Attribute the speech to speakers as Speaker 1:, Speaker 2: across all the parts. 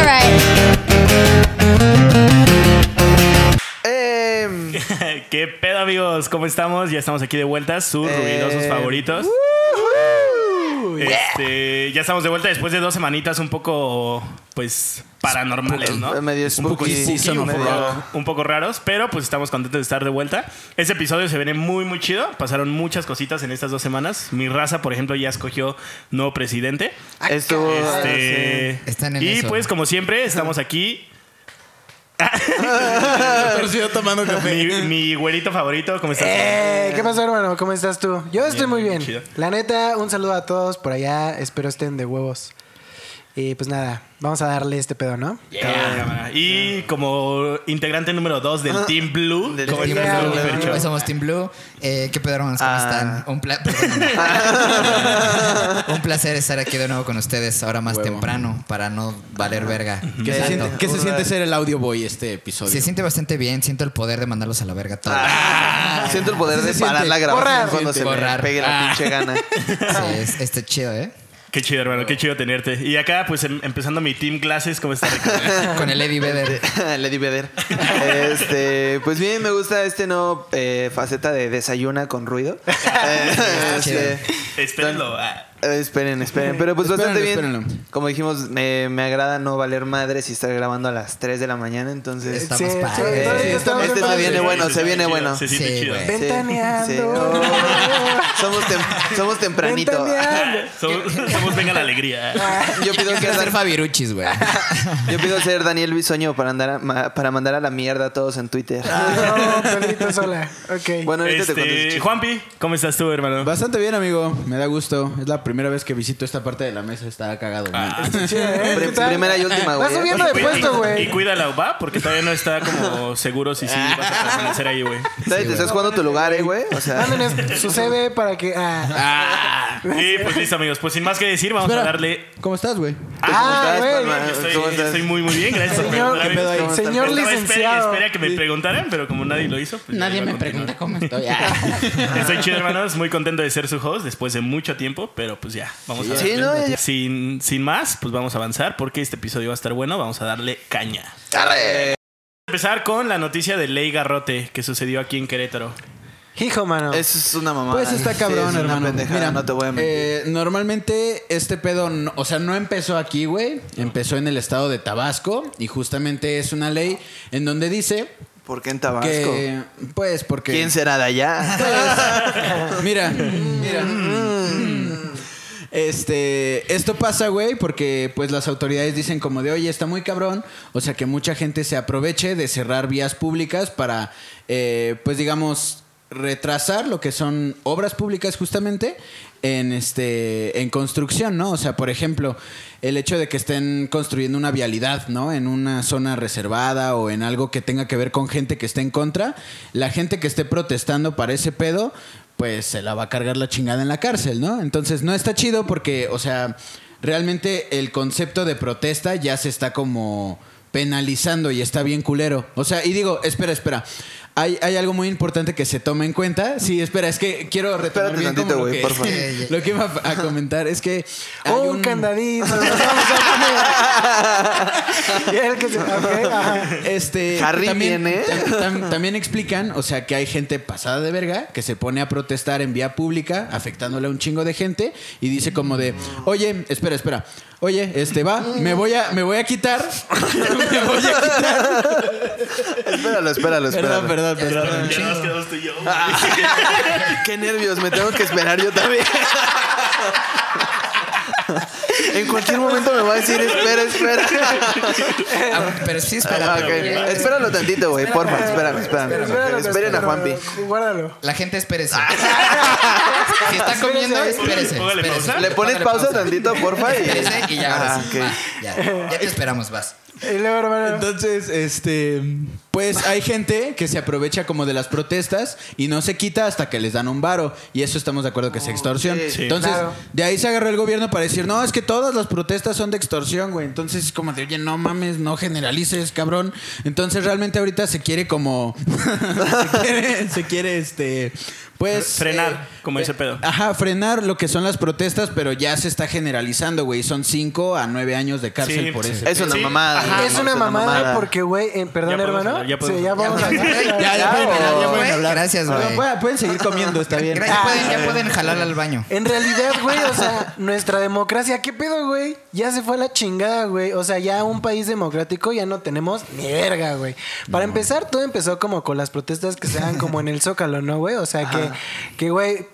Speaker 1: pedo, amigos? ¿Cómo estamos? Ya estamos aquí de vuelta, sus
Speaker 2: Eh, uh,
Speaker 1: ruidosos favoritos. Este, ya estamos de vuelta después de dos semanitas un poco, pues, paranormales, ¿no?
Speaker 2: Medio
Speaker 3: Un poco
Speaker 2: spooky,
Speaker 3: season of
Speaker 2: medio-
Speaker 3: rock.
Speaker 1: Un poco raros, pero pues estamos contentos de estar de vuelta. Este episodio se viene muy, muy chido. Pasaron muchas cositas en estas dos semanas. Mi raza, por ejemplo, ya escogió nuevo presidente.
Speaker 2: Ah, Estuvo.
Speaker 1: Este,
Speaker 4: Están en
Speaker 1: y
Speaker 4: eso.
Speaker 1: pues, como siempre, estamos aquí.
Speaker 3: Pero si yo tomando
Speaker 1: Mi,
Speaker 3: café.
Speaker 1: mi güerito favorito, ¿cómo estás?
Speaker 5: Eh, ¿Qué pasa, hermano? ¿Cómo estás tú? Yo estoy muy bien.
Speaker 1: chido.
Speaker 5: La neta, un saludo a todos por allá. Espero estén de huevos. Y pues nada, vamos a darle este pedo, ¿no?
Speaker 1: Cámara. Y como integrante número 2 del Team Blue,
Speaker 2: Del
Speaker 1: ¿cómo
Speaker 2: Team
Speaker 1: estás,
Speaker 2: Blue.
Speaker 1: Luis Fercho?
Speaker 4: Hoy somos Team Blue. Eh, ¿Qué pedo, hermanos? ¿Cómo
Speaker 2: Ah.
Speaker 4: están? Un, pla- Un placer estar aquí de nuevo con ustedes, ahora más temprano, para no valer verga.
Speaker 3: ¿Qué se,
Speaker 4: Exacto.
Speaker 3: siente, qué se siente ser el audio boy este episodio?
Speaker 4: Se siente bastante bien, siento el poder de mandarlos a la verga todos.
Speaker 2: Ah. Siento el poder
Speaker 3: Sí se
Speaker 2: de parar
Speaker 3: siente.
Speaker 2: la
Speaker 3: Borrar.
Speaker 2: grabación cuando se me
Speaker 4: Borrar.
Speaker 2: pegue la
Speaker 4: Ah.
Speaker 2: pinche gana.
Speaker 4: Sí, es- está chido, ¿eh?
Speaker 1: Qué chido, hermano, qué chido tenerte. Y acá, pues em- empezando mi Team Clases, ¿cómo estás? Ricardo?
Speaker 4: Con el Eddie Vedder.
Speaker 2: Lady Vedder. Este, pues bien, me gusta este nuevo eh, faceta de desayuna con ruido. Eh, este,
Speaker 1: Espérenlo. ah.
Speaker 2: eh, esperen, esperen. Pero pues bastante bien.
Speaker 3: Espérenlo, espérenlo.
Speaker 2: Como dijimos, me, me agrada no valer madres y estar grabando a las 3 de la mañana. Entonces,
Speaker 4: Está
Speaker 5: Sí,
Speaker 4: más
Speaker 5: sí,
Speaker 4: padre.
Speaker 2: sí,
Speaker 4: Sí,
Speaker 2: está-
Speaker 5: estamos
Speaker 2: este
Speaker 5: en
Speaker 2: se
Speaker 5: paz.
Speaker 2: viene bueno,
Speaker 1: Sí,
Speaker 2: se viene
Speaker 1: chido,
Speaker 2: bueno.
Speaker 1: Se siente
Speaker 4: Sí,
Speaker 1: chido.
Speaker 4: güey.
Speaker 2: Sí,
Speaker 5: Ventaneando.
Speaker 2: sí. No, somos, tem- somos tempranito. Ah.
Speaker 5: Ventaneando.
Speaker 1: Somos, somos venga la alegría.
Speaker 2: Yo pido que
Speaker 4: Quiero ser
Speaker 2: Dan-
Speaker 4: Fabiruchis, güey.
Speaker 2: Yo pido ser Daniel Bisoño para, andar a- ma- para mandar a la mierda a todos en Twitter.
Speaker 5: Ah, No, Pedrito sola. Ok.
Speaker 2: Bueno, ahorita te cuento ese
Speaker 1: Este,
Speaker 2: chiste.
Speaker 1: Juanpi, ¿cómo estás tú, hermano?
Speaker 3: Bastante bien, amigo. Me da gusto. Es la primera vez que visito esta parte de la mesa. Está cagado. Este, man.
Speaker 5: Sí, ¿eh?
Speaker 2: Pri-
Speaker 5: ¿Qué tal?
Speaker 2: primera y última, güey,
Speaker 5: Vas
Speaker 2: ¿eh?
Speaker 5: subiendo de
Speaker 1: Oye,
Speaker 5: puesto,
Speaker 1: y-
Speaker 5: güey.
Speaker 1: Y cuídala, va, porque todavía no está como seguro si sí vas a permanecer ahí, güey.
Speaker 2: ¿Sabes? Te estás jugando tu lugar, eh, güey. O sea,
Speaker 5: Mándenos su CV para que. Ah,
Speaker 1: Y pues listo, amigos. Pues sin más que decir, vamos
Speaker 3: Espera.
Speaker 1: a darle.
Speaker 3: ¿Cómo estás, güey?
Speaker 5: Ah,
Speaker 2: ¿cómo
Speaker 5: güey.
Speaker 2: estás, Palma?
Speaker 1: Yo estoy,
Speaker 2: ¿Cómo
Speaker 1: yo
Speaker 2: estás?
Speaker 1: estoy muy, muy bien, gracias por
Speaker 5: Señor,
Speaker 1: preguntarme.
Speaker 3: ¿qué pedo ahí?
Speaker 1: ¿Cómo estás?
Speaker 5: Señor
Speaker 1: Estaba- espera-
Speaker 5: licenciado.
Speaker 1: Espera que me preguntaran, pero como nadie lo hizo. pues,
Speaker 4: Nadie
Speaker 1: ya
Speaker 4: me
Speaker 1: voy a continuar.
Speaker 4: pregunta cómo estoy. Ah.
Speaker 1: Estoy chido, hermanos. Muy contento de ser su host después de mucho tiempo, pero pues ya, vamos a
Speaker 2: Sí,
Speaker 1: darle.
Speaker 2: no, ya, ya.
Speaker 1: Sin, sin más, pues vamos a avanzar porque este episodio va a estar bueno. Vamos a darle caña. Vamos
Speaker 2: ¡arre!
Speaker 1: a Empezar con la noticia de Ley Garrote que sucedió aquí en Querétaro.
Speaker 5: hijo, mano.
Speaker 2: Eso es una mamada.
Speaker 3: Pues está
Speaker 2: Ah, Sí,
Speaker 3: cabrón,
Speaker 2: es una
Speaker 3: hermano.
Speaker 2: pendejada,
Speaker 3: Mira,
Speaker 2: no te voy a mentir.
Speaker 3: eh, normalmente este pedo, no- o sea, no empezó aquí, güey. Empezó en el estado de Tabasco y justamente es una ley en donde dice
Speaker 2: ¿Por qué en Tabasco?
Speaker 3: que, pues, porque.
Speaker 2: ¿Quién será de allá?
Speaker 3: Mira, mira. Este, esto pasa, güey, porque pues las autoridades dicen como de, oye, está muy cabrón, o sea que mucha gente se aproveche de cerrar vías públicas para, eh, pues digamos, retrasar lo que son obras públicas justamente en este, en construcción, ¿no? O sea, por ejemplo, el hecho de que estén construyendo una vialidad, ¿no? En una zona reservada o en algo que tenga que ver con gente que esté en contra, la gente que esté protestando para ese pedo, pues se la va a cargar la chingada en la cárcel, ¿no? Entonces no está chido porque, o sea, realmente el concepto de protesta ya se está como penalizando y está bien culero. O sea, y digo, espera, espera. Hay, hay algo muy importante que se toma en cuenta. Sí, espera, es que quiero retomar
Speaker 2: Espérate
Speaker 3: bien como
Speaker 2: tantito,
Speaker 3: lo
Speaker 2: güey,
Speaker 3: que-
Speaker 2: por favor.
Speaker 3: Lo que iba a a comentar es que hay
Speaker 5: un, candadito. nos vamos a poner. y el que se. ok, ajá.
Speaker 3: Este,
Speaker 2: Harry
Speaker 3: también,
Speaker 2: viene.
Speaker 3: tam- tam- también explican, o sea, que hay gente pasada de verga que se pone a protestar en vía pública, afectándole a un chingo de gente y dice como de, "Oye, espera, espera. Oye, este va, me voy a me voy a quitar." me voy a quitar.
Speaker 2: espéralo, espéralo, espéralo.
Speaker 3: Perdón, perdón, perdón.
Speaker 1: Ya nos quedamos tú y yo.
Speaker 2: Qué nervios, me tengo que esperar yo también. en cualquier momento me va a decir, espera, espera.
Speaker 4: Ah, Pero sí, espera.
Speaker 2: Ah,
Speaker 4: pero-
Speaker 2: ok. Espéralo tantito, güey. Porfa, espérame, espérame.
Speaker 5: Espéralo,
Speaker 2: Esperen a
Speaker 5: espéralo,
Speaker 2: Juanpi.
Speaker 5: Guárdalo.
Speaker 4: La gente espérese. si está comiendo, espérese.
Speaker 1: Póngale
Speaker 4: espérese.
Speaker 1: pausa.
Speaker 2: ¿Le pones
Speaker 4: Póngale
Speaker 2: pausa tantito, porfa? Y...
Speaker 4: Espérese y ya, ahora
Speaker 2: Ah,
Speaker 4: sí,
Speaker 2: ok.
Speaker 4: va, ya. Ya te esperamos, vas.
Speaker 5: Y luego, hermano.
Speaker 3: Entonces, este, pues hay gente que se aprovecha como de las protestas y no se quita hasta que les dan un varo. Y eso estamos de acuerdo que es extorsión.
Speaker 2: sí,
Speaker 1: sí.
Speaker 3: Entonces,
Speaker 5: Claro.
Speaker 3: de ahí se agarró el gobierno para decir, no, es que todas las protestas son de extorsión, güey. Entonces es como de, oye, no mames, no generalices, cabrón. Entonces realmente ahorita se quiere como, se, quiere, se quiere, este, pues...
Speaker 1: Frenar, como
Speaker 3: eh,
Speaker 1: ese pedo.
Speaker 3: Ajá, frenar lo que son las protestas, pero ya se está generalizando, güey. Son 5 a 9 años de cárcel
Speaker 1: Sí,
Speaker 3: por
Speaker 1: sí.
Speaker 3: eso.
Speaker 2: Es una
Speaker 1: Sí.
Speaker 2: mamada.
Speaker 1: Ajá.
Speaker 2: güey,
Speaker 5: es una mamada porque, güey, en- perdón,
Speaker 1: Ya podemos
Speaker 5: hermano.
Speaker 1: o ya podemos.
Speaker 5: Sí, ya vamos a
Speaker 4: Ya, ya pueden hablar, ya pueden hablar. Gracias,
Speaker 3: Bueno,
Speaker 4: güey.
Speaker 3: pueden- pueden seguir comiendo, está bien. Ah.
Speaker 4: Ya pueden, ya pueden jalar al baño.
Speaker 5: En realidad, güey, o sea, nuestra democracia, ¿qué pedo, güey? Ya se fue a la chingada, güey. O sea, ya un país democrático ya no tenemos ni verga, güey. Para empezar, todo empezó como con las protestas que se dan como en el Zócalo, ¿no, güey? O sea, que, que, güey,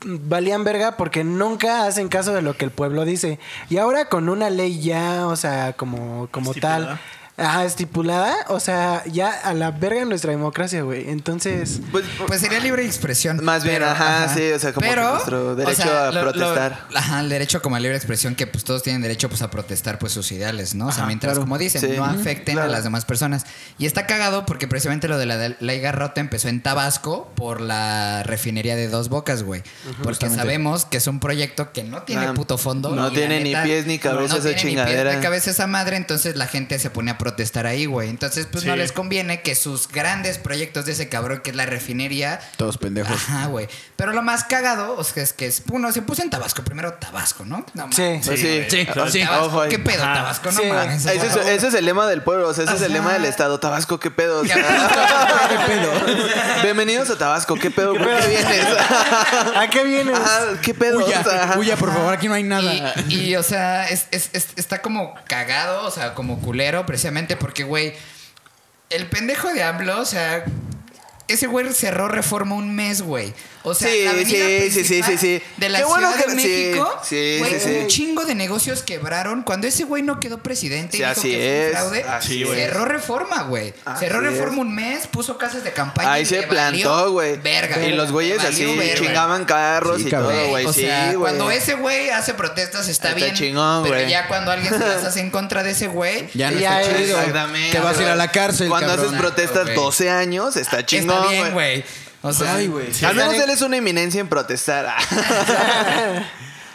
Speaker 5: valían verga porque nunca hacen caso de lo que el pueblo dice. Y ahora con una ley ya, o sea, como, como tal...
Speaker 1: Estipulada.
Speaker 5: Ajá, estipulada, o sea, ya a la verga nuestra democracia, güey. Entonces,
Speaker 2: Pues,
Speaker 4: Pues sería libre expresión.
Speaker 2: Más bien, ajá, sí, o sea, como que nuestro derecho a
Speaker 4: lo- lo-
Speaker 2: protestar.
Speaker 4: ajá, el derecho como a libre expresión, que pues todos tienen derecho pues a protestar pues sus ideales, ¿no? o sea, mientras, como dicen,
Speaker 2: Sí.
Speaker 4: no
Speaker 2: Ujú,
Speaker 4: afecten
Speaker 2: claro.
Speaker 4: a las demás personas. Y está cagado porque precisamente lo de la de- ley Garrote empezó en Tabasco por la refinería de Dos Bocas, güey. Porque sabemos que es un proyecto que no tiene
Speaker 2: Ah,
Speaker 4: puto fondo.
Speaker 2: no
Speaker 4: y la
Speaker 2: tiene ni pies ni cabeza esa
Speaker 4: tiene ni pies ni
Speaker 2: chingadera.
Speaker 4: cabeza esa madre, entonces la gente se pone a protestar ahí, güey. Entonces, pues no
Speaker 1: Sí.
Speaker 4: les conviene que sus grandes proyectos de ese cabrón que es la refinería
Speaker 3: Todos pendejos.
Speaker 4: Ajá, güey. Pero lo más cagado o sea, es que es, uno se puso en Tabasco, primero Tabasco, ¿no? No mames.
Speaker 5: sí.
Speaker 2: Pues sí,
Speaker 4: Sí,
Speaker 1: Claro,
Speaker 4: sí.
Speaker 2: Tabasco.
Speaker 4: Tabasco, ¿Qué pedo,
Speaker 1: Ajá.
Speaker 4: Tabasco? No
Speaker 5: Sí.
Speaker 4: mames.
Speaker 2: Ese es, ese es el lema del pueblo, o sea, ese es el
Speaker 4: Ajá.
Speaker 2: lema del Estado. Tabasco, ¿qué pedo? O sea,
Speaker 4: ¿Qué pedo?
Speaker 2: bienvenidos a Tabasco, ¿qué pedo? ¿Por qué vienes?
Speaker 3: Ah,
Speaker 5: ¿A qué vienes?
Speaker 2: Ajá, ¿Qué pedo? Ah, O sea,
Speaker 3: Huya,
Speaker 2: ajá.
Speaker 3: huya, por favor, aquí no hay nada.
Speaker 4: Y, y, o sea, es- es- es- está como cagado, o sea, como culero, precisamente porque, güey, el pendejo de AMLO, o sea, ese güey cerró Reforma un mes, güey. O sea,
Speaker 2: Sí,
Speaker 4: la avenida
Speaker 2: sí, sí, sí,
Speaker 4: principal
Speaker 2: sí, sí.
Speaker 4: de la
Speaker 2: Qué bueno
Speaker 4: Ciudad de
Speaker 2: que- sí,
Speaker 4: México,
Speaker 2: sí,
Speaker 4: güey,
Speaker 2: sí, sí.
Speaker 4: un chingo de negocios quebraron cuando ese güey no quedó
Speaker 2: Sí,
Speaker 4: presidente y dijo
Speaker 2: así
Speaker 4: que fue un
Speaker 2: es,
Speaker 4: fraude.
Speaker 2: así
Speaker 1: es.
Speaker 4: cerró Reforma, güey.
Speaker 2: Así
Speaker 4: Cerró
Speaker 2: es.
Speaker 4: Reforma un mes, puso casas de campaña.
Speaker 2: Ahí
Speaker 4: y
Speaker 2: se
Speaker 4: le valió
Speaker 2: plantó, güey.
Speaker 4: Verga.
Speaker 2: Y los güeyes
Speaker 4: Le
Speaker 2: así
Speaker 4: valió verga.
Speaker 2: chingaban carros
Speaker 3: Sí,
Speaker 2: y
Speaker 3: cabrón.
Speaker 2: todo, güey.
Speaker 4: O
Speaker 2: Sí,
Speaker 4: sea,
Speaker 2: güey.
Speaker 4: cuando ese güey hace protestas está,
Speaker 2: Está
Speaker 4: bien.
Speaker 2: chingón,
Speaker 4: pero
Speaker 2: güey.
Speaker 4: ya cuando alguien se las hace en contra de ese güey,
Speaker 3: Ya no
Speaker 5: Ya
Speaker 3: está
Speaker 5: es-
Speaker 3: chido.
Speaker 2: Exactamente,
Speaker 3: Te vas a ir a
Speaker 2: güey.
Speaker 3: la cárcel,
Speaker 2: Cuando
Speaker 3: cabrón.
Speaker 2: haces protestas
Speaker 4: güey.
Speaker 2: 12 años, está chingón,
Speaker 4: está bien, güey. O sea,
Speaker 3: Ay, güey.
Speaker 2: Al menos él es una eminencia en protestar.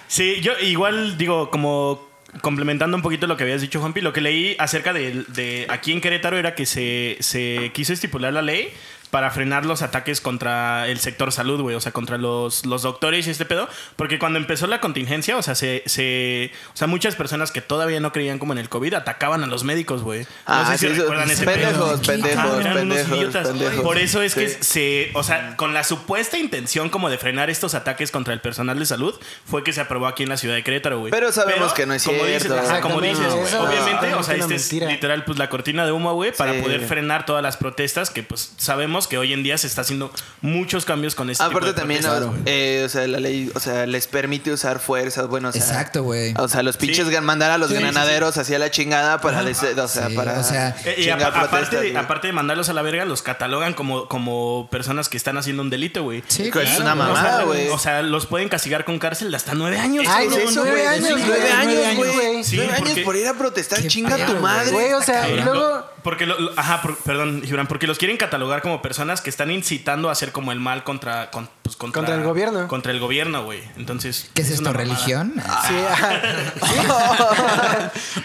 Speaker 1: Sí, yo igual digo, como complementando un poquito lo que habías dicho, Juanpi, lo que leí acerca de, de aquí en Querétaro era que se, se quiso estipular la ley para frenar los ataques contra el sector salud, güey, o sea, contra los, los doctores y este pedo, porque cuando empezó la contingencia, o sea, se, se, o sea, muchas personas que todavía no creían como en el COVID atacaban a los médicos, güey. No
Speaker 2: Ah,
Speaker 1: sé si
Speaker 2: sí,
Speaker 1: recuerdan ese pedo.
Speaker 2: pendejos,
Speaker 1: Ajá,
Speaker 2: pendejos,
Speaker 1: eran unos
Speaker 2: pendejos,
Speaker 1: idiotas.
Speaker 2: pendejos.
Speaker 1: Por eso es que
Speaker 2: Sí.
Speaker 1: se, o sea, con la supuesta intención como de frenar estos ataques contra el personal de salud, fue que se aprobó aquí en la ciudad de Querétaro, güey.
Speaker 2: Pero sabemos que no es
Speaker 1: como Dices,
Speaker 2: cierto.
Speaker 1: ajá, como
Speaker 5: Exactamente,
Speaker 1: dices,
Speaker 5: eso
Speaker 1: obviamente,
Speaker 5: es
Speaker 1: o sea,
Speaker 5: una
Speaker 1: este
Speaker 5: mentira.
Speaker 1: es literal pues la cortina de humo, güey, para
Speaker 2: Sí.
Speaker 1: poder frenar todas las protestas que pues sabemos que hoy en día se está haciendo muchos cambios con este tipo
Speaker 2: Aparte
Speaker 1: de
Speaker 2: también,
Speaker 1: protestas.
Speaker 2: o- eh, o sea, la ley, o sea, les permite usar fuerzas, bueno, o sea,
Speaker 4: Exacto, güey.
Speaker 2: O sea, los pinches gan- mandar a los
Speaker 1: Sí, sí, sí.
Speaker 2: granaderos hacia la chingada para, des- o sea,
Speaker 4: Sí,
Speaker 2: para
Speaker 4: o sea,
Speaker 1: Eh, Y
Speaker 2: chingar
Speaker 1: apa- aparte,
Speaker 2: protestas,
Speaker 1: de,
Speaker 2: güey.
Speaker 1: aparte de mandarlos a la verga, los catalogan como, como personas que están haciendo un delito, güey.
Speaker 4: Sí,
Speaker 2: Pues,
Speaker 4: claro,
Speaker 2: una
Speaker 4: güey.
Speaker 1: O sea,
Speaker 2: mamada, güey.
Speaker 1: O sea, los pueden castigar con cárcel de hasta nueve años.
Speaker 5: Ay,
Speaker 1: güey.
Speaker 5: no,
Speaker 2: eso,
Speaker 5: nueve
Speaker 2: güey,
Speaker 5: años,
Speaker 2: sí,
Speaker 5: güey,
Speaker 2: nueve
Speaker 5: nueve
Speaker 2: años,
Speaker 5: años,
Speaker 2: güey.
Speaker 5: güey.
Speaker 1: Sí,
Speaker 2: Nueve años
Speaker 1: porque-
Speaker 2: por ir a protestar,
Speaker 4: Qué
Speaker 2: chinga tu
Speaker 4: pedo,
Speaker 2: madre.
Speaker 5: Güey, o sea,
Speaker 1: Gibran,
Speaker 5: luego-
Speaker 1: lo- porque lo- lo- ajá, por- perdón, Gibran, porque los quieren catalogar como personas que están incitando a hacer como el mal contra con- pues, contra,
Speaker 5: Contra el gobierno.
Speaker 1: Contra el gobierno, güey. Entonces,
Speaker 4: ¿Qué es
Speaker 1: una
Speaker 4: esto,
Speaker 1: mamada.
Speaker 4: religión?
Speaker 2: Ah,
Speaker 4: Ah,
Speaker 5: Sí, ajá.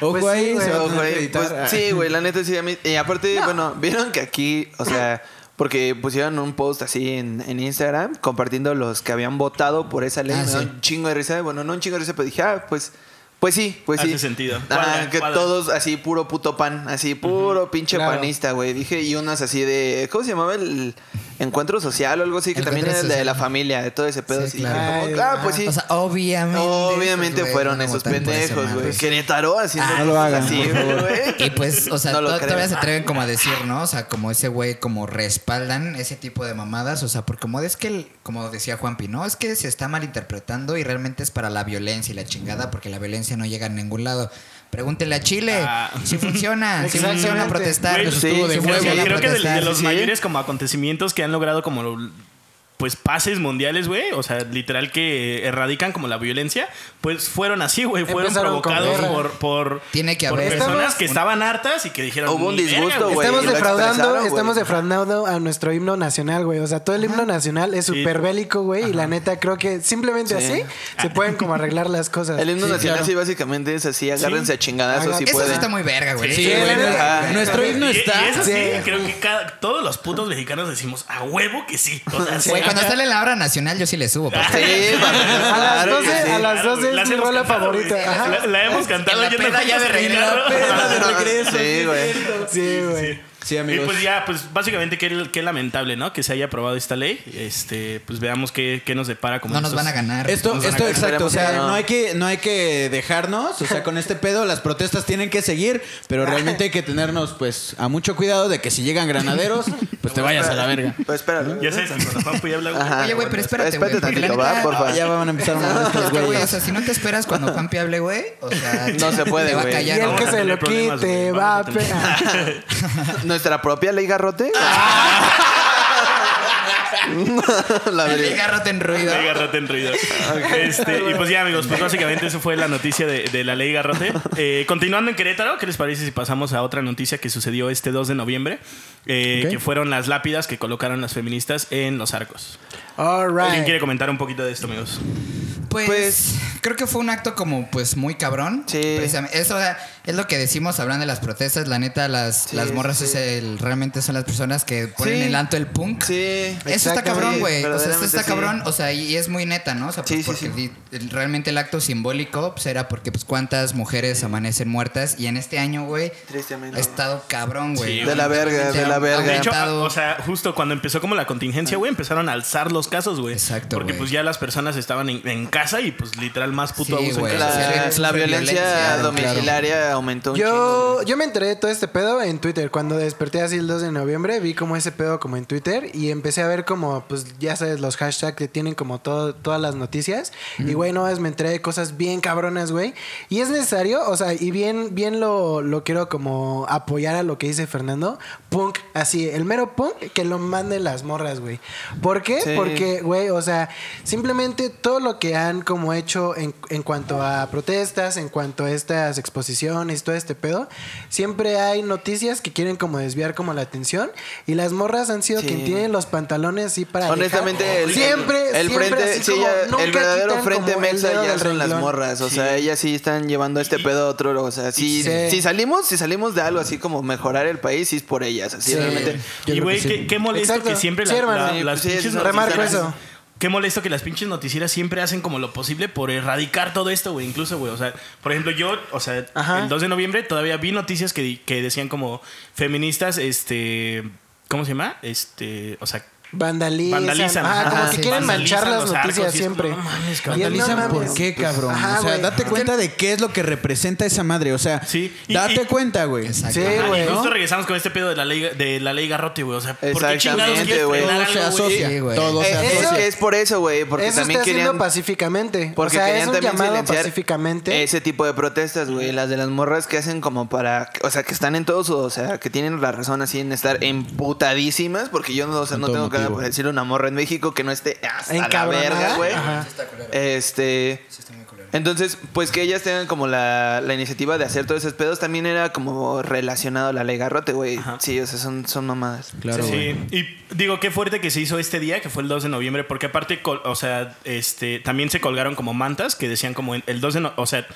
Speaker 3: Ojo
Speaker 5: Pues sí,
Speaker 3: ahí,
Speaker 5: güey,
Speaker 3: Oh, se va a
Speaker 2: Pero,
Speaker 3: tener que
Speaker 2: güey,
Speaker 3: editar.
Speaker 2: pues, sí, güey, la neta sí. A mí, y aparte, bueno, vieron que aquí, o sea, porque pusieron un post así en, en Instagram compartiendo los que habían votado por esa ley.
Speaker 4: Ah,
Speaker 2: me dio
Speaker 4: sí.
Speaker 2: un chingo de risa. Bueno, no un chingo de risa, pero dije, ah, pues. Pues sí, pues
Speaker 1: Hace
Speaker 2: sí.
Speaker 1: sentido.
Speaker 2: Ajá,
Speaker 1: Cuadra,
Speaker 2: que
Speaker 1: cuadra.
Speaker 2: todos así puro puto pan, así puro pinche
Speaker 5: Claro.
Speaker 2: panista, güey. Dije, y unos así de, ¿cómo se llamaba el encuentro social o algo así? Que
Speaker 4: El
Speaker 2: también era
Speaker 4: encuentro
Speaker 2: el de
Speaker 4: social.
Speaker 2: la familia, de todo ese pedo.
Speaker 4: Sí,
Speaker 2: así.
Speaker 4: claro.
Speaker 2: Dije, como,
Speaker 5: Ay,
Speaker 2: claro, pues
Speaker 5: ajá.
Speaker 2: sí.
Speaker 4: O sea, obviamente.
Speaker 3: pues,
Speaker 2: Obviamente
Speaker 4: esos, güey,
Speaker 2: fueron
Speaker 4: van a
Speaker 2: esos
Speaker 4: votar por esa
Speaker 2: pendejos,
Speaker 4: madre.
Speaker 2: güey. Querétaro haciendo
Speaker 4: Ah,
Speaker 3: no lo hagan,
Speaker 2: así,
Speaker 3: por favor.
Speaker 2: güey.
Speaker 4: Y pues, o sea,
Speaker 2: No lo
Speaker 4: to-
Speaker 2: creo.
Speaker 4: todavía se atreven como a decir, ¿no? O sea, como ese güey, como respaldan ese tipo de mamadas. O sea, porque como es que, el- como decía Juanpi, ¿no? Es que se está malinterpretando y realmente es para la violencia y la chingada, porque la violencia no llega a ningún lado. Pregúntele a Chile
Speaker 1: Ah.
Speaker 4: si funciona, si
Speaker 5: Exactamente.
Speaker 4: funciona protestar.
Speaker 1: Güey,
Speaker 4: les
Speaker 2: sí,
Speaker 4: estuvo de
Speaker 2: sí,
Speaker 1: Creo,
Speaker 4: huevo
Speaker 1: que-
Speaker 4: la
Speaker 1: creo que de, de
Speaker 4: protestar.
Speaker 1: los
Speaker 2: sí.
Speaker 1: mayores como acontecimientos que han logrado como pues pases mundiales, güey, o sea, literal que erradican como la violencia, pues fueron así, güey, fueron
Speaker 5: Empezaron con
Speaker 1: provocados
Speaker 5: guerra.
Speaker 1: por por,
Speaker 4: Tiene que
Speaker 1: por
Speaker 4: haber-
Speaker 1: personas
Speaker 5: Estamos-
Speaker 1: que estaban hartas y que dijeron
Speaker 2: Hubo un
Speaker 1: "Ni verga,
Speaker 2: disgusto, güey.
Speaker 5: estamos
Speaker 2: lo
Speaker 5: defraudando,
Speaker 2: expresaron, güey.
Speaker 5: estamos defraudando a nuestro himno nacional, güey. O sea, todo el himno nacional es
Speaker 1: Sí. pues.
Speaker 5: súper bélico, güey. Y la neta, creo que simplemente
Speaker 2: Sí.
Speaker 5: así se pueden como arreglar las cosas.
Speaker 2: El himno
Speaker 5: Sí,
Speaker 2: nacional
Speaker 5: claro.
Speaker 2: sí básicamente es así, agárrense a chingadazos
Speaker 5: Hagan-
Speaker 2: si
Speaker 5: Eso sí
Speaker 4: Eso sí
Speaker 2: pueden.
Speaker 4: está muy verga, güey.
Speaker 1: Sí,
Speaker 3: Sí, güey,
Speaker 5: la
Speaker 3: nuestro-
Speaker 5: neta.
Speaker 3: Nuestro
Speaker 1: Y-
Speaker 3: himno
Speaker 1: y
Speaker 3: está.
Speaker 1: eso sí,
Speaker 5: Sí.
Speaker 1: creo que cada- todos los putos mexicanos decimos a huevo que sí. O sea, sí.
Speaker 4: Güey, cuando sale la hora nacional, yo sí le subo. papá.
Speaker 2: Sí, papá,
Speaker 5: A las
Speaker 2: claro que
Speaker 5: 12,
Speaker 2: sí.
Speaker 5: a las
Speaker 1: Claro,
Speaker 5: 12
Speaker 1: güey,
Speaker 5: es mi
Speaker 1: hemos
Speaker 5: rola
Speaker 1: cantado,
Speaker 5: favorita.
Speaker 1: güey.
Speaker 5: Ajá.
Speaker 1: La, la hemos cantado
Speaker 4: En la
Speaker 1: yendo
Speaker 4: peda ya de
Speaker 1: juntos en
Speaker 4: regreso.
Speaker 1: carro.
Speaker 3: Peda de regreso,
Speaker 2: Sí, güey.
Speaker 5: Sí, güey.
Speaker 3: Sí, amigos.
Speaker 1: Y pues ya, pues básicamente qué, qué lamentable, ¿no? Que se haya aprobado esta ley. Este, pues veamos qué, qué nos depara como
Speaker 4: No nos
Speaker 1: estos-
Speaker 4: van a ganar.
Speaker 3: Esto,
Speaker 1: Nos van a
Speaker 3: esto
Speaker 1: caer.
Speaker 3: exacto, o sea,
Speaker 2: Esperemos que no.
Speaker 3: no hay que, no hay que dejarnos, o sea, con este pedo las protestas tienen que seguir, pero realmente hay que tenernos, pues, a mucho cuidado de que si llegan granaderos, pues te vayas a la verga.
Speaker 2: Pues espéralo.
Speaker 1: Ya sabes, San Juanjo, ya habla, güey.
Speaker 2: Ajá.
Speaker 4: Oye, güey, pero espérate,
Speaker 2: Espérate
Speaker 4: güey, porque
Speaker 2: tantito,
Speaker 4: la
Speaker 2: va,
Speaker 4: neta-
Speaker 2: porfa.
Speaker 3: Ah, Ya van a empezar a mandar
Speaker 4: Es
Speaker 3: estos
Speaker 4: que, güey,
Speaker 3: güeyes.
Speaker 4: o sea, si no te esperas cuando Juanpi hable, güey, o sea,
Speaker 2: No se puede,
Speaker 4: te va a
Speaker 2: güey.
Speaker 5: Y
Speaker 4: callar,
Speaker 5: el
Speaker 4: ¿no?
Speaker 5: que
Speaker 1: vamos a
Speaker 5: se
Speaker 1: tener
Speaker 5: lo
Speaker 1: problemas,
Speaker 5: quite
Speaker 1: güey,
Speaker 5: va a
Speaker 1: vamos a tener-
Speaker 5: pegar.
Speaker 2: ¿Nuestra propia ley garrote?
Speaker 4: Ah.
Speaker 2: la
Speaker 4: El
Speaker 2: verdad.
Speaker 4: garrote en ruido.
Speaker 1: Ley Garrote en ruido. Este, y pues ya, amigos, pues básicamente eso fue la noticia de, de la ley Garrote. Eh, continuando en Querétaro, ¿qué les parece si pasamos a otra noticia que sucedió este 2 de noviembre? Eh,
Speaker 3: Ok.
Speaker 1: Que fueron las lápidas que colocaron las feministas en los arcos.
Speaker 5: All
Speaker 1: ¿Quién quiere
Speaker 5: right.
Speaker 1: comentar un poquito de esto, amigos?
Speaker 4: Pues,
Speaker 2: Pues-
Speaker 4: creo que fue un acto como pues muy cabrón.
Speaker 2: Sí.
Speaker 4: Precisamente. Eso eh, es lo que decimos hablando de las protestas. La neta, las,
Speaker 2: Sí,
Speaker 4: las morras
Speaker 2: sí.
Speaker 4: es el, realmente son las personas que ponen
Speaker 2: Sí.
Speaker 4: el alto el punk.
Speaker 2: Sí.
Speaker 4: Eso está
Speaker 2: exacto,
Speaker 4: cabrón,
Speaker 2: sí,
Speaker 4: güey. O sea, esto
Speaker 2: verdaderamente
Speaker 4: está
Speaker 2: sí.
Speaker 4: cabrón. O sea, y es muy neta, ¿no? O sea, pues,
Speaker 2: Sí, sí,
Speaker 4: porque
Speaker 2: sí.
Speaker 4: di- el- realmente el acto simbólico pues, era porque, pues, cuántas mujeres amanecen muertas. Y en este año, güey,
Speaker 2: Tristemente.
Speaker 4: ha estado cabrón, güey.
Speaker 1: Sí,
Speaker 2: de la verga, de la verga.
Speaker 1: De hecho,
Speaker 4: Aguantado.
Speaker 1: o sea, justo cuando empezó como la contingencia, güey, empezaron a alzar los casos, güey.
Speaker 4: Exacto,
Speaker 1: Porque
Speaker 4: güey.
Speaker 1: pues ya las personas estaban en, en casa y pues literal más puto
Speaker 4: Sí,
Speaker 1: abuso en
Speaker 4: güey.
Speaker 1: casa.
Speaker 4: Sí,
Speaker 2: La,
Speaker 4: sí,
Speaker 2: la
Speaker 4: sí,
Speaker 2: violencia
Speaker 4: violencia,
Speaker 2: domiciliaria aumentó un
Speaker 5: Yo, yo me enteré de todo este pedo en Twitter. Cuando desperté así el 2 de noviembre, vi como ese pedo como en Twitter y empecé a ver como, pues ya sabes, los hashtags que tienen como todo, todas las noticias. Y güey, no, es, me enteré de cosas bien cabronas, güey. Y es necesario, o sea, y bien, bien lo, lo quiero como apoyar a lo que dice Fernando. Punk, así, el mero punk que lo mande las morras, güey. ¿Por qué?
Speaker 2: Sí.
Speaker 5: Porque güey, o sea, simplemente todo lo que han como hecho en, en cuanto a protestas, en cuanto a estas exposiciones, todo este pedo, siempre hay noticias que quieren como desviar como la atención y las morras han sido
Speaker 2: Sí.
Speaker 5: quien tiene los pantalones así para dejar-
Speaker 2: Honestamente, el,
Speaker 5: siempre,
Speaker 2: el
Speaker 5: siempre
Speaker 2: frente,
Speaker 5: así
Speaker 2: sí,
Speaker 5: como
Speaker 2: ya-
Speaker 5: nunca
Speaker 2: el verdadero
Speaker 5: quitan
Speaker 2: frente
Speaker 5: como el
Speaker 2: mexa
Speaker 5: dedo
Speaker 2: ya
Speaker 5: del
Speaker 2: son las
Speaker 5: renglón.
Speaker 2: morras. O
Speaker 1: Sí.
Speaker 2: sea, ellas sí están llevando este pedo a otro. O sea, si,
Speaker 5: Sí.
Speaker 2: si salimos, si salimos de algo así como mejorar el país, sí es por ellas. Así
Speaker 5: Sí.
Speaker 2: realmente.
Speaker 3: Yo
Speaker 1: Y
Speaker 3: creo
Speaker 1: güey,
Speaker 3: que sí.
Speaker 1: qué, qué molesto
Speaker 5: Exacto.
Speaker 1: que siempre
Speaker 5: Sí,
Speaker 1: la-
Speaker 5: hermano.
Speaker 1: la-
Speaker 2: Sí,
Speaker 1: las
Speaker 2: pues sí,
Speaker 1: pinches
Speaker 2: es-
Speaker 1: noticieras-
Speaker 5: remarco eso.
Speaker 1: Qué molesto que las pinches noticieras siempre hacen como lo posible por erradicar todo esto, güey. Incluso, güey. O sea, por ejemplo, yo, o sea,
Speaker 5: Ajá.
Speaker 1: el 2 de noviembre todavía vi noticias que, di- que decían como feministas, este. ¿Cómo se llama? Este. O sea,
Speaker 5: Vandalizan,
Speaker 1: Vandalizan,
Speaker 5: ajá,
Speaker 1: ajá,
Speaker 5: como
Speaker 4: sí.
Speaker 5: que quieren
Speaker 1: Vandalizan
Speaker 5: manchar las
Speaker 1: los arcos
Speaker 5: noticias
Speaker 1: y es
Speaker 5: siempre.
Speaker 1: como, no mames, cabrón.
Speaker 5: Y es, no
Speaker 3: Analizan por
Speaker 5: mames.
Speaker 3: qué, cabrón.
Speaker 5: Ajá,
Speaker 3: o sea,
Speaker 5: güey.
Speaker 3: date cuenta de qué es lo que representa esa madre. O sea,
Speaker 1: Sí, y-
Speaker 3: date
Speaker 1: y-
Speaker 3: cuenta, güey.
Speaker 4: Exacto.
Speaker 5: Sí,
Speaker 1: ajá, y
Speaker 5: güey.
Speaker 1: justo regresamos con este pedo de la ley, de la ley garrote, güey. O sea, ¿por qué
Speaker 2: Exactamente,
Speaker 1: chingados quieres
Speaker 2: güey.
Speaker 1: frenar
Speaker 3: Todo se
Speaker 1: algo, güey?
Speaker 3: asocia.
Speaker 4: Sí, güey.
Speaker 3: todo se
Speaker 2: Eh,
Speaker 3: asocia.
Speaker 2: es
Speaker 5: eso-
Speaker 2: que es por eso, güey. Porque
Speaker 5: Eso
Speaker 2: también
Speaker 5: está haciendo
Speaker 2: querían.
Speaker 5: pacíficamente.
Speaker 2: Porque
Speaker 5: o sea, es
Speaker 2: querían
Speaker 5: un
Speaker 2: también
Speaker 5: llamado
Speaker 2: silenciar
Speaker 5: pacíficamente.
Speaker 2: ese tipo de protestas, güey. Las de las morras que hacen como para... O sea, que están en todo su... O sea, que tienen la razón así en estar emputadísimas. Porque yo no, o sea,
Speaker 3: Con
Speaker 2: no
Speaker 3: todo
Speaker 2: tengo cara
Speaker 3: motivo.
Speaker 2: para decirle a una morra en México que no esté hasta la
Speaker 5: Encabronada.
Speaker 2: verga, güey.
Speaker 5: Ajá.
Speaker 4: Sí está culero.
Speaker 2: Este...
Speaker 4: Sí está muy culero.
Speaker 2: Entonces, pues que ellas tengan como la, la iniciativa de hacer todos esos pedos también era como relacionado a la ley garrote, güey.
Speaker 1: Ajá.
Speaker 2: Sí, o sea, son, son mamadas.
Speaker 3: Claro,
Speaker 1: Sí,
Speaker 3: güey.
Speaker 1: sí. Y digo, qué fuerte que se hizo este día, que fue el 2 de noviembre, porque aparte, col- o sea, este, también se colgaron como mantas que decían como en- el 2 de no- o sea,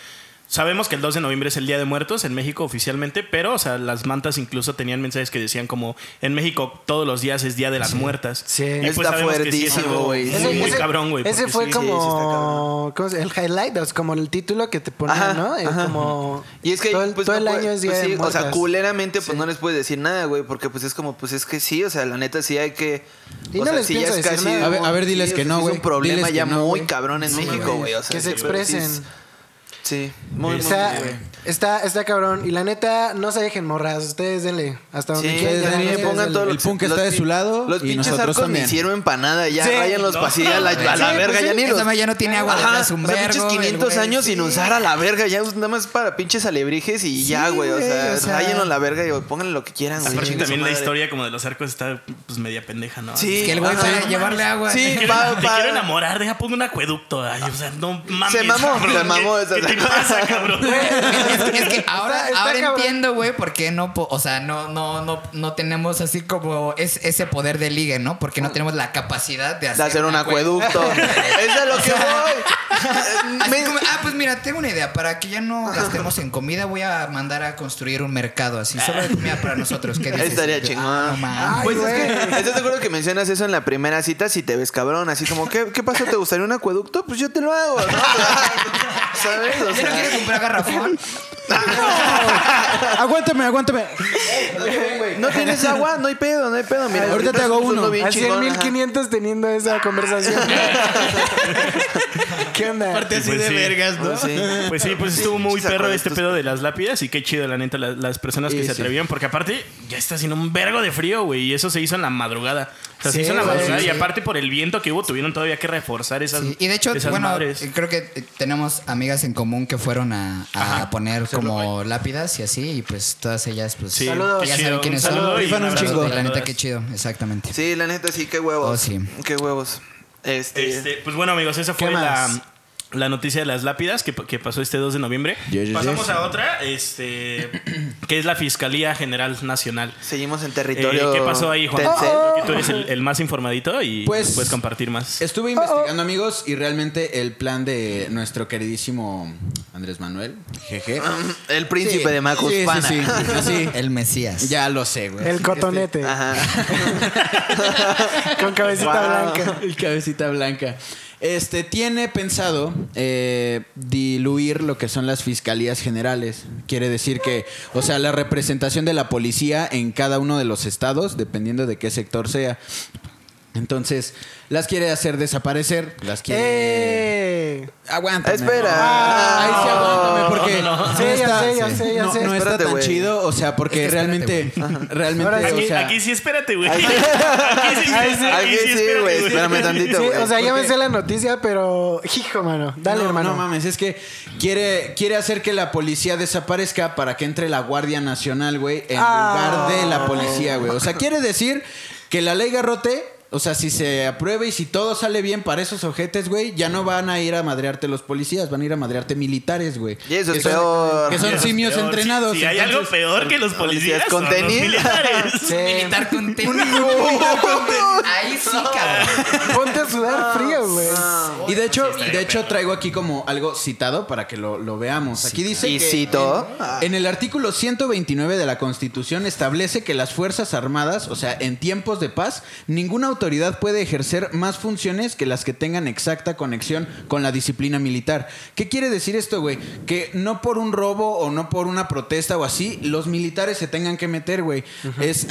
Speaker 1: sabemos que el 2 de noviembre es el Día de Muertos en México oficialmente, pero, o sea, las mantas incluso tenían mensajes que decían como, en México todos los días es Día de las Muertas. pues
Speaker 5: Sí.
Speaker 2: Está
Speaker 1: sabemos que sí es
Speaker 2: fuertísimo,
Speaker 1: algo
Speaker 2: güey.
Speaker 1: Muy,
Speaker 2: Ese-
Speaker 1: muy cabrón, güey.
Speaker 5: Ese
Speaker 1: porque
Speaker 5: fue
Speaker 1: sí-
Speaker 2: sí,
Speaker 5: como,
Speaker 2: sí está cabrón.
Speaker 5: ¿cómo se- el highlight, o sea, como el título que te ponen,
Speaker 2: Ajá,
Speaker 5: ¿no? Es
Speaker 2: ajá.
Speaker 5: como
Speaker 2: Y es que
Speaker 5: todo el,
Speaker 2: pues,
Speaker 5: todo
Speaker 2: no
Speaker 5: el
Speaker 2: puede-
Speaker 5: año es día
Speaker 2: pues, sí,
Speaker 5: de
Speaker 2: O sea,
Speaker 5: muertas.
Speaker 2: culeramente pues
Speaker 5: Sí.
Speaker 2: no les puedes decir nada, güey, porque pues es como pues es que sí, o sea, la neta sí hay que
Speaker 5: Y
Speaker 2: o
Speaker 5: no
Speaker 2: sea,
Speaker 5: les
Speaker 2: sí ya
Speaker 5: pienso
Speaker 2: es
Speaker 5: decir
Speaker 2: casi
Speaker 5: nada.
Speaker 3: A ver- a ver, diles
Speaker 2: sí, o
Speaker 3: que
Speaker 2: sea,
Speaker 3: no,
Speaker 2: sí Es
Speaker 3: güey.
Speaker 2: un problema
Speaker 3: Diles
Speaker 2: ya
Speaker 3: que no,
Speaker 2: muy
Speaker 3: güey.
Speaker 2: cabrón en México,
Speaker 5: güey.
Speaker 2: güey, o sea,
Speaker 5: Que se
Speaker 2: sí, pero sí es-
Speaker 5: expresen.
Speaker 2: Sí, muy
Speaker 5: O
Speaker 2: muy,
Speaker 5: sea,
Speaker 2: muy, güey.
Speaker 5: está, está cabrón. Y la neta, no se dejen morras. Ustedes denle. Hasta donde
Speaker 2: Sí,
Speaker 5: quieran.
Speaker 3: ustedes
Speaker 5: ya,
Speaker 3: denle,
Speaker 5: ustedes
Speaker 2: pongan
Speaker 5: denle.
Speaker 2: todo lo
Speaker 3: El
Speaker 2: que-
Speaker 3: punk está
Speaker 2: los
Speaker 3: de
Speaker 2: pin-
Speaker 3: su lado
Speaker 2: Los
Speaker 3: y
Speaker 2: pinches
Speaker 3: nosotros
Speaker 2: arcos me
Speaker 3: también.
Speaker 2: hicieron empanada, ya
Speaker 5: Sí.
Speaker 2: rayan los
Speaker 1: No.
Speaker 2: pasillos a la, a la
Speaker 5: Sí,
Speaker 2: verga,
Speaker 5: pues
Speaker 2: ya
Speaker 5: sí.
Speaker 2: ni los
Speaker 4: Esa madre ya no tiene agua desde
Speaker 2: Ajá,
Speaker 4: hace un
Speaker 2: o sea,
Speaker 4: vergo,
Speaker 2: pinches
Speaker 4: el
Speaker 2: 500
Speaker 4: güey,
Speaker 2: años sin
Speaker 4: sí.
Speaker 2: usar a la verga, ya nada más para pinches alebrijes y ya, güey, o
Speaker 4: güey,
Speaker 2: sea,
Speaker 4: o sea-
Speaker 2: rayenlo a la verga y pónganle lo que quieran, güey.
Speaker 1: Aparte
Speaker 2: chingue su
Speaker 1: también la
Speaker 2: madre.
Speaker 1: historia como de los arcos está pues media pendeja, ¿no?
Speaker 2: Sí.
Speaker 4: Que el güey
Speaker 2: Ajá.
Speaker 4: para llevarle agua.
Speaker 2: Sí,
Speaker 1: Te
Speaker 2: va-
Speaker 1: quiero- te
Speaker 2: va-
Speaker 1: quiero enamorar, deja pongo un acueducto. Ay, o sea, no mames.
Speaker 2: Se mamó,
Speaker 1: cabrón,
Speaker 2: se mamó
Speaker 1: ¿qué-
Speaker 2: esa-
Speaker 1: ¿Qué te pasa, cabrón? Pues
Speaker 4: Es que, es que ahora,
Speaker 5: Está- está
Speaker 4: ahora
Speaker 5: cabrón.
Speaker 4: entiendo, güey, por qué no, po- o sea, no, no, no, no tenemos así como es, ese poder de ligue, ¿no? Porque no tenemos la capacidad de hacer,
Speaker 2: de hacer un acueducto. Eso es lo que voy.
Speaker 4: Así
Speaker 2: Me-
Speaker 4: como, ah, pues mira, tengo una idea. Para que ya no gastemos en comida, voy a mandar a construir un mercado así, solo de comida para nosotros. ¿Qué dices?
Speaker 2: Estaría
Speaker 4: Y yo,
Speaker 2: chingón.
Speaker 4: ah, no mames.
Speaker 2: Pues es que,
Speaker 5: güey.
Speaker 2: ¿estás de acuerdo que mencionas eso en la primera cita si te ves cabrón? Así como, ¿qué, qué pasa? ¿Te gustaría un acueducto? Pues yo te lo hago, ¿no? ¿Sabes? O
Speaker 4: ¿Ya no
Speaker 2: sea,
Speaker 4: quieres comprar garrafón?
Speaker 3: aguántame, aguántame.
Speaker 2: No tienes agua, no hay pedo, no hay pedo. Mira,
Speaker 3: Ahorita te hago
Speaker 2: estás
Speaker 3: uno.
Speaker 2: usando bien
Speaker 5: Al
Speaker 2: chingón, ajá.
Speaker 5: 100.500 teniendo esa conversación. ¿Qué onda?
Speaker 6: Aparte así
Speaker 1: Pues
Speaker 6: de
Speaker 1: sí.
Speaker 6: vergas, ¿no?
Speaker 2: Pues sí.
Speaker 1: Pues sí, pues estuvo muy
Speaker 2: Chiste
Speaker 1: perro
Speaker 2: con
Speaker 1: este
Speaker 2: estos-
Speaker 1: pedo de las lápidas y qué chido, la neta, la- las, personas que
Speaker 3: Sí,
Speaker 1: se
Speaker 3: sí.
Speaker 1: atrevieron, porque aparte ya está haciendo un vergo de frío, güey, y eso se hizo en la madrugada. O sea, se
Speaker 4: Sí,
Speaker 1: hizo en la
Speaker 4: güey,
Speaker 1: madrugada
Speaker 4: sí,
Speaker 1: y
Speaker 4: sí.
Speaker 1: aparte por el viento que hubo tuvieron todavía que reforzar esas
Speaker 4: Sí, Y de hecho,
Speaker 1: esas
Speaker 4: bueno,
Speaker 1: madres.
Speaker 4: creo que eh, tenemos amigas en común que fueron a, a poner como lápidas y así, y pues todas ellas, pues
Speaker 1: Sí,
Speaker 5: Saludos.
Speaker 1: qué
Speaker 4: ya
Speaker 1: chido,
Speaker 4: saben quiénes
Speaker 1: un saludo
Speaker 4: son.
Speaker 1: y
Speaker 3: Rifan un
Speaker 1: abrazo
Speaker 3: chingo.
Speaker 1: a
Speaker 4: La neta,
Speaker 1: todas.
Speaker 4: qué chido, exactamente.
Speaker 2: Sí, la neta, sí, qué huevos.
Speaker 4: Oh, sí.
Speaker 2: Qué huevos. Este,
Speaker 1: Este, pues bueno, amigos, esa fue la,
Speaker 5: más?
Speaker 1: la noticia de las lápidas que, que pasó este 2 de noviembre.
Speaker 3: Yes, yes,
Speaker 1: Pasamos
Speaker 3: yes.
Speaker 1: a otra, este, que es la Fiscalía General Nacional.
Speaker 2: Seguimos en
Speaker 1: Eh,
Speaker 2: territorio.
Speaker 1: ¿Qué pasó ahí, Juan?
Speaker 2: Telcel.
Speaker 1: Creo que tú eres el, el más informadito y
Speaker 3: Pues-
Speaker 1: puedes compartir más.
Speaker 3: Estuve investigando, amigos, y realmente el plan de nuestro queridísimo Andrés Manuel, jeje.
Speaker 2: El Ah, príncipe
Speaker 3: Sí,
Speaker 2: de Macuspana.
Speaker 3: Sí, sí, sí. Así,
Speaker 4: El Mesías.
Speaker 3: ya lo sé, güey.
Speaker 5: El cotonete.
Speaker 2: Ajá.
Speaker 5: Con cabecita
Speaker 2: Wow.
Speaker 5: blanca.
Speaker 3: El cabecita blanca. Este tiene pensado eh, diluir lo que son las fiscalías generales. Quiere decir que, o sea, la representación de la policía en cada uno de los estados, dependiendo de qué sector sea. Entonces, las quiere hacer desaparecer, las quiere.
Speaker 5: ¡Eh!
Speaker 3: Aguántame.
Speaker 2: Espera.
Speaker 3: Ah, Ahí sí aguántame porque
Speaker 1: No, no, no.
Speaker 3: no
Speaker 5: Sí, ya
Speaker 3: está-
Speaker 5: sé, ya sé, ya
Speaker 3: no-
Speaker 5: sé.
Speaker 3: no está
Speaker 2: Espérate,
Speaker 3: tan
Speaker 2: güey.
Speaker 3: chido, o sea, porque
Speaker 4: Es que espérate,
Speaker 3: realmente, realmente,
Speaker 5: Ahora
Speaker 1: Aquí,
Speaker 3: o sea,
Speaker 1: aquí sí, espérate, güey.
Speaker 2: Ahí
Speaker 1: Aquí
Speaker 2: sí.
Speaker 1: sí,
Speaker 5: Ahí sí.
Speaker 2: Aquí sí,
Speaker 1: espérate,
Speaker 2: güey, espérame
Speaker 5: Sí,
Speaker 2: tantito. güey,
Speaker 5: o sea, ya me
Speaker 3: porque-
Speaker 5: sé la noticia, pero. Hijo, mano. Dale,
Speaker 3: no,
Speaker 5: hermano.
Speaker 3: No mames, es que quiere, quiere hacer que la policía desaparezca para que entre la Guardia Nacional, güey, en
Speaker 5: Ah.
Speaker 3: lugar de la policía, güey. O sea, quiere decir que la ley garrote, o sea, si se aprueba y si todo sale bien para esos ojetes, güey, ya no van a ir a madrearte los policías, van a ir a madrearte militares, güey.
Speaker 2: Y eso
Speaker 3: Que
Speaker 2: es
Speaker 3: son-
Speaker 2: peor.
Speaker 3: Que
Speaker 1: Eso
Speaker 3: son
Speaker 1: es
Speaker 3: simios
Speaker 1: peor.
Speaker 3: entrenados.
Speaker 1: Si, si hay algo
Speaker 3: entonces-
Speaker 1: peor que los policías,
Speaker 2: con
Speaker 1: con son los
Speaker 2: tenis.
Speaker 1: militares.
Speaker 5: Sí.
Speaker 4: Militar con tenis. Ahí sí, cabrón.
Speaker 5: Ponte a sudar frío, güey.
Speaker 3: Y de hecho, de hecho traigo aquí como algo citado para que lo, lo veamos. Aquí dice
Speaker 2: Y
Speaker 3: que
Speaker 2: cito.
Speaker 3: en- en el artículo 129 de la Constitución establece que las Fuerzas Armadas, o sea, en tiempos de paz, ninguna autoridad puede ejercer más funciones que las que tengan exacta conexión con la disciplina militar. ¿Qué quiere decir esto, güey? Que no por un robo o no por una protesta o así, los militares se tengan que meter, güey. Es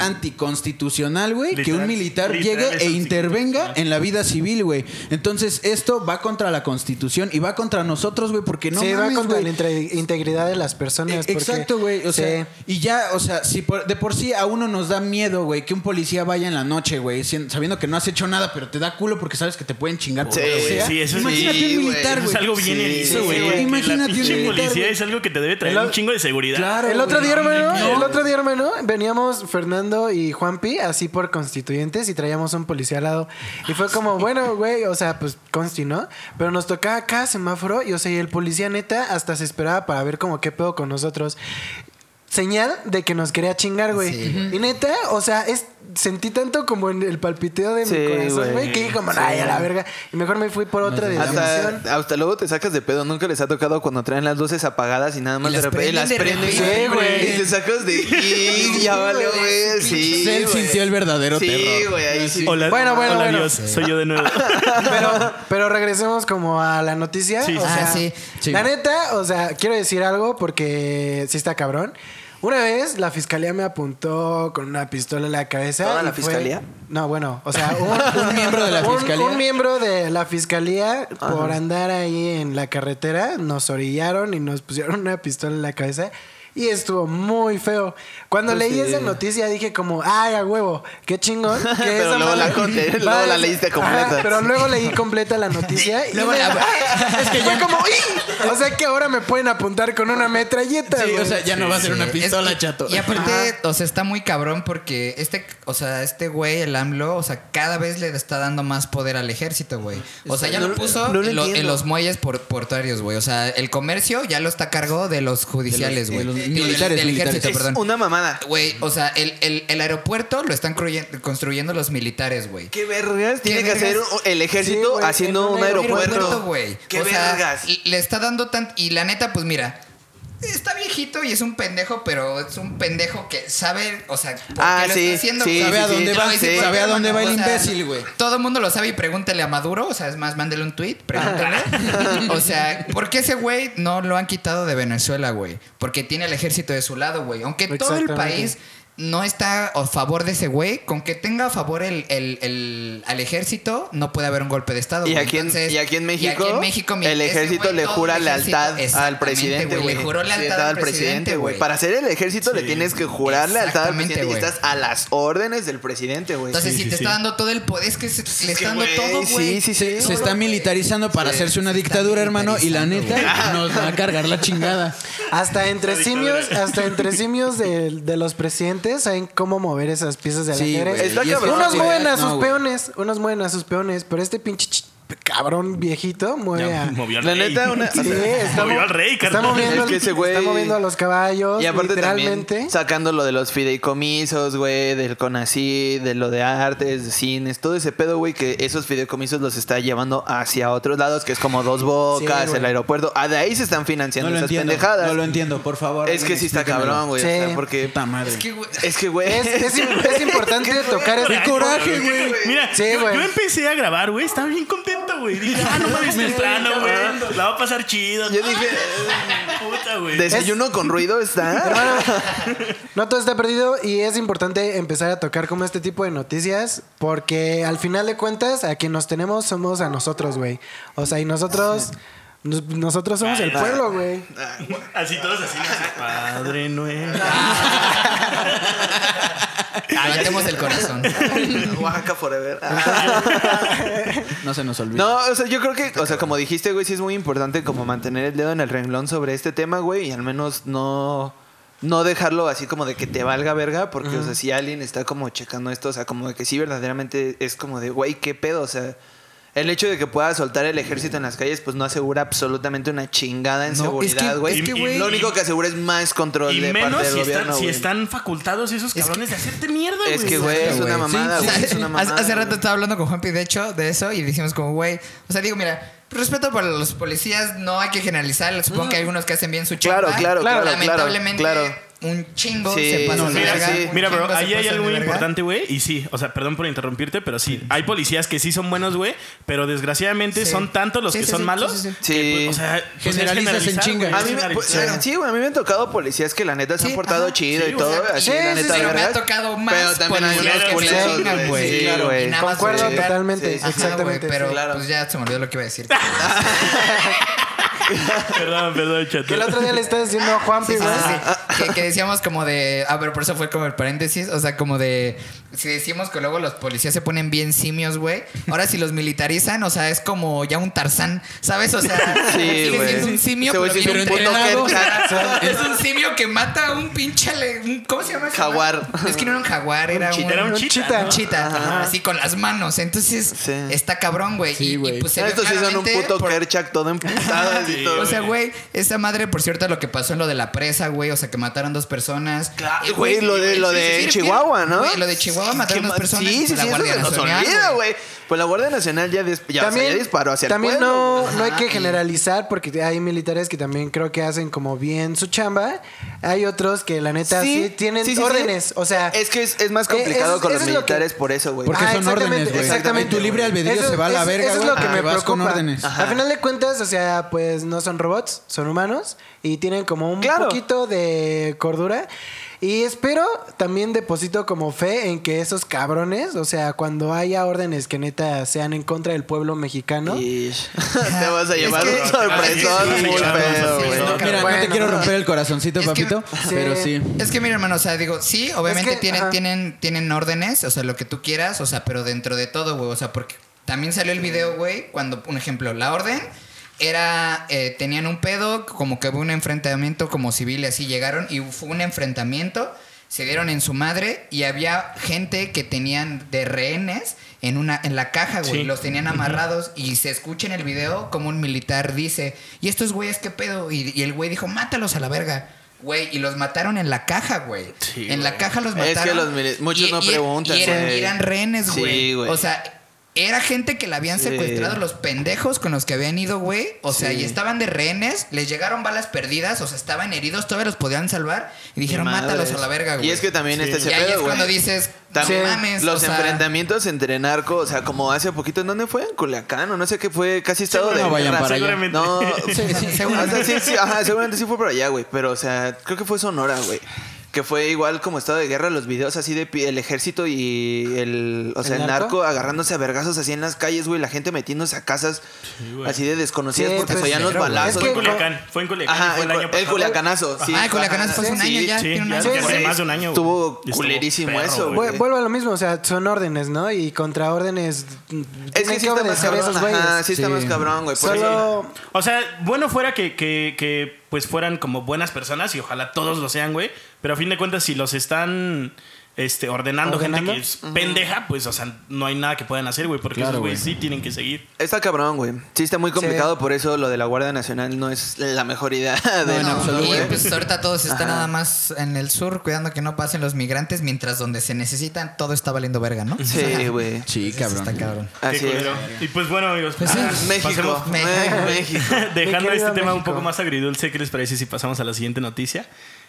Speaker 3: anticonstitucional, güey, que
Speaker 1: Literal,
Speaker 3: un militar
Speaker 1: literal
Speaker 3: llegue
Speaker 1: es
Speaker 3: e intervenga en la vida civil, güey. Entonces, esto va contra la Constitución y va contra nosotros, güey, porque no
Speaker 5: sí, va
Speaker 3: mames,
Speaker 5: contra
Speaker 3: güey.
Speaker 5: la intre- integridad de las personas. porque-
Speaker 3: E- Exacto, güey. O
Speaker 5: Sí.
Speaker 3: sea, y ya, o sea, si por- de por sí a uno nos da miedo, güey, que un policía vaya en la noche, güey, sien- sabiendo que no has hecho nada, pero te da culo porque sabes que te pueden chingar. por
Speaker 2: Sí,
Speaker 3: lo que
Speaker 2: güey,
Speaker 3: sea.
Speaker 1: sí, eso es-
Speaker 3: Imagínate
Speaker 2: sí,
Speaker 3: un
Speaker 2: güey,
Speaker 3: militar,
Speaker 1: Eso
Speaker 3: güey.
Speaker 1: es algo bien
Speaker 2: Sí,
Speaker 1: erizo,
Speaker 2: sí,
Speaker 1: güey.
Speaker 2: güey.
Speaker 1: que
Speaker 3: Imagínate
Speaker 1: la
Speaker 3: un
Speaker 1: pinche
Speaker 3: militar,
Speaker 1: policía
Speaker 3: güey.
Speaker 1: es algo que te debe traer
Speaker 5: El-
Speaker 1: un chingo de seguridad.
Speaker 3: Claro,
Speaker 5: El otro
Speaker 3: güey.
Speaker 5: día, hermano,
Speaker 1: No.
Speaker 5: el otro día, hermano, veníamos Fernando y Juanpi así por constituyentes y traíamos un policía al lado. Y fue como, bueno, güey, o sea, pues consti, ¿no? Pero nos tocaba cada semáforo y, o sea, y el policía neta hasta se esperaba para ver como qué pedo con nosotros. Señal de que nos quería chingar, güey.
Speaker 4: Sí, güey.
Speaker 5: y neta, o sea, es, sentí tanto como en el palpiteo de
Speaker 2: Sí,
Speaker 5: mi corazón,
Speaker 2: güey.
Speaker 5: güey, que dije como, ay, a la verga. Y mejor me fui por otra
Speaker 3: Nos
Speaker 5: denominación.
Speaker 2: Hasta, hasta luego te sacas de pedo. Nunca les ha tocado cuando traen las luces apagadas y nada más
Speaker 4: Y
Speaker 2: de
Speaker 4: las
Speaker 2: repente. y
Speaker 4: prenden
Speaker 2: las
Speaker 4: de
Speaker 2: prenden.
Speaker 4: repente,
Speaker 2: Sí,
Speaker 5: güey.
Speaker 2: Y te sacas de. Y ya valió, güey. Sí.
Speaker 3: Él
Speaker 2: güey.
Speaker 3: sintió el verdadero
Speaker 2: Sí,
Speaker 3: terror.
Speaker 2: güey, ahí sí.
Speaker 1: Hola,
Speaker 5: Bueno, bueno,
Speaker 1: hola,
Speaker 5: bueno.
Speaker 1: Dios, soy yo de nuevo.
Speaker 5: Pero, pero regresemos como a la noticia.
Speaker 1: Sí,
Speaker 5: o
Speaker 1: sí,
Speaker 5: sea,
Speaker 4: sí.
Speaker 3: Ah, Sí.
Speaker 5: La neta, o sea, quiero decir algo porque sí está cabrón. Una vez la fiscalía me apuntó con una pistola en la cabeza.
Speaker 2: ¿Toda
Speaker 5: y
Speaker 2: la
Speaker 5: fue-
Speaker 2: fiscalía?
Speaker 5: No, bueno, o sea, un,
Speaker 3: ¿Un miembro de la
Speaker 5: un-
Speaker 3: fiscalía?
Speaker 5: Un miembro de la fiscalía por andar ahí en la carretera nos orillaron y nos pusieron una pistola en la cabeza. Y estuvo muy feo. Cuando
Speaker 2: Pues
Speaker 5: leí
Speaker 2: sí.
Speaker 5: esa noticia dije como, ay, a huevo, qué chingón. que
Speaker 2: Pero
Speaker 5: esa
Speaker 2: luego la
Speaker 5: madre
Speaker 2: conté,
Speaker 5: va
Speaker 2: luego
Speaker 5: a-
Speaker 2: la leíste completa.
Speaker 5: Ajá, pero luego leí completa la noticia. y me- es que ya como, "Ih". o sea que ahora me pueden apuntar con una metralleta.
Speaker 3: Sí, o
Speaker 5: güey.
Speaker 3: sea, ya no va a ser
Speaker 4: Sí,
Speaker 3: una
Speaker 4: es
Speaker 3: pistola,
Speaker 4: que-
Speaker 3: chato.
Speaker 4: Y aparte, o sea, está muy cabrón porque este, o sea, este güey, el AMLO, o sea, cada vez le está dando más poder al ejército, güey. O sea, ya lo puso
Speaker 2: no lo
Speaker 4: en, lo- en
Speaker 2: entiendo.
Speaker 4: los muelles por- portuarios, güey. O sea, el comercio ya lo está a cargo de los judiciales,
Speaker 3: de
Speaker 4: güey.
Speaker 3: los
Speaker 4: Digo,
Speaker 3: militares,
Speaker 4: del, del
Speaker 3: militares.
Speaker 4: ejército,
Speaker 2: Es
Speaker 4: perdón.
Speaker 2: una mamada.
Speaker 4: Güey, o sea, el, el- el aeropuerto lo están cruye- construyendo los militares, güey.
Speaker 2: ¿Qué vergas tiene que
Speaker 4: vergas?
Speaker 2: hacer el
Speaker 5: Sí,
Speaker 2: ejército
Speaker 5: güey,
Speaker 2: haciendo
Speaker 5: en
Speaker 2: un
Speaker 5: un
Speaker 2: aeropuerto?
Speaker 4: güey.
Speaker 2: ¿Qué
Speaker 4: o sea,
Speaker 2: vergas?
Speaker 4: y- le está dando tan y la neta pues mira, está viejito y es un pendejo, pero es un pendejo que sabe, o sea, por
Speaker 2: Ah,
Speaker 4: qué lo
Speaker 2: sí,
Speaker 4: está haciendo.
Speaker 2: sí,
Speaker 4: güey.
Speaker 2: Sabe a sí, dónde sí, va,
Speaker 4: Lo dice
Speaker 2: sí.
Speaker 4: por
Speaker 3: sabe a
Speaker 4: hermano,
Speaker 3: dónde va el
Speaker 4: o sea,
Speaker 3: imbécil, güey.
Speaker 4: Todo el mundo lo sabe y pregúntale a Maduro, o sea, es más, mándele un tweet, pregúntale. o sea, ¿por qué ese güey no lo han quitado de Venezuela, güey? Porque tiene el ejército de su lado, güey. Aunque todo el
Speaker 5: Exactamente.
Speaker 4: país no está a favor de ese güey, con que tenga a favor el, el- el- al ejército, no puede haber un golpe de Estado.
Speaker 2: Y
Speaker 4: güey.
Speaker 2: aquí en-
Speaker 4: Entonces-
Speaker 2: y aquí en México,
Speaker 4: mi-
Speaker 2: el
Speaker 4: ese
Speaker 2: ejército
Speaker 4: güey,
Speaker 2: le
Speaker 4: todo
Speaker 2: jura
Speaker 4: el ejército-
Speaker 2: lealtad al
Speaker 4: exactamente,
Speaker 2: presidente, güey.
Speaker 4: Le juró lealtad al presidente, güey.
Speaker 2: Para ser el ejército le tienes que jurar lealtad al
Speaker 4: Exactamente,
Speaker 2: presidente y
Speaker 4: güey.
Speaker 2: estás a las órdenes del presidente, güey.
Speaker 4: Entonces,
Speaker 1: Sí,
Speaker 4: si
Speaker 1: sí,
Speaker 4: te
Speaker 1: sí.
Speaker 4: está dando todo el poder, es que se, le
Speaker 2: que,
Speaker 4: está dando
Speaker 2: güey,
Speaker 4: todo,
Speaker 2: sí,
Speaker 4: güey.
Speaker 2: sí, sí.
Speaker 3: Se está militarizando para
Speaker 4: Sí,
Speaker 3: hacerse una
Speaker 4: se está
Speaker 3: dictadura, hermano, y la
Speaker 4: militarizando,
Speaker 3: neta nos va a cargar la chingada.
Speaker 5: Hasta entre simios, hasta entre simios de, de los presidentes saben cómo mover esas piezas de
Speaker 3: Sí,
Speaker 5: ajedrez.
Speaker 3: güey.
Speaker 2: Está
Speaker 3: Y es
Speaker 2: cabrón,
Speaker 3: que-
Speaker 5: Unos
Speaker 2: güey.
Speaker 5: mueven a
Speaker 3: No,
Speaker 5: sus
Speaker 3: güey.
Speaker 5: peones, unos mueven a sus peones, pero este pinche ch- cabrón viejito mueve
Speaker 1: Ya,
Speaker 5: a...
Speaker 1: movió al
Speaker 2: La
Speaker 1: rey.
Speaker 2: neta, una-
Speaker 5: Sí, está,
Speaker 1: movió
Speaker 5: mo-
Speaker 1: al rey,
Speaker 5: está
Speaker 1: carnal.
Speaker 5: moviendo,
Speaker 2: Es que
Speaker 5: al-
Speaker 2: ese güey-
Speaker 5: está moviendo a los caballos,
Speaker 2: Y aparte
Speaker 5: literalmente.
Speaker 2: también sacando lo de los fideicomisos, güey, del CONACYT, de lo de artes, de cines, todo ese pedo, güey, que esos fideicomisos los está llevando hacia otros lados, que es como Dos Bocas,
Speaker 5: Sí, güey.
Speaker 2: el aeropuerto. Ah, de ahí se están
Speaker 3: No
Speaker 2: financiando
Speaker 3: lo
Speaker 2: esas
Speaker 3: entiendo.
Speaker 2: pendejadas.
Speaker 3: No lo entiendo, por favor.
Speaker 2: es que sí está
Speaker 3: explíquenmelo.
Speaker 2: cabrón, güey. o
Speaker 5: Sí.
Speaker 2: sea, porque
Speaker 3: Puta madre.
Speaker 4: Es que, güey,
Speaker 2: es que, güey,
Speaker 5: Es, es- es importante tocar
Speaker 1: Ay,
Speaker 5: este
Speaker 3: coraje,
Speaker 1: güey. Mira,
Speaker 5: Sí,
Speaker 1: yo,
Speaker 5: güey.
Speaker 1: yo empecé a grabar, güey. Estaba bien contento, güey. Dije, ah, no mames, temprano, güey. La va a pasar chido.
Speaker 2: yo dije,
Speaker 1: puta, güey.
Speaker 2: desayuno con ruido está.
Speaker 5: No todo está perdido y es importante empezar a tocar como este tipo de noticias porque al final de cuentas a quien nos tenemos somos a nosotros, güey. O sea, y nosotros nos- nosotros somos el pueblo, güey.
Speaker 2: Ah.
Speaker 1: Así todos así. así. Padre nuestro.
Speaker 4: levantemos ah, el corazón.
Speaker 2: Oaxaca Forever. Ah.
Speaker 3: No se nos olvide.
Speaker 2: No, o sea, yo creo que, o sea, como dijiste, güey, sí es muy importante como mantener el dedo en el renglón sobre este tema, güey, y al menos no, no dejarlo así como de que te valga verga, porque, o sea, si alguien está como checando esto, o sea, como de que sí verdaderamente es como de, güey, qué pedo, o sea, el hecho de que pueda soltar el ejército en las calles, pues no asegura absolutamente una chingada en
Speaker 4: No, es
Speaker 2: seguridad,
Speaker 4: que-
Speaker 2: güey.
Speaker 1: es que, Y- güey,
Speaker 2: Lo único que asegura es más control
Speaker 1: Y
Speaker 2: de
Speaker 1: menos
Speaker 2: parte del
Speaker 1: si,
Speaker 2: gobierno,
Speaker 1: están, si
Speaker 2: güey.
Speaker 1: están facultados esos
Speaker 4: que-
Speaker 1: cabrones de hacerte mierda, güey.
Speaker 2: Es que, güey, es
Speaker 4: Exacto,
Speaker 2: una
Speaker 4: güey. Sí,
Speaker 2: mamada,
Speaker 4: sí,
Speaker 2: güey,
Speaker 4: sí.
Speaker 2: es una
Speaker 4: hace,
Speaker 2: mamada.
Speaker 4: hace rato estaba hablando con Juanpi, de hecho, de eso, y decimos como, güey, o sea, digo, mira, respeto para los policías, no hay que generalizar, supongo que hay algunos que hacen bien su chamba.
Speaker 2: Claro, claro, claro, claro,
Speaker 4: Lamentablemente,
Speaker 2: claro.
Speaker 4: un chingo
Speaker 2: Sí,
Speaker 4: se pasa
Speaker 2: no,
Speaker 4: de
Speaker 2: mira,
Speaker 4: verga.
Speaker 2: sí.
Speaker 4: un
Speaker 1: Mira, bro,
Speaker 4: chingo se
Speaker 1: ahí hay
Speaker 4: pasan
Speaker 1: algo
Speaker 4: de
Speaker 1: muy
Speaker 4: verga.
Speaker 1: importante, güey. Y sí, o sea, perdón por interrumpirte, pero sí, hay policías que sí son buenos, güey. Pero desgraciadamente
Speaker 4: Sí.
Speaker 1: son tantos los
Speaker 4: Sí,
Speaker 1: que
Speaker 4: sí,
Speaker 1: son
Speaker 4: sí,
Speaker 1: malos.
Speaker 4: sí, sí,
Speaker 2: sí.
Speaker 1: que,
Speaker 2: Sí.
Speaker 1: pues, o sea, pues, es
Speaker 3: Generalizas en
Speaker 1: generalizar,
Speaker 3: chinga.
Speaker 1: güey,
Speaker 2: A
Speaker 1: es
Speaker 2: mí, me, pues,
Speaker 1: generalizar.
Speaker 2: sí, güey, a mí me han tocado policías que la neta se han
Speaker 4: Sí,
Speaker 2: portado
Speaker 4: ajá.
Speaker 2: chido
Speaker 1: Sí,
Speaker 2: y
Speaker 1: o
Speaker 2: todo.
Speaker 1: sea,
Speaker 2: así,
Speaker 5: sí,
Speaker 2: la
Speaker 5: sí,
Speaker 2: neta,
Speaker 5: sí,
Speaker 4: pero me
Speaker 2: vergas.
Speaker 4: ha tocado más
Speaker 2: Pero también hay
Speaker 4: policías
Speaker 2: unos
Speaker 1: que
Speaker 2: curiosos,
Speaker 1: chingan,
Speaker 2: güey.
Speaker 1: güey.
Speaker 2: Sí,
Speaker 1: Claro.
Speaker 2: güey.
Speaker 4: Y nada más
Speaker 5: Concuerdo
Speaker 4: por llegar.
Speaker 5: totalmente,
Speaker 2: Sí, sí, sí.
Speaker 4: Ajá, güey,
Speaker 5: exactamente.
Speaker 4: pero
Speaker 5: sí.
Speaker 2: claro.
Speaker 4: pues ya se me olvidó lo que iba a decir.
Speaker 1: Perdón, perdón, chato.
Speaker 5: Que el otro día le estaba diciendo a Juan
Speaker 4: Sí, sí, sí,
Speaker 2: Ah,
Speaker 4: sí. Que, que decíamos como de. A ver, por eso fue como el paréntesis. O sea, como de. Si decimos que luego los policías se ponen bien simios, güey. Ahora si los militarizan, o sea, es como ya un Tarzán, ¿sabes? O sea,
Speaker 2: Sí,
Speaker 4: sigue
Speaker 2: güey.
Speaker 4: siendo un simio,
Speaker 2: Se
Speaker 4: pero,
Speaker 2: vuelve
Speaker 4: bien
Speaker 2: un puto
Speaker 4: entrenado. O sea,
Speaker 2: Kenta.
Speaker 4: es un simio que mata a un pinche. ale- un- ¿Cómo se llama? ese?
Speaker 2: Jaguar.
Speaker 4: Es que no era un jaguar, era un.
Speaker 1: chita, era un chita,
Speaker 5: chita.
Speaker 1: ¿no?
Speaker 4: un chita, así con las manos. Entonces,
Speaker 2: Sí. Ah,
Speaker 4: está cabrón, güey.
Speaker 3: Sí,
Speaker 4: Y- y,
Speaker 3: güey.
Speaker 4: pues se ve
Speaker 2: Estos sí son un
Speaker 4: claramente
Speaker 2: puto
Speaker 4: por-
Speaker 2: Kerchak todo emputado así,
Speaker 1: Sí,
Speaker 2: todo.
Speaker 4: o sea, güey, esta madre, por cierto, lo que pasó en lo de la presa, güey, o sea, que mataron dos personas.
Speaker 2: Claro,
Speaker 4: Eh,
Speaker 2: güey, lo de- lo
Speaker 4: sí,
Speaker 2: de
Speaker 4: sí, sí,
Speaker 2: Chihuahua, ¿no?
Speaker 4: Güey, lo de Chihuahua mataron
Speaker 2: ¿Qué
Speaker 4: dos
Speaker 2: ma-
Speaker 4: personas.
Speaker 2: Sí, sí,
Speaker 4: la
Speaker 2: sí, eso
Speaker 4: Guardia
Speaker 2: se nos
Speaker 4: Nacional,
Speaker 2: olvida, güey. Pues la Guardia Nacional ya, dis- ya, o sea, ya disparó hacia
Speaker 5: también
Speaker 2: el pueblo.
Speaker 5: no,
Speaker 2: güey.
Speaker 5: no hay que generalizar porque hay militares que también creo que hacen como bien su chamba. Hay otros que la neta sí, tienen
Speaker 2: sí, sí, sí.
Speaker 5: órdenes. O sea,
Speaker 2: Es que es, es más
Speaker 5: eh,
Speaker 2: complicado
Speaker 5: eso-
Speaker 2: con
Speaker 5: eso
Speaker 2: los
Speaker 5: es lo que-
Speaker 2: militares por eso, güey.
Speaker 3: Porque
Speaker 5: Ah,
Speaker 3: son
Speaker 5: exactamente,
Speaker 3: órdenes, güey.
Speaker 5: exactamente,
Speaker 3: Tu libre
Speaker 5: güey.
Speaker 3: albedrio
Speaker 5: Eso-
Speaker 3: se va a la
Speaker 5: eso-
Speaker 3: verga,
Speaker 5: Eso es
Speaker 3: güey,
Speaker 5: lo que
Speaker 3: porque
Speaker 5: me
Speaker 3: vas
Speaker 5: preocupa.
Speaker 3: con órdenes.
Speaker 5: Al final de cuentas, o sea, pues no son robots, son humanos y tienen como un
Speaker 2: Claro.
Speaker 5: poquito de cordura. Y espero también deposito como fe en que esos cabrones, o sea, cuando haya órdenes que neta sean en contra del pueblo mexicano.
Speaker 2: Ish. Te vas a
Speaker 4: Es
Speaker 2: llevar
Speaker 4: que-
Speaker 2: un sorpresón
Speaker 1: es que sí,
Speaker 2: muy
Speaker 1: sí,
Speaker 2: feo,
Speaker 1: sí,
Speaker 2: güey.
Speaker 1: sí,
Speaker 4: No,
Speaker 3: Mira, no te
Speaker 5: bueno.
Speaker 3: quiero romper el corazoncito,
Speaker 4: Es que-
Speaker 3: papito,
Speaker 5: sí.
Speaker 3: pero sí.
Speaker 4: Es que mira, hermano, o sea, digo, sí, obviamente
Speaker 5: Es que,
Speaker 4: tienen,
Speaker 5: ajá.
Speaker 4: tienen, tienen órdenes, o sea, lo que tú quieras, o sea, pero dentro de todo, güey, o sea, porque también salió el video, güey, cuando, un ejemplo, la orden era, eh, tenían un pedo, como que hubo un enfrentamiento como civil, y así llegaron, y fue un enfrentamiento, se dieron en su madre, y había gente que tenían de rehenes en, una, en la caja, güey,
Speaker 1: Sí.
Speaker 4: los tenían amarrados, y se escucha en el video como un militar dice, ¿y estos güeyes qué pedo? Y, y el güey dijo, mátalos a la verga. Güey, y los mataron en la caja, güey.
Speaker 1: Sí,
Speaker 4: en la
Speaker 1: güey.
Speaker 4: caja los
Speaker 2: Es
Speaker 4: mataron.
Speaker 2: que los mili- muchos no preguntan,
Speaker 4: Y eran,
Speaker 2: güey.
Speaker 4: eran rehenes,
Speaker 2: Sí,
Speaker 4: güey.
Speaker 2: güey.
Speaker 4: O sea, era gente que la habían
Speaker 2: Sí.
Speaker 4: secuestrado los pendejos con los que habían ido, güey. O sea,
Speaker 2: Sí.
Speaker 4: y estaban de rehenes, les llegaron balas perdidas, o sea, estaban heridos, todavía los podían salvar. Y dijeron,
Speaker 2: Madres.
Speaker 4: mátalos a la verga, güey.
Speaker 2: Y es que también
Speaker 1: Sí.
Speaker 2: este
Speaker 4: Y
Speaker 2: se
Speaker 4: ahí es
Speaker 2: pedo, güey.
Speaker 4: cuando dices,
Speaker 2: También
Speaker 4: no mames. o
Speaker 2: los
Speaker 4: sea,
Speaker 2: enfrentamientos entre narcos, o sea, como hace poquito, ¿en dónde fue? En Culiacán, o no sé qué fue, casi estado
Speaker 1: No
Speaker 2: de.
Speaker 3: vayan
Speaker 2: guerra.
Speaker 3: para allá.
Speaker 1: Seguramente.
Speaker 2: No,
Speaker 3: Sí, sí,
Speaker 2: o sea, sí, sí, ajá, seguramente sí fue para allá, güey, pero o sea, creo que fue Sonora, güey. que fue igual como estado de guerra, los videos así de pi- el ejército y el, o sea,
Speaker 5: ¿El
Speaker 2: el narco?
Speaker 5: narco
Speaker 2: agarrándose a vergazos así en las calles, güey, la gente metiéndose a casas
Speaker 1: güey.
Speaker 2: así de desconocidas
Speaker 5: Sí,
Speaker 2: porque
Speaker 5: pues,
Speaker 2: oían los
Speaker 4: pero, güey.
Speaker 2: balazos.
Speaker 5: Es
Speaker 1: Fue en
Speaker 5: que-
Speaker 1: Culiacán. Fue en Culiacán. y
Speaker 2: Ajá,
Speaker 1: fue el,
Speaker 2: el,
Speaker 1: año
Speaker 2: el
Speaker 1: pasado.
Speaker 2: culiacanazo, sí.
Speaker 4: ah, el Culiacanazo
Speaker 2: Ajá,
Speaker 4: fue hace un
Speaker 2: sí.
Speaker 4: año ya.
Speaker 1: Sí,
Speaker 4: tiene un
Speaker 1: ya
Speaker 4: año.
Speaker 1: tiene
Speaker 5: Sí,
Speaker 1: más
Speaker 5: sí.
Speaker 1: de un año. güey.
Speaker 2: Estuvo
Speaker 1: Y
Speaker 2: culerísimo eso,
Speaker 5: Vu-
Speaker 2: güey.
Speaker 5: Vuelvo a lo mismo, o sea, son órdenes, ¿no? Y contra órdenes mm,
Speaker 2: Es
Speaker 5: tienen
Speaker 2: que sí está más
Speaker 5: obedecer
Speaker 2: cabrón.
Speaker 5: esos güeyes.
Speaker 2: Ajá, sí está
Speaker 3: Sí.
Speaker 2: más cabrón, güey. por eso-
Speaker 5: Solo
Speaker 1: O sea, bueno fuera que, que- que, pues fueran como buenas personas y ojalá todos lo sean, güey. Pero a fin de cuentas, si los están este, ordenando,
Speaker 5: ¿Ordenando?
Speaker 1: gente que es pendeja, pues, o sea, no hay nada que puedan hacer, güey, porque
Speaker 3: Claro,
Speaker 1: esos güeyes
Speaker 3: güey.
Speaker 1: sí tienen que seguir.
Speaker 2: Está cabrón, güey. Sí, está muy complicado,
Speaker 5: Sí.
Speaker 2: por eso lo de la Guardia Nacional no es la mejor idea.
Speaker 3: No,
Speaker 2: de-
Speaker 3: en absoluto,
Speaker 4: Y
Speaker 3: güey.
Speaker 4: pues ahorita todos están
Speaker 2: Ajá.
Speaker 4: nada más en el sur cuidando que no pasen los migrantes, mientras donde se necesitan todo está valiendo verga, ¿no?
Speaker 2: Sí, güey.
Speaker 3: Sí,
Speaker 4: Eso
Speaker 3: cabrón.
Speaker 4: Está cabrón.
Speaker 1: Qué
Speaker 2: Así es.
Speaker 1: culero. Y pues bueno, amigos,
Speaker 4: Pues sí.
Speaker 1: ah,
Speaker 2: México.
Speaker 1: pasemos-
Speaker 4: Me-
Speaker 2: eh, México.
Speaker 1: dejando este
Speaker 5: Mi querido
Speaker 1: tema un
Speaker 5: México.
Speaker 1: poco más agridulce, ¿qué les parece si pasamos a la siguiente noticia?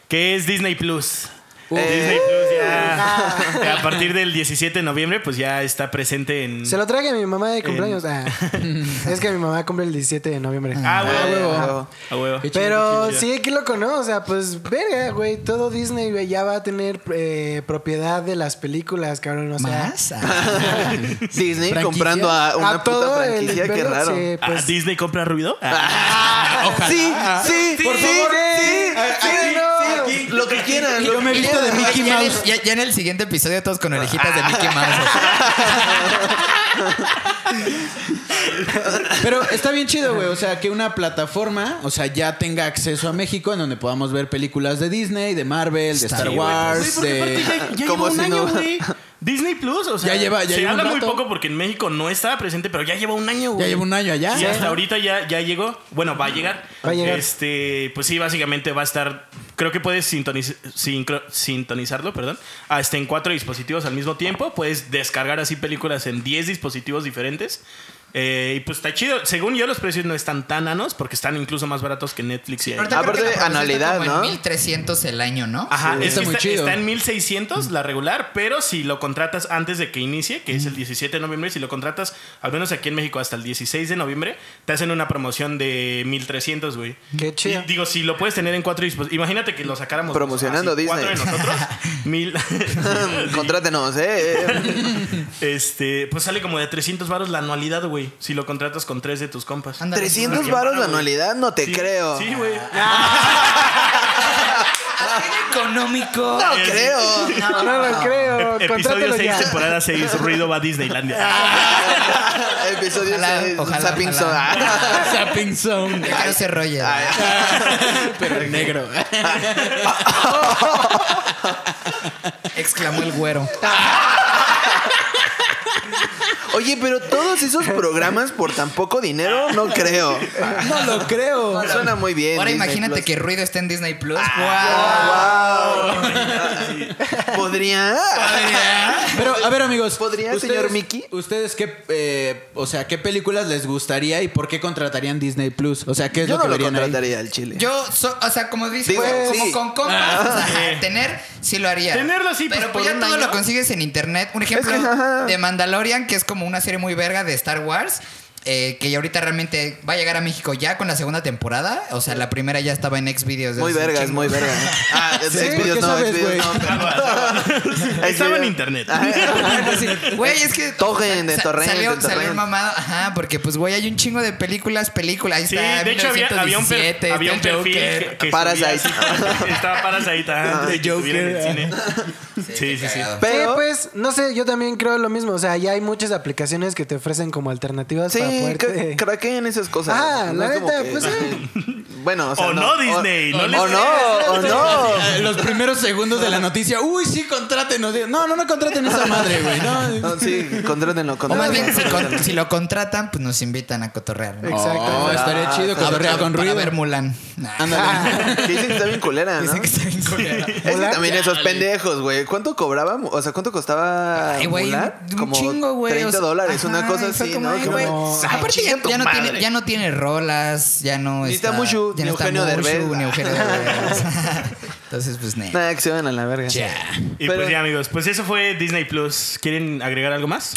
Speaker 1: Que es Disney Plus.
Speaker 3: Uh.
Speaker 2: Eh,
Speaker 1: Disney Plus ya, a partir del 17 de noviembre, pues ya está presente en...
Speaker 5: se lo traje a mi mamá de cumpleaños. Ah, es que mi mamá cumple el 17 de noviembre.
Speaker 1: Ah,
Speaker 2: Ah,
Speaker 1: güey.
Speaker 2: huevo.
Speaker 1: A huevo.
Speaker 3: Qué chido,
Speaker 5: Pero
Speaker 1: qué chido.
Speaker 5: sí, qué loco, ¿no? O sea, pues verga, güey. Todo Disney, güey, ya va a tener eh, propiedad de las películas, cabrón. O sea,
Speaker 4: ¿Más? Ah,
Speaker 2: Disney
Speaker 3: Franquicia.
Speaker 2: comprando a Ah, una puta
Speaker 5: el
Speaker 2: franquicia, qué
Speaker 5: imperio,
Speaker 2: raro.
Speaker 5: sí,
Speaker 1: Ah,
Speaker 5: pues, ah,
Speaker 1: ¿Disney compra ruido? Ah.
Speaker 2: Sí, Ah, sí, por favor,
Speaker 5: eh,
Speaker 2: sí, sí, sí, lo que quieran. Lo
Speaker 3: Yo me he
Speaker 2: que
Speaker 3: visto de
Speaker 2: quieran.
Speaker 3: Mickey
Speaker 4: ya, en el-
Speaker 3: Mouse. Ah.
Speaker 4: ya- ya en el siguiente episodio todos con orejitas de Mickey Mouse.
Speaker 3: Pero está bien chido, güey. O sea, que una plataforma, o sea, ya tenga acceso a México en donde podamos ver películas de Disney, de Marvel, de
Speaker 4: Está
Speaker 3: Star
Speaker 4: bien,
Speaker 1: Güey,
Speaker 3: Wars,
Speaker 1: porque
Speaker 3: de...
Speaker 1: aparte ya, ya
Speaker 2: ¿Cómo
Speaker 1: lleva un
Speaker 2: si
Speaker 1: año,
Speaker 2: no?
Speaker 1: güey. Disney Plus, o sea,
Speaker 3: Ya lleva- ya
Speaker 1: se
Speaker 3: lleva un
Speaker 1: habla muy
Speaker 3: rato.
Speaker 1: poco porque en México no estaba presente, pero ya lleva un año, güey.
Speaker 3: Ya lleva un año allá.
Speaker 1: Y hasta ahorita ya, ya llegó. Bueno, va a llegar.
Speaker 5: Va a llegar.
Speaker 1: Este, pues sí, básicamente va a estar. Creo que puedes sintoniz- sincro- sintonizarlo, perdón. Hasta en cuatro dispositivos al mismo tiempo. Puedes descargar así películas en 10 dispositivos diferentes. Eh, y pues está chido. Según yo, los precios no están tan anos porque están incluso más baratos que Netflix y
Speaker 4: Ahorita creo
Speaker 2: Aparte,
Speaker 4: que la propuesta está
Speaker 2: anualidad,
Speaker 4: como
Speaker 2: ¿no?
Speaker 4: en 1300 el año, ¿no?
Speaker 1: Ajá,
Speaker 3: Sí.
Speaker 1: es
Speaker 3: Está
Speaker 1: que
Speaker 3: muy
Speaker 1: está,
Speaker 3: chido.
Speaker 1: está en 1600 la regular, pero si lo contratas antes de que inicie, que es el 17 de noviembre, si lo contratas, al menos aquí en México, hasta el 16 de noviembre, te hacen una promoción de 1300, güey.
Speaker 5: Qué chido.
Speaker 1: Y digo, si lo puedes tener en cuatro dispositivos, imagínate que lo sacáramos. pues,
Speaker 2: Promocionando
Speaker 1: así, cuatro de
Speaker 2: Disney.
Speaker 1: nosotros, mil.
Speaker 2: Contrátenos, eh.
Speaker 1: este, pues sale como de 300 varos la anualidad, güey, si lo contratas con tres de tus compas.
Speaker 4: Ándale.
Speaker 2: 300
Speaker 1: Sí,
Speaker 2: varos de
Speaker 1: güey.
Speaker 2: anualidad, no te
Speaker 1: Sí,
Speaker 2: creo.
Speaker 1: Sí, güey.
Speaker 4: Económico.
Speaker 2: No creo.
Speaker 5: No, lo creo.
Speaker 1: Ep-
Speaker 5: Contrátelo
Speaker 1: Episodio 6,
Speaker 5: ya.
Speaker 1: temporada 6, ruido va a Disneylandia.
Speaker 2: Episodio
Speaker 4: Ojalá,
Speaker 2: seis,
Speaker 4: ojalá,
Speaker 2: Zapping
Speaker 4: ojalá.
Speaker 2: Zone. Ah.
Speaker 3: Zapping Zone.
Speaker 4: Yo quiero ser Roger.
Speaker 3: Pero en negro.
Speaker 4: Exclamó el güero.
Speaker 2: Oye, pero todos esos programas por tan poco dinero, no creo.
Speaker 3: No lo creo.
Speaker 2: Suena muy bien.
Speaker 4: Ahora
Speaker 2: Disney
Speaker 4: imagínate
Speaker 2: Plus. Ah.
Speaker 4: que Ruido está en Disney Plus. Ah,
Speaker 2: ¿Podría?
Speaker 3: Pero, a ver, amigos.
Speaker 2: ¿Podría, señor Mickey?
Speaker 3: ¿Ustedes qué, eh, o sea, qué películas les gustaría y por qué contratarían Disney Plus? O sea, ¿qué es
Speaker 2: Yo
Speaker 3: lo
Speaker 2: no
Speaker 3: que
Speaker 2: lo
Speaker 3: verían ahí?
Speaker 2: contrataría al chile.
Speaker 4: Yo, so- o sea, como dice,
Speaker 2: Este. Digo,
Speaker 4: como- como
Speaker 2: sí.
Speaker 4: con compas, o sea,
Speaker 1: Ah, sí.
Speaker 4: tener, sí lo haría.
Speaker 1: Tenerlo así, pues,
Speaker 4: Pero
Speaker 1: por
Speaker 4: pues ya
Speaker 1: un
Speaker 4: todo
Speaker 1: año.
Speaker 4: lo consigues en internet. Un ejemplo
Speaker 2: que, ajá.
Speaker 4: de Mandalorian, que es como una serie muy verga de Star Wars. eh, que ya ahorita realmente va a llegar a México ya con la segunda temporada. O sea, la primera ya estaba en Xvideos. desde
Speaker 2: Muy
Speaker 4: hace un
Speaker 2: vergas,
Speaker 4: chingo.
Speaker 2: muy vergas. Ah,
Speaker 3: Sí,
Speaker 2: Xvideos
Speaker 3: ¿qué
Speaker 2: no,
Speaker 3: sabes,
Speaker 2: Xvideos
Speaker 3: güey?
Speaker 2: no. pero-
Speaker 1: Estaba en
Speaker 2: Xvideos.
Speaker 1: internet.
Speaker 4: Güey, es que.
Speaker 2: Torren, de torren,
Speaker 4: Salió,
Speaker 2: de
Speaker 4: salió
Speaker 2: torren.
Speaker 4: mamado. Ajá, porque pues, güey, hay un chingo de películas, películas. Ahí
Speaker 1: Sí,
Speaker 4: está.
Speaker 1: de hecho había, había un, per-
Speaker 4: 1917,
Speaker 1: había un
Speaker 4: está el
Speaker 1: perfil
Speaker 4: Joker.
Speaker 1: que, que
Speaker 2: Parasite. Ah.
Speaker 1: subía así. estaba Parasite ajá, antes de que
Speaker 3: Joker,
Speaker 1: estuviera en el
Speaker 4: Sí,
Speaker 1: cine. Sí, sí,
Speaker 4: qué
Speaker 1: sí.
Speaker 4: cagado.
Speaker 5: Sí,
Speaker 2: Pero
Speaker 5: pues, no sé, yo también creo lo mismo. O sea, ya hay muchas aplicaciones que te ofrecen como alternativas para
Speaker 2: sí,
Speaker 5: poderte...
Speaker 2: cra- craqueen esas cosas.
Speaker 5: Ah,
Speaker 2: es
Speaker 5: la
Speaker 2: como
Speaker 5: neta,
Speaker 2: que-
Speaker 5: pues, eh.
Speaker 2: Bueno, o sea,
Speaker 1: O no, Disney,
Speaker 2: O
Speaker 1: no
Speaker 2: o
Speaker 1: les
Speaker 2: no, o no.
Speaker 3: Ah, Los primeros segundos de la noticia. Uy, sí, contrátenos. No, no, no contraten esa madre, güey. No.
Speaker 2: No, sí, contrátenlo,
Speaker 4: O más
Speaker 2: contrátenlo.
Speaker 4: bien, si, con- si lo contratan, pues nos invitan a cotorrear. ¿no?
Speaker 5: Exacto.
Speaker 3: Oh,
Speaker 2: Ah,
Speaker 3: estaría chido
Speaker 4: A
Speaker 3: cotorrear con
Speaker 4: para
Speaker 3: ruido.
Speaker 4: ver Mulan.
Speaker 3: Ándale.
Speaker 2: Que dicen que está bien culera, ¿no?
Speaker 4: Dicen que está bien culera.
Speaker 2: Es que también esos pendejos, güey. ¿Cuánto cobraban? O sea, ¿cuánto costaba
Speaker 4: Ay, güey, un,
Speaker 2: Ah, Mulan?
Speaker 4: un
Speaker 2: Como
Speaker 4: chingo, güey.
Speaker 2: 30
Speaker 4: o sea,
Speaker 2: dólares, una
Speaker 4: ajá,
Speaker 2: cosa
Speaker 4: y fue
Speaker 2: así,
Speaker 4: como,
Speaker 2: ¿no?
Speaker 4: ay,
Speaker 2: Como-
Speaker 4: güey.
Speaker 2: Ay,
Speaker 4: Aparte,
Speaker 2: chinga
Speaker 4: ya,
Speaker 2: tu
Speaker 4: ya no
Speaker 2: madre.
Speaker 4: tiene, ya no tiene rolas, ya no
Speaker 2: Ni está
Speaker 4: está...
Speaker 2: Mushu,
Speaker 4: ya
Speaker 2: ni Eugenio
Speaker 4: Mushu,
Speaker 2: Derbez.
Speaker 4: ni Eugenio Derbez. Entonces, pues, ne.
Speaker 2: Nada, que se van a la verga.
Speaker 4: Ya.
Speaker 1: Y
Speaker 2: Pero-
Speaker 1: pues ya, amigos, pues eso fue Disney Plus. ¿Quieren agregar algo más?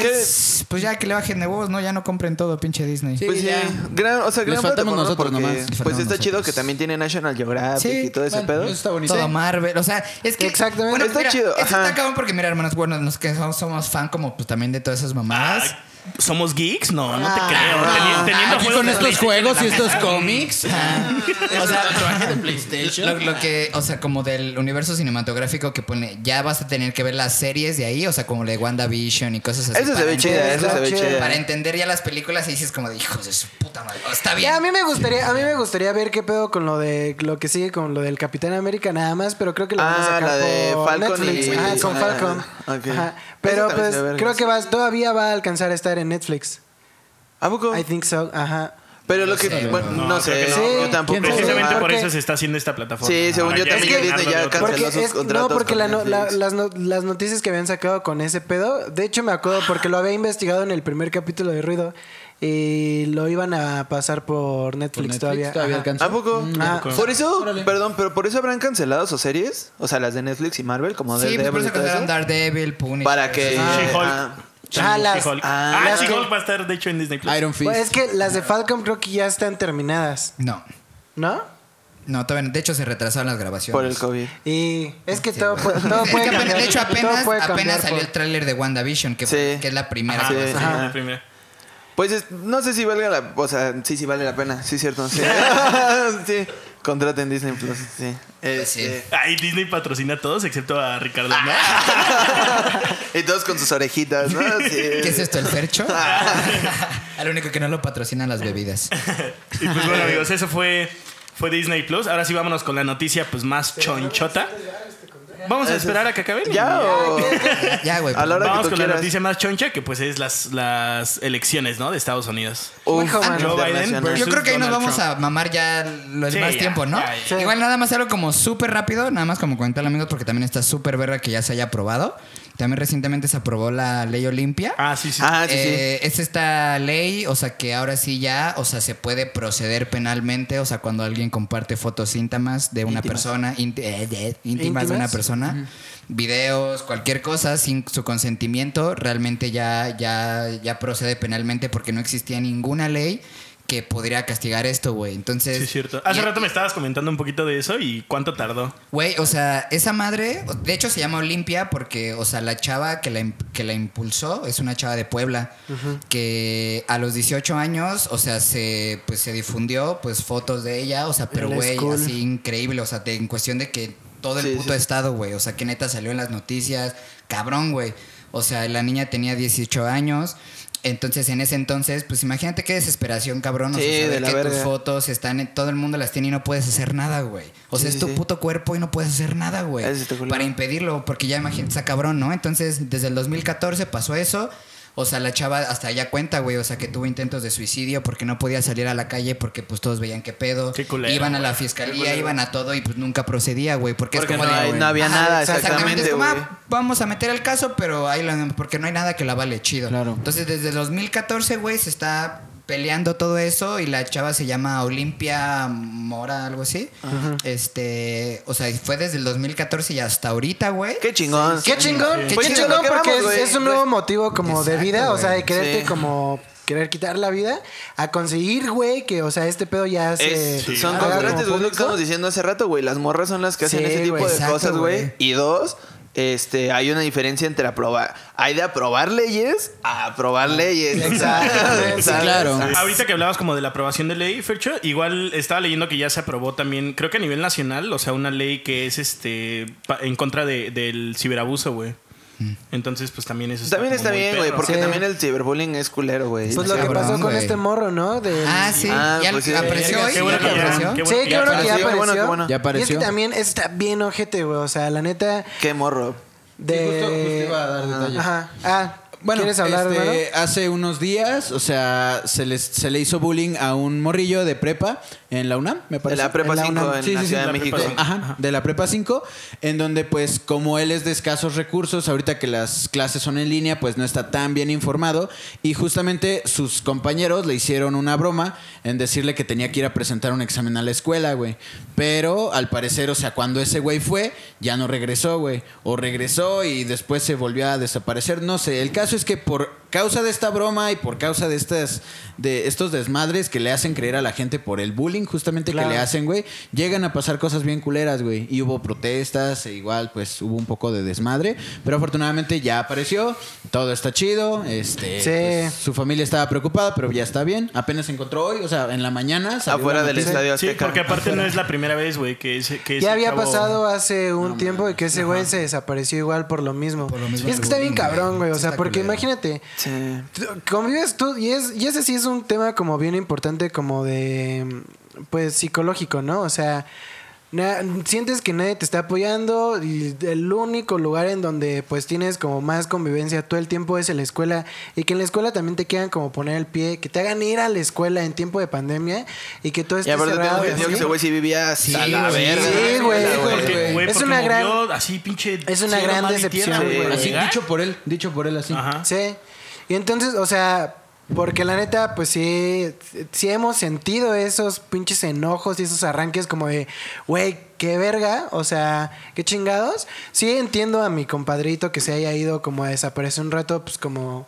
Speaker 4: Pues, pues ya que le bajen de voz, ¿no? Ya no compren todo, pinche Disney.
Speaker 3: Sí.
Speaker 4: Sí,
Speaker 2: Pues sí,
Speaker 3: ya.
Speaker 2: gran, o sea,
Speaker 3: Les
Speaker 2: gran
Speaker 3: faltamos
Speaker 2: plataforma
Speaker 3: nosotros
Speaker 2: porque,
Speaker 3: nomás. Les
Speaker 2: Pues
Speaker 4: faltamos
Speaker 2: está chido
Speaker 4: nosotros.
Speaker 2: que también tiene National Geographic y todo ese
Speaker 3: bueno,
Speaker 2: pedo.
Speaker 3: eso está bonito.
Speaker 4: Todo Marvel, o sea, es que
Speaker 5: Exactamente.
Speaker 4: bueno,
Speaker 2: Está
Speaker 4: mira,
Speaker 2: chido,
Speaker 4: esto
Speaker 2: ajá.
Speaker 4: está cabrón porque mira, hermanos, bueno, los que somos, somos fan como pues también de todas esas
Speaker 3: Ah,
Speaker 4: mamadas.
Speaker 1: Ah, ¿Somos geeks? No, no te
Speaker 2: Ah.
Speaker 1: creo. Teni- teniendo
Speaker 4: Aquí
Speaker 1: juegos
Speaker 3: Con
Speaker 1: de
Speaker 3: estos
Speaker 1: PlayStation
Speaker 3: juegos y
Speaker 1: en la
Speaker 3: estos
Speaker 1: mesa.
Speaker 3: cómics. Ah.
Speaker 4: o sea,
Speaker 3: PlayStation.
Speaker 4: Lo, lo que, o sea, como del universo cinematográfico que pone, ya vas a tener que ver las series de ahí, o sea, como la de WandaVision y cosas así.
Speaker 2: Eso se
Speaker 4: para
Speaker 2: ve chida,
Speaker 4: entender-
Speaker 2: eso se ve
Speaker 5: Para
Speaker 2: chida.
Speaker 4: Para entender ya las películas y dices como de hijos de su puta madre. O, Está bien.
Speaker 5: Ya, a mí me gustaría, a mí me gustaría ver qué pedo con lo de lo que sigue con lo del Capitán América nada más, pero creo que lo van a
Speaker 2: Ah,
Speaker 5: sacar
Speaker 2: la de
Speaker 5: por
Speaker 2: Falcon
Speaker 5: Netflix.
Speaker 2: y-
Speaker 5: Ajá, con
Speaker 2: ah,
Speaker 5: Falcon.
Speaker 2: ok.
Speaker 5: Ajá.
Speaker 2: Eso
Speaker 5: Pero
Speaker 2: también
Speaker 5: pues
Speaker 2: se ve vergas.
Speaker 5: creo que vas, todavía va a alcanzar a estar en Netflix.
Speaker 2: ¿A poco?
Speaker 5: I think so. Ajá.
Speaker 2: Pero lo que. bueno, no, sé,
Speaker 1: creo que
Speaker 5: no.
Speaker 2: yo tampoco.
Speaker 3: ¿Quién sabe?
Speaker 1: Precisamente por
Speaker 5: Porque-
Speaker 1: eso se está haciendo esta plataforma.
Speaker 2: Sí, según
Speaker 1: Para
Speaker 2: yo
Speaker 1: ya
Speaker 2: también
Speaker 1: rellenarlo
Speaker 2: Disney ya
Speaker 1: de otro-
Speaker 2: canceló.
Speaker 5: Porque
Speaker 2: sus
Speaker 5: es- no,
Speaker 2: contratos
Speaker 5: porque
Speaker 2: con
Speaker 5: la no- la-
Speaker 2: Netflix.
Speaker 5: las, no- las noticias que habían sacado con ese pedo, de hecho me acuerdo porque lo había investigado en el primer capítulo de Ruido y lo iban a pasar por Netflix, todavía. Ajá.
Speaker 3: alcanza.
Speaker 2: ¿A poco?
Speaker 5: Ah,
Speaker 1: poco.
Speaker 2: Por eso, perdón, pero por eso habrán cancelado sus series, o sea, las de Netflix y Marvel, como de
Speaker 4: Sí, pues por eso cancelaron Daredevil, Punisher.
Speaker 2: Para que.
Speaker 1: Ah, She-Hulk.
Speaker 2: ah,
Speaker 5: Ah, las-
Speaker 1: She-Hulk.
Speaker 2: ah,
Speaker 1: Ah,
Speaker 2: las
Speaker 1: She-Hulk
Speaker 5: que-
Speaker 1: va a estar, de hecho, en Disney Plus.
Speaker 3: Iron Fist.
Speaker 5: Pues es que las de Falcon creo que ya están terminadas,
Speaker 4: No.
Speaker 5: ¿no?
Speaker 4: No, todavía no. De hecho, se retrasaron las grabaciones.
Speaker 2: por el COVID.
Speaker 5: Y es que todo, puede, todo
Speaker 4: Es que
Speaker 5: puede
Speaker 4: apenas-
Speaker 5: cambiar.
Speaker 4: de hecho,
Speaker 5: todo
Speaker 4: apenas,
Speaker 5: puede
Speaker 4: apenas
Speaker 5: cambiar
Speaker 4: salió
Speaker 5: por-
Speaker 4: el tráiler de WandaVision, que, fue-
Speaker 2: Sí.
Speaker 4: que es la primera.
Speaker 1: Ajá,
Speaker 4: que-
Speaker 1: sí,
Speaker 2: Ajá.
Speaker 1: la primera.
Speaker 2: Pues es- no sé si valga la. O sea, sí, sí vale la pena, sí, cierto. Sí, sí. contraten Disney Plus, sí.
Speaker 4: Eh,
Speaker 2: Este,
Speaker 1: Ay, Disney patrocina a todos excepto a Ricardo.
Speaker 2: Ah,
Speaker 1: ¿no?
Speaker 2: y todos con sus orejitas, ¿no? Sí.
Speaker 4: ¿Qué es esto, el Fercho? Al único que no lo patrocinan las bebidas.
Speaker 1: Y pues bueno, amigos, eso fue, fue Disney Plus. Ahora sí vámonos con la noticia pues más chonchota. Vamos a este esperar a que acabe.
Speaker 2: ¿Ya o.?
Speaker 4: Ya, güey.
Speaker 2: A la hora que
Speaker 1: Vamos
Speaker 2: tú
Speaker 1: con la
Speaker 2: quieras.
Speaker 1: noticia más choncha que pues es las, las elecciones, ¿no? De Estados Unidos.
Speaker 2: oh. Uf,
Speaker 5: Joe Biden
Speaker 2: internacional.
Speaker 1: versus-
Speaker 4: Yo creo que ahí nos
Speaker 1: Donald
Speaker 4: vamos
Speaker 1: Trump.
Speaker 4: a mamar ya lo
Speaker 1: Sí,
Speaker 4: más
Speaker 1: ya,
Speaker 4: tiempo, ¿no?
Speaker 1: ya, ya.
Speaker 5: Sí.
Speaker 4: Igual nada más algo como súper rápido, nada más como comentarle amigos, porque también está súper verga que ya se haya aprobado. También recientemente se aprobó la ley Olimpia.
Speaker 1: Ah, sí, sí.
Speaker 2: Ah, sí, sí.
Speaker 4: Eh, Es esta ley, o sea que ahora sí ya, o sea, se puede proceder penalmente, o sea, cuando alguien comparte fotos íntimas de una persona, ínti- eh, de- íntimas de una
Speaker 5: ¿Íntimas?
Speaker 4: persona, videos, cualquier cosa, sin su consentimiento, realmente ya, ya, ya procede penalmente porque no existía ninguna ley que podría castigar esto, güey. Entonces.
Speaker 1: Sí, es cierto. Hace
Speaker 4: y-
Speaker 1: rato me estabas comentando un poquito de eso y cuánto tardó.
Speaker 4: Güey, o sea, esa madre, de hecho se llama Olimpia porque, o sea, la chava que la, imp- que la impulsó es una chava de Puebla, que a los 18 años, o sea, se, pues, se difundió pues fotos de ella, o sea, pero
Speaker 5: En la
Speaker 4: güey,
Speaker 5: school.
Speaker 4: así increíble, o sea, de- en cuestión de que todo el
Speaker 2: Sí,
Speaker 4: puto
Speaker 2: sí.
Speaker 4: estado, güey, o sea, que neta salió en las noticias, cabrón, güey, o sea, la niña tenía 18 años. Entonces, en ese entonces, pues imagínate qué desesperación, cabrón. o sea,
Speaker 2: Sí,
Speaker 4: saber
Speaker 2: de la
Speaker 4: que tus
Speaker 2: verga.
Speaker 4: fotos están en todo el mundo las tiene y no puedes hacer nada, güey. O sea,
Speaker 2: Sí,
Speaker 4: es
Speaker 2: sí,
Speaker 4: tu
Speaker 2: sí.
Speaker 4: puto cuerpo y no puedes hacer nada, güey.
Speaker 2: Eso está culero.
Speaker 4: Para impedirlo, porque ya imagínate, está cabrón, ¿no? Entonces, desde el 2014 pasó eso. O sea, la chava hasta allá cuenta, güey. O sea, que tuvo intentos de suicidio porque no podía salir a la calle porque pues todos veían qué pedo.
Speaker 1: Qué culero,
Speaker 4: iban a la
Speaker 1: güey. Qué
Speaker 4: fiscalía,
Speaker 1: culero.
Speaker 4: iban a todo y pues nunca procedía, güey. Porque,
Speaker 2: Porque
Speaker 4: es como
Speaker 2: no,
Speaker 4: de,
Speaker 2: hay- no había
Speaker 4: Ajá,
Speaker 2: nada,
Speaker 4: exactamente.
Speaker 2: exactamente,
Speaker 4: Es como,
Speaker 2: güey.
Speaker 4: ah, vamos a meter el caso, pero ahí lo- porque no hay nada que la vale chido.
Speaker 3: Claro.
Speaker 4: Entonces, desde 2014, güey, se está peleando todo eso y la chava se llama Olimpia Mora, algo así. Este, o sea, fue desde el 2014 y hasta ahorita, güey.
Speaker 2: Qué chingón.
Speaker 5: Qué chingón,
Speaker 2: Sí.
Speaker 5: qué
Speaker 2: Pues chido,
Speaker 5: chingón,
Speaker 2: ¿qué
Speaker 5: porque
Speaker 2: vamos,
Speaker 5: es,
Speaker 2: güey?
Speaker 5: es un nuevo motivo como de
Speaker 4: Pues, Exacto,
Speaker 5: vida, o sea,
Speaker 4: güey.
Speaker 5: de quererte
Speaker 2: Sí.
Speaker 5: como querer quitar la vida, a conseguir, güey, que, o sea, este pedo ya se...
Speaker 2: Es- son
Speaker 5: haga
Speaker 4: ah,
Speaker 5: como
Speaker 2: contrastes, güey, lo que
Speaker 5: público.
Speaker 2: estamos diciendo hace rato, güey. Las morras son las que hacen
Speaker 5: Sí,
Speaker 2: ese tipo
Speaker 5: güey,
Speaker 2: de
Speaker 4: exacto,
Speaker 2: cosas, güey.
Speaker 4: güey.
Speaker 2: Y dos, este, hay una diferencia entre aprobar. Hay de aprobar leyes a aprobar leyes. pues
Speaker 5: Exacto.
Speaker 2: ¿sabes?
Speaker 3: Sí, claro.
Speaker 2: Ah,
Speaker 1: Ahorita que hablabas como de la aprobación de ley, Fercho, igual estaba leyendo que ya se aprobó también, creo que a nivel nacional, o sea, una ley que es este pa- en contra de- del ciberabuso, güey. Entonces, pues también eso
Speaker 2: Mm. También
Speaker 1: como
Speaker 2: está
Speaker 1: muy
Speaker 2: bien, güey,
Speaker 1: perro.
Speaker 2: porque
Speaker 5: Sí.
Speaker 2: también el ciberbullying es culero, güey.
Speaker 5: Pues lo que
Speaker 4: Cabrón,
Speaker 5: pasó con
Speaker 4: güey.
Speaker 5: este morro, ¿no? De,
Speaker 4: Ah, sí.
Speaker 2: Ah,
Speaker 4: ya
Speaker 2: pues sí.
Speaker 4: apareció hoy.
Speaker 1: Qué bueno
Speaker 4: ¿Ya
Speaker 1: que ya-
Speaker 4: apareció?
Speaker 1: qué bueno
Speaker 5: Sí,
Speaker 1: que
Speaker 5: qué
Speaker 1: ya
Speaker 5: bueno que ya
Speaker 2: apareció. Qué
Speaker 5: apareció.
Speaker 2: bueno, qué bueno.
Speaker 3: Ya
Speaker 5: Y es que
Speaker 3: apareció.
Speaker 5: también está bien ojete, güey. O sea, la neta
Speaker 2: Qué morro.
Speaker 3: Sí,
Speaker 5: de...
Speaker 3: justo- justo iba a dar detalles.
Speaker 5: Ajá. Ah,
Speaker 3: Bueno,
Speaker 5: ¿quieres hablar,
Speaker 3: este,
Speaker 5: hermano?
Speaker 3: hace unos días, o sea, se, les, se le hizo bullying a un morrillo de prepa en en la UNAM, me
Speaker 2: De
Speaker 3: parece.
Speaker 2: la prepa
Speaker 5: En la
Speaker 2: 5
Speaker 5: UNAM.
Speaker 2: en
Speaker 3: Sí,
Speaker 2: la
Speaker 3: sí, sí,
Speaker 2: Ciudad
Speaker 1: la
Speaker 2: de
Speaker 1: prepa
Speaker 2: México.
Speaker 1: cinco.
Speaker 3: Ajá, de la prepa 5, en donde pues como él es de escasos recursos, ahorita que las clases son en línea, pues no está tan bien informado y justamente sus compañeros le hicieron una broma en decirle que tenía que ir a presentar un examen a la escuela, güey. Pero al parecer, o sea, cuando ese güey fue, ya no regresó, güey. O regresó y después se volvió a desaparecer, no sé. El caso es que por causa de esta broma y por causa de estas de estos desmadres que le hacen creer a la gente por el bullying justamente
Speaker 5: Claro.
Speaker 3: que le hacen hacen, güey, llegan a pasar cosas bien culeras, güey. Y hubo protestas, e igual, pues hubo un poco de desmadre. Pero afortunadamente ya apareció, todo está chido. Este,
Speaker 5: Sí.
Speaker 3: pues, su familia estaba preocupada, pero ya está bien. Apenas se encontró hoy, o sea, en la mañana. salió
Speaker 2: Afuera
Speaker 3: la
Speaker 2: del
Speaker 3: noticia.
Speaker 2: estadio
Speaker 1: Sí,
Speaker 2: Azteca.
Speaker 1: porque aparte no es la primera vez, güey, que ese que ese
Speaker 5: Ya había
Speaker 1: chavo-
Speaker 5: pasado hace un tiempo de que ese güey se desapareció igual por lo mismo.
Speaker 4: Por lo mismo
Speaker 5: Y es
Speaker 4: del
Speaker 5: que está bien
Speaker 4: bullying, güey.
Speaker 5: cabrón, güey. O
Speaker 4: Sí
Speaker 5: sea,
Speaker 4: está
Speaker 5: porque
Speaker 4: culero.
Speaker 5: imagínate,
Speaker 2: Sí.
Speaker 5: tú- convives tú, y, es, y ese sí es un tema como bien importante, como de, pues, psicológico, ¿no? O sea, na- sientes que nadie te está apoyando y el único lugar en donde, pues, tienes como más convivencia todo el tiempo es en la escuela y que en la escuela también te quieran como poner el pie, que te hagan ir a la escuela en tiempo de pandemia y que todo
Speaker 2: Y
Speaker 5: esté
Speaker 2: aparte tengo
Speaker 5: Este cerrado.
Speaker 2: entendido que
Speaker 5: ¿sí?
Speaker 2: ese güey sí vivía hasta
Speaker 4: Sí,
Speaker 2: la
Speaker 4: güey.
Speaker 2: verga.
Speaker 5: Sí, güey.
Speaker 2: La
Speaker 1: Porque, güey,
Speaker 5: Es
Speaker 1: porque
Speaker 5: una gran-
Speaker 1: movió así pinche
Speaker 5: es una
Speaker 1: cielo,
Speaker 5: gran
Speaker 1: mar y
Speaker 5: decepción,
Speaker 1: tierra,
Speaker 5: güey.
Speaker 3: Así, dicho por él, dicho por él así.
Speaker 1: Ajá.
Speaker 5: Sí. Y entonces, o sea, porque la neta, pues sí, sí hemos sentido esos pinches enojos y esos arranques como de, güey, qué verga, o sea, qué chingados. Sí entiendo a mi compadrito que se haya ido como a desaparecer un rato, pues como...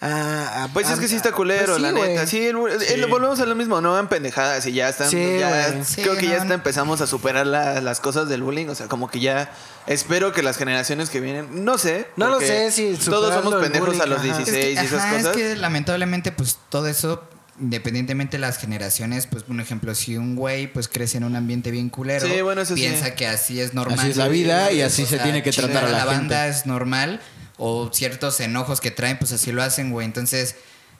Speaker 5: a- a-
Speaker 2: Pues es
Speaker 5: a-
Speaker 2: que sí está culero,
Speaker 5: pues sí,
Speaker 2: la
Speaker 5: güey.
Speaker 2: neta. Sí, el- el-
Speaker 1: Sí.
Speaker 2: el- volvemos a lo mismo, no hagan pendejadas y ya están.
Speaker 5: Sí,
Speaker 2: ya-
Speaker 5: güey.
Speaker 4: Sí,
Speaker 2: creo que ya
Speaker 4: no.
Speaker 2: hasta empezamos a superar la- las cosas del bullying. O sea, como que ya espero que las generaciones que vienen, no sé.
Speaker 5: No lo
Speaker 2: porque
Speaker 5: sé si
Speaker 2: Todos
Speaker 5: superarlo
Speaker 2: somos
Speaker 5: el
Speaker 2: pendejos a
Speaker 5: bullying,
Speaker 2: los
Speaker 5: ajá. Es que,
Speaker 2: 16 y
Speaker 4: es que,
Speaker 2: esas
Speaker 4: ajá, es
Speaker 2: cosas.
Speaker 4: que lamentablemente, pues todo eso, independientemente de las generaciones, pues un ejemplo, si un güey pues crece en un ambiente bien culero,
Speaker 2: Sí, bueno, eso sí.
Speaker 4: piensa que así es normal.
Speaker 3: Así es la vida y
Speaker 4: O
Speaker 3: así se
Speaker 4: sea,
Speaker 3: tiene que
Speaker 4: chingar
Speaker 3: tratar a la
Speaker 4: banda es normal o ciertos enojos que traen, pues así lo hacen, güey. Entonces.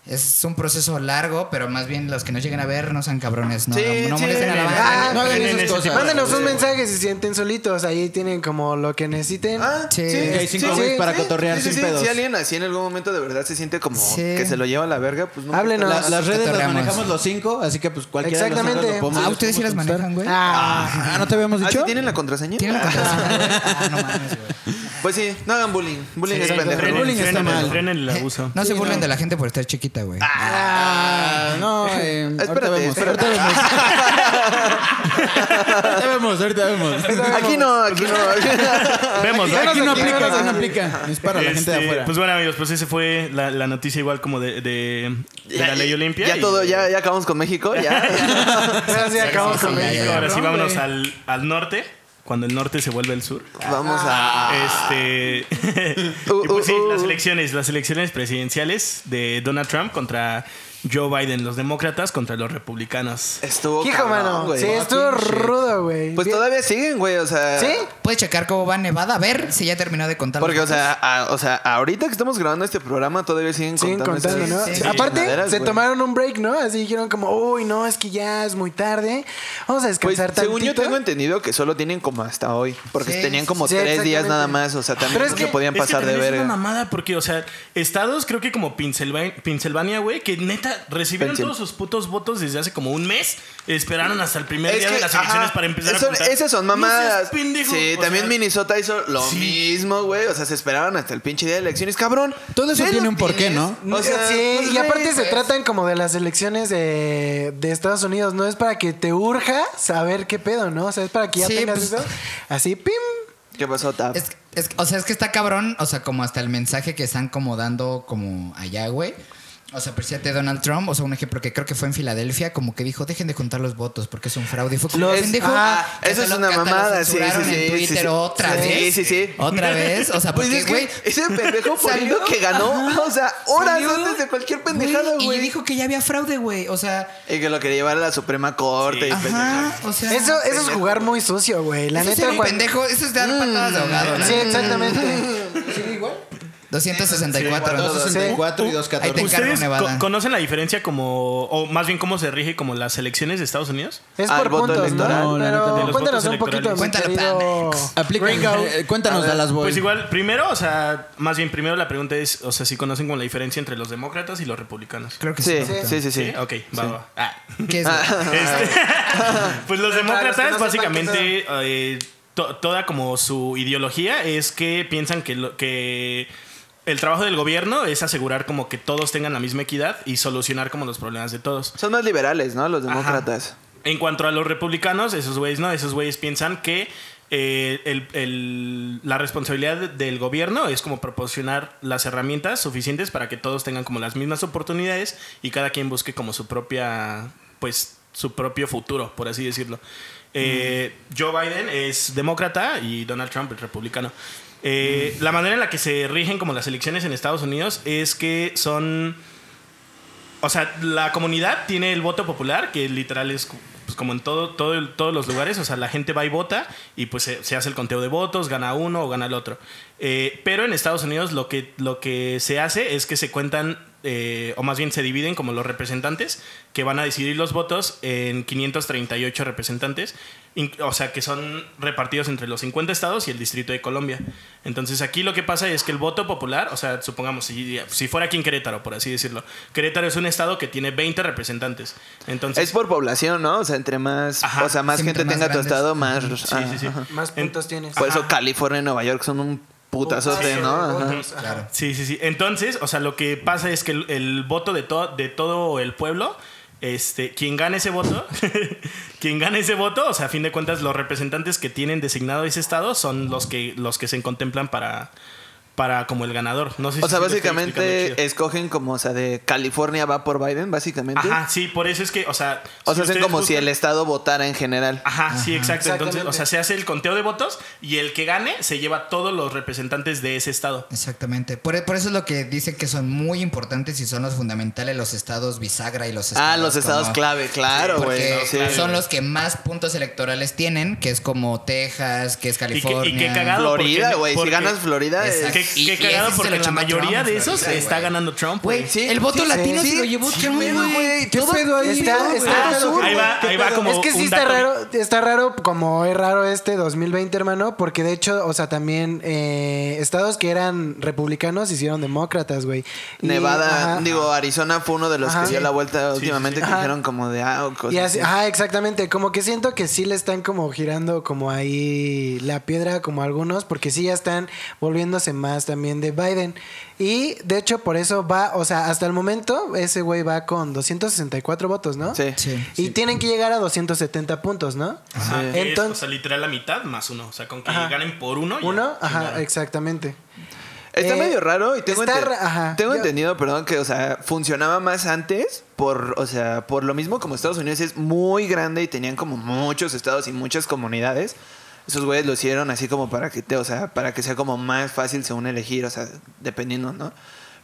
Speaker 4: Es un proceso largo, pero más bien los que no lleguen a ver no sean cabrones, no,
Speaker 2: Sí,
Speaker 4: no
Speaker 2: sí.
Speaker 4: molesten a la banda.
Speaker 5: Ah,
Speaker 3: No hagan
Speaker 1: en
Speaker 3: esas
Speaker 1: ese
Speaker 3: cosas.
Speaker 1: tipo de
Speaker 5: Mándenos un
Speaker 1: cosas,
Speaker 5: mensaje si sienten solitos, ahí tienen como lo que necesiten.
Speaker 2: Ah,
Speaker 4: Sí.
Speaker 3: Que hay cinco
Speaker 5: sí,
Speaker 3: güeyes para
Speaker 2: sí,
Speaker 3: cotorrear
Speaker 2: sí,
Speaker 3: sin
Speaker 2: sí,
Speaker 3: pedos.
Speaker 2: Si alguien así en algún momento de verdad se siente como
Speaker 4: Sí.
Speaker 2: que se lo lleva a la verga, pues no.
Speaker 5: Háblenos.
Speaker 3: La- las redes las
Speaker 4: Cotorreamos.
Speaker 3: manejamos los cinco, así que pues cualquiera de nosotros
Speaker 5: Exactamente.
Speaker 3: lo podemos-
Speaker 4: Ah, ustedes sí las manejan, güey.
Speaker 5: Ah.
Speaker 3: Ah, ¿no te habíamos
Speaker 2: ¿Ah, sí
Speaker 3: dicho?
Speaker 2: tienen la contraseña?
Speaker 4: Tienen la contraseña, güey. Ah, no mames, güey.
Speaker 2: Pues sí, no hagan bullying. Bullying es pendejo.
Speaker 1: Frenen-
Speaker 3: bullying está
Speaker 1: frenen-
Speaker 3: mal.
Speaker 1: frenen el abuso.
Speaker 4: No se
Speaker 3: Sí,
Speaker 4: burlen
Speaker 3: no.
Speaker 4: de la gente por estar chiquita, güey.
Speaker 3: Ah, no, eh, ahorita
Speaker 2: Espérate,
Speaker 3: vemos,
Speaker 2: espérate.
Speaker 3: ahorita vemos. ahorita vemos, ahorita vemos.
Speaker 2: Aquí no, aquí no.
Speaker 1: Vemos, ¿no?
Speaker 3: Aquí no
Speaker 5: aquí,
Speaker 3: aplica,
Speaker 5: menos
Speaker 3: aquí no
Speaker 5: aquí.
Speaker 3: aplica. Es para la gente de
Speaker 1: Este,
Speaker 3: afuera.
Speaker 1: Pues bueno, amigos, pues esa fue la, la noticia igual como de, de, de la ley Olimpia.
Speaker 2: Ya
Speaker 1: y-
Speaker 2: todo, ya, ya acabamos con México. Ya.
Speaker 5: Ahora sí, acabamos
Speaker 4: sí,
Speaker 5: con
Speaker 4: sí, ya,
Speaker 5: México.
Speaker 4: ya, ya.
Speaker 1: Ahora sí,
Speaker 5: No,
Speaker 1: vámonos
Speaker 5: hombre.
Speaker 1: al, al norte, cuando el norte se vuelve el sur.
Speaker 2: Vamos a.
Speaker 5: Ah,
Speaker 1: Este. y pues sí,
Speaker 2: Uh,
Speaker 1: las elecciones, las elecciones presidenciales de Donald Trump contra Joe Biden, los demócratas contra los republicanos.
Speaker 2: Estuvo.
Speaker 5: Hijo,
Speaker 2: cabrón,
Speaker 5: mano.
Speaker 2: güey.
Speaker 5: Sí, estuvo rudo, güey.
Speaker 2: Pues
Speaker 5: Bien-
Speaker 2: todavía siguen, güey. O sea.
Speaker 5: ¿Sí?
Speaker 4: Puedes checar cómo va Nevada, a ver si ya terminó de contar. los
Speaker 2: Porque, o
Speaker 4: votos.
Speaker 2: sea, a- o sea, ahorita que estamos grabando este programa, todavía siguen
Speaker 5: Siguen
Speaker 2: contando.
Speaker 5: contando,
Speaker 2: esas-
Speaker 5: ¿no?
Speaker 2: esas
Speaker 4: sí.
Speaker 5: Aparte,
Speaker 2: chingaderas,
Speaker 5: se
Speaker 2: güey.
Speaker 5: tomaron un break, ¿no? Así dijeron como, uy, no, es que ya es muy tarde. Vamos a
Speaker 2: Pues,
Speaker 5: descansar tantito.
Speaker 2: según yo tengo entendido que solo tienen como hasta hoy. Porque
Speaker 4: Sí,
Speaker 2: tenían como
Speaker 5: sí,
Speaker 2: tres días
Speaker 5: exactamente.
Speaker 2: nada más. O sea, también
Speaker 5: Pero es
Speaker 2: no
Speaker 5: que-
Speaker 2: se podían
Speaker 1: Eh, Es que
Speaker 2: pasar de
Speaker 1: también es una
Speaker 2: verga.
Speaker 1: mamada porque, o sea, estados creo que como Pensilvania, Pensilvania, güey, que neta recibieron
Speaker 2: Pensil-
Speaker 1: todos sus putos votos desde hace como un mes, esperaron hasta el primer día de las
Speaker 2: ajá,
Speaker 1: elecciones para empezar
Speaker 2: eso-
Speaker 1: a contar.
Speaker 2: Esas son
Speaker 1: No seas
Speaker 2: mamadas.
Speaker 1: pendejo,
Speaker 2: sí,
Speaker 1: o
Speaker 2: también
Speaker 1: sea,
Speaker 2: Minnesota hizo lo
Speaker 1: sí.
Speaker 2: mismo, güey. O sea, se esperaron hasta el pinche día de elecciones, cabrón.
Speaker 3: Todo eso
Speaker 2: Sí,
Speaker 3: tiene
Speaker 2: lo
Speaker 3: un porqué,
Speaker 2: tienes.
Speaker 3: ¿no?
Speaker 2: O sea,
Speaker 5: sí,
Speaker 2: pues,
Speaker 5: y aparte
Speaker 2: güey,
Speaker 5: se tratan como de las elecciones de, de Estados Unidos, ¿no? Es para que te urja saber qué pedo, ¿no? O sea, es para que ya
Speaker 4: Sí,
Speaker 5: tengas
Speaker 4: pues-
Speaker 5: eso. Así, pim.
Speaker 2: ¿Qué pasó, Tap?
Speaker 4: Es, es- o sea, es que está cabrón, o sea, como hasta el mensaje que están como dando como allá, güey. O sea, presidente Donald Trump, o sea, un ejemplo que creo que fue en Filadelfia, como que dijo, dejen de contar los votos porque es un fraude. Y fue como,
Speaker 2: Los-
Speaker 4: pendejo,
Speaker 2: ah,
Speaker 4: que
Speaker 2: eso
Speaker 4: te
Speaker 2: es
Speaker 4: lo-
Speaker 2: una
Speaker 4: hasta lo
Speaker 2: mamada, sí, sí,
Speaker 4: censuraron
Speaker 2: sí,
Speaker 4: en
Speaker 2: sí,
Speaker 4: Twitter
Speaker 2: sí.
Speaker 4: otra
Speaker 2: Sí,
Speaker 4: vez.
Speaker 2: sí, sí.
Speaker 4: Otra vez, o sea,
Speaker 2: Pues
Speaker 4: porque,
Speaker 2: es
Speaker 4: güey...
Speaker 2: que ese pendejo poniendo
Speaker 4: salió-
Speaker 2: que ganó, o sea, horas
Speaker 4: salió,
Speaker 2: antes de cualquier pendejada,
Speaker 4: Y
Speaker 2: güey.
Speaker 4: dijo que ya había fraude, güey. O sea,
Speaker 2: Y que lo quería llevar a la Suprema Corte y pendejadas.
Speaker 4: ajá, o sea...
Speaker 5: Eso, eso es jugar muy sucio, güey. La
Speaker 4: eso es
Speaker 5: neta,
Speaker 4: ser
Speaker 5: cuando-
Speaker 4: pendejo, eso es dar patadas de ahogado. ¿no?
Speaker 5: Sí, exactamente.
Speaker 3: ¿Sigue igual?
Speaker 4: 264.
Speaker 3: 264 y
Speaker 4: Ahí te
Speaker 3: 214.
Speaker 4: encargo,
Speaker 1: ¿Ustedes
Speaker 4: Nevada.
Speaker 1: co- conocen la diferencia como, o más bien cómo se rige como las elecciones de Estados Unidos?
Speaker 5: Es
Speaker 2: Al
Speaker 5: por
Speaker 2: voto
Speaker 5: puntos,
Speaker 2: electoral.
Speaker 5: ¿no?
Speaker 3: No, la neta, de
Speaker 5: Pero
Speaker 1: los
Speaker 5: cuéntanos
Speaker 1: votos
Speaker 5: un poquito, mi
Speaker 1: electorales.
Speaker 5: querido...
Speaker 3: Aplica. eh, Cuéntanos, Dallas Boy.
Speaker 1: Pues igual, primero, o sea, más bien primero la pregunta es, o sea, si conocen como la diferencia entre los demócratas y los republicanos.
Speaker 4: Creo que sí.
Speaker 2: Sí, sí, sí, sí.
Speaker 1: Ok, va, va. Ah.
Speaker 4: ¿Qué es? güey?
Speaker 1: Este, pues los
Speaker 5: Para
Speaker 1: demócratas
Speaker 5: los que no sepan qué
Speaker 1: básicamente eh, to- toda como su ideología es que piensan que, lo- que el trabajo del gobierno es asegurar como que todos tengan la misma equidad y solucionar como los problemas de todos.
Speaker 2: Son más liberales, ¿no? Los
Speaker 1: Ajá.
Speaker 2: demócratas.
Speaker 1: En cuanto a los republicanos, esos güeyes no, esos güeyes piensan que eh, el- el- la responsabilidad del gobierno es como proporcionar las herramientas suficientes para que todos tengan como las mismas oportunidades y cada quien busque como su propia, pues su propio futuro, por así decirlo. Eh, Joe Biden es demócrata y Donald Trump es republicano. Eh, La manera en la que se rigen como las elecciones en Estados Unidos es que son... O sea, la comunidad tiene el voto popular, que literal es pues, como en todo, todo el- todos los lugares. O sea, la gente va y vota y pues se, se hace el conteo de votos, gana uno o gana el otro. Eh, pero en Estados Unidos lo que, lo que se hace es que se cuentan, eh, o más bien se dividen como los representantes, que van a decidir los votos en 538 representantes. in- O sea, que son repartidos entre los 50 estados y el Distrito de Colombia. Entonces, aquí lo que pasa es que el voto popular, o sea, supongamos, si, si fuera aquí en Querétaro, por así decirlo, Querétaro es un estado que tiene 20 representantes. Entonces,
Speaker 2: Es por población, ¿no? O sea, entre más,
Speaker 1: Ajá.
Speaker 2: o sea, más
Speaker 4: Sí, entre
Speaker 2: gente
Speaker 4: más
Speaker 2: tenga tu
Speaker 4: grandes.
Speaker 2: estado, más.
Speaker 1: sí, sí, sí.
Speaker 2: ajá.
Speaker 5: Más
Speaker 1: En-
Speaker 5: puntos tienes. Ah,
Speaker 2: Por eso California y Nueva York son un putazote, ¿no? Ajá.
Speaker 4: Claro.
Speaker 1: Sí, sí, sí. Entonces, o sea, lo que pasa es que el, el voto de, to- de todo el pueblo, este, quien gane ese voto, quien gane ese voto, o sea, a fin de cuentas, los representantes que tienen designado ese estado son los que, los que se contemplan para, para como el ganador. No sé
Speaker 2: O sea,
Speaker 1: si lo estoy explicando
Speaker 2: básicamente
Speaker 1: chido.
Speaker 2: escogen como, o sea, de California va por Biden, básicamente.
Speaker 1: Ajá, sí, por eso es que, o sea...
Speaker 2: O
Speaker 1: si
Speaker 2: sea, hacen
Speaker 1: ustedes
Speaker 2: como si
Speaker 1: buscan- Ah,
Speaker 2: el estado votara en general. Ah,
Speaker 1: Ajá, sí, exacto. Entonces,
Speaker 5: Exactamente.
Speaker 1: o sea, se hace el conteo de votos y el que gane se lleva todos los representantes de ese estado.
Speaker 4: Exactamente. Por, por eso es lo que dicen que son muy importantes y son los fundamentales los estados bisagra y los estados.
Speaker 2: Ah, los estados
Speaker 4: como-
Speaker 2: clave, claro, güey.
Speaker 4: Porque
Speaker 2: Sí.
Speaker 4: son los que más puntos electorales tienen, que es como Texas, que es
Speaker 1: qué- y qué
Speaker 4: California.
Speaker 1: cagado.
Speaker 2: Florida,
Speaker 1: porque-
Speaker 2: güey. Si
Speaker 1: porque-
Speaker 2: ganas Florida, es-
Speaker 4: Exacto.
Speaker 1: Qué,
Speaker 4: Y-
Speaker 1: qué
Speaker 4: y
Speaker 1: cagado
Speaker 4: ese se
Speaker 1: porque
Speaker 4: lo
Speaker 1: la
Speaker 4: llama
Speaker 1: mayoría
Speaker 4: Trump,
Speaker 1: de esos
Speaker 4: Florida,
Speaker 1: está
Speaker 4: güey.
Speaker 1: ganando Trump, güey.
Speaker 4: Güey,
Speaker 2: Sí,
Speaker 4: el voto
Speaker 5: sí,
Speaker 4: latino
Speaker 5: sí,
Speaker 4: se lo llevó
Speaker 5: sí,
Speaker 4: Trump,
Speaker 5: güey.
Speaker 4: güey.
Speaker 3: ¿Qué
Speaker 4: Todo-
Speaker 3: pedo ahí?
Speaker 5: Está,
Speaker 3: güey?
Speaker 5: está
Speaker 1: Ah,
Speaker 5: raro,
Speaker 1: ahí
Speaker 5: güey.
Speaker 1: va-
Speaker 5: ¿Qué
Speaker 1: ahí va
Speaker 5: pedo?
Speaker 1: como
Speaker 5: Es que sí
Speaker 1: un
Speaker 5: está
Speaker 1: dato.
Speaker 5: raro, está raro como es raro este 2020, hermano, porque de hecho, o sea, también eh, estados que eran republicanos se hicieron demócratas, güey. Y-
Speaker 2: Nevada,
Speaker 5: ajá.
Speaker 2: digo, Arizona fue uno de los
Speaker 5: Ajá.
Speaker 2: que dio la vuelta
Speaker 1: Sí,
Speaker 2: últimamente
Speaker 5: sí, sí.
Speaker 2: que dijeron como de ah, o cosas
Speaker 5: Y así-
Speaker 2: así.
Speaker 5: ajá, exactamente. Como que siento que sí le están como girando como ahí la piedra, como algunos, porque sí ya están volviéndose más también de Biden. Y de hecho, por eso va, o sea, hasta el momento ese güey va con 264 votos, ¿no?
Speaker 2: Sí.
Speaker 4: Sí.
Speaker 5: Y tienen que llegar a 270 puntos, ¿no?
Speaker 1: Ajá, que es,
Speaker 5: Entonces-
Speaker 1: o sea, literal la mitad más uno. O sea, con que
Speaker 5: Ajá.
Speaker 1: ganen por uno. ya
Speaker 5: ¿Uno? Ajá,
Speaker 1: chingaron.
Speaker 5: exactamente.
Speaker 2: Está
Speaker 5: Eh,
Speaker 2: medio raro y tengo,
Speaker 5: está
Speaker 2: enten-
Speaker 5: ra- ajá.
Speaker 2: tengo
Speaker 5: Yo-
Speaker 2: entendido, perdón, que, o sea, funcionaba más antes por, o sea, por lo mismo como Estados Unidos es muy grande y tenían como muchos estados y muchas comunidades. Esos güeyes lo hicieron así como para que te, o sea, para que sea como más fácil según elegir, o sea, dependiendo, ¿no?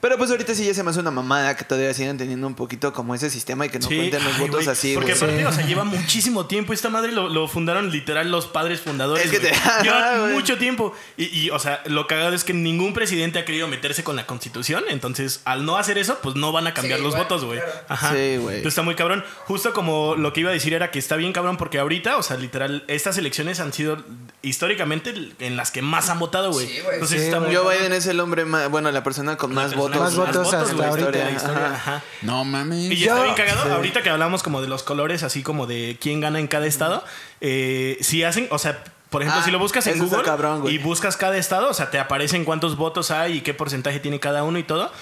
Speaker 2: Pero pues ahorita sí ya se me hace una mamada que todavía sigan teniendo un poquito como ese sistema y que no
Speaker 1: Sí.
Speaker 2: cuenten los
Speaker 1: Ay,
Speaker 2: votos
Speaker 1: güey,
Speaker 2: así,
Speaker 1: Porque
Speaker 2: güey.
Speaker 1: aparte, o sea, lleva muchísimo tiempo. Esta madre lo, lo fundaron literal los padres fundadores.
Speaker 2: Es que
Speaker 1: güey.
Speaker 2: te-
Speaker 1: Lleva
Speaker 2: güey.
Speaker 1: mucho tiempo. Y, y, o sea, lo cagado es que ningún presidente ha querido meterse con la constitución. Entonces, al no hacer eso, pues no van a cambiar
Speaker 4: Sí,
Speaker 1: los
Speaker 4: igual,
Speaker 1: votos, güey.
Speaker 4: claro.
Speaker 1: Ajá.
Speaker 2: Sí, güey.
Speaker 1: Entonces, está muy cabrón. Justo como lo que iba a decir era que está bien cabrón porque ahorita, o sea, literal, estas elecciones han sido históricamente en las que más han votado, güey.
Speaker 4: Sí, güey.
Speaker 1: Entonces,
Speaker 5: Sí,
Speaker 1: está muy
Speaker 2: Joe
Speaker 1: cabrón.
Speaker 2: Biden es el hombre más, bueno, la persona con más votos.
Speaker 5: Más votos hasta
Speaker 2: en la
Speaker 5: ahorita.
Speaker 2: historia. Ajá.
Speaker 1: Ajá.
Speaker 3: No
Speaker 1: Y
Speaker 3: mames.
Speaker 1: está
Speaker 5: Yo-
Speaker 1: bien cagado.
Speaker 5: Sí.
Speaker 1: Ahorita que hablamos como de los colores, así como de quién gana en cada estado, eh, si hacen, o sea, por ejemplo,
Speaker 2: Ah,
Speaker 1: si lo buscas en
Speaker 2: eso está
Speaker 1: Google
Speaker 2: cabrón, güey.
Speaker 1: y buscas cada estado, o sea, te aparecen cuántos votos hay y qué porcentaje tiene cada uno y todo.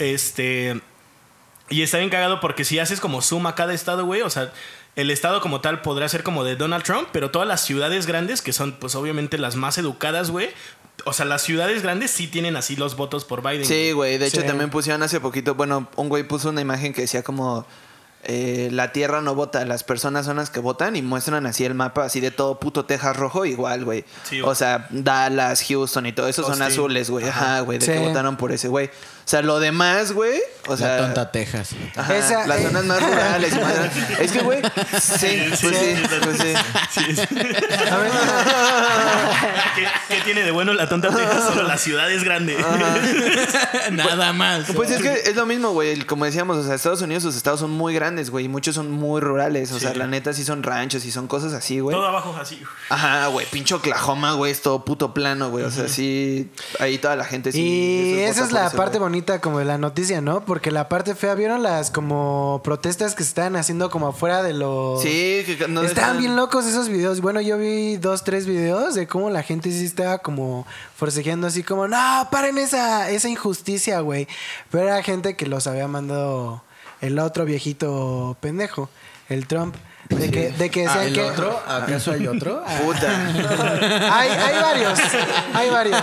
Speaker 1: Este. Y está bien cagado porque si haces como suma cada estado, güey, o sea, el estado como tal podrá ser como de Donald Trump, pero todas las ciudades grandes, que son pues obviamente las más educadas, güey, o sea, las ciudades grandes sí tienen así los votos por Biden.
Speaker 2: Sí, güey. De hecho,
Speaker 5: Sí.
Speaker 2: también pusieron hace poquito. Bueno, un güey puso una imagen que decía como. eh, la tierra no vota, las personas son las que votan y muestran así el mapa, así de todo puto Texas rojo, igual, güey.
Speaker 1: Sí, güey.
Speaker 2: o sea, Dallas, Houston y todo eso son
Speaker 1: Austin.
Speaker 2: azules, güey. Ajá, güey, de
Speaker 5: Sí.
Speaker 2: que votaron por ese güey. O sea, lo demás, güey. O sea,
Speaker 3: La tonta Texas.
Speaker 2: ajá,
Speaker 5: Esa-
Speaker 2: las
Speaker 5: eh.
Speaker 2: zonas más rurales. y más grandes. es que, güey, sí, pues
Speaker 1: Sí, sí,
Speaker 2: sí,
Speaker 1: sí,
Speaker 2: pues sí.
Speaker 1: Sí, sí.
Speaker 5: A ver,
Speaker 1: que, que tiene de bueno la tonta Texas? Solo la ciudad es grande.
Speaker 3: Nada más.
Speaker 2: Pues es que es lo mismo, güey. El- Como decíamos, o sea, Estados Unidos, sus estados son muy grandes, güey. Y muchos son muy rurales. O sea, la neta, sí son ranchos y son cosas así, güey.
Speaker 1: Todo abajo así.
Speaker 2: Ajá, güey. Pincho Oklahoma, güey. Es todo puto plano, güey. O sea, sí. Ahí toda la gente sí.
Speaker 5: Y
Speaker 2: eso vota
Speaker 5: esa es
Speaker 2: por
Speaker 5: la
Speaker 2: eso,
Speaker 5: parte
Speaker 2: güey.
Speaker 5: bonita como de la noticia, ¿no? Porque la parte fea, ¿vieron las como protestas que se estaban haciendo como afuera de los...
Speaker 2: Sí, que no
Speaker 5: Estaban
Speaker 2: dejan-
Speaker 5: bien locos esos videos. Bueno, yo vi dos, tres videos de cómo la gente sí estaba como forcejeando así como, no, paren esa, esa injusticia, güey. Pero era gente que los había mandado el otro viejito pendejo, el Trump. De que, de que
Speaker 3: Ah,
Speaker 5: decían
Speaker 3: ¿El
Speaker 5: que...
Speaker 3: otro? ¿Acaso hay otro? Ah,
Speaker 2: Puta.
Speaker 5: Hay, hay varios, hay varios.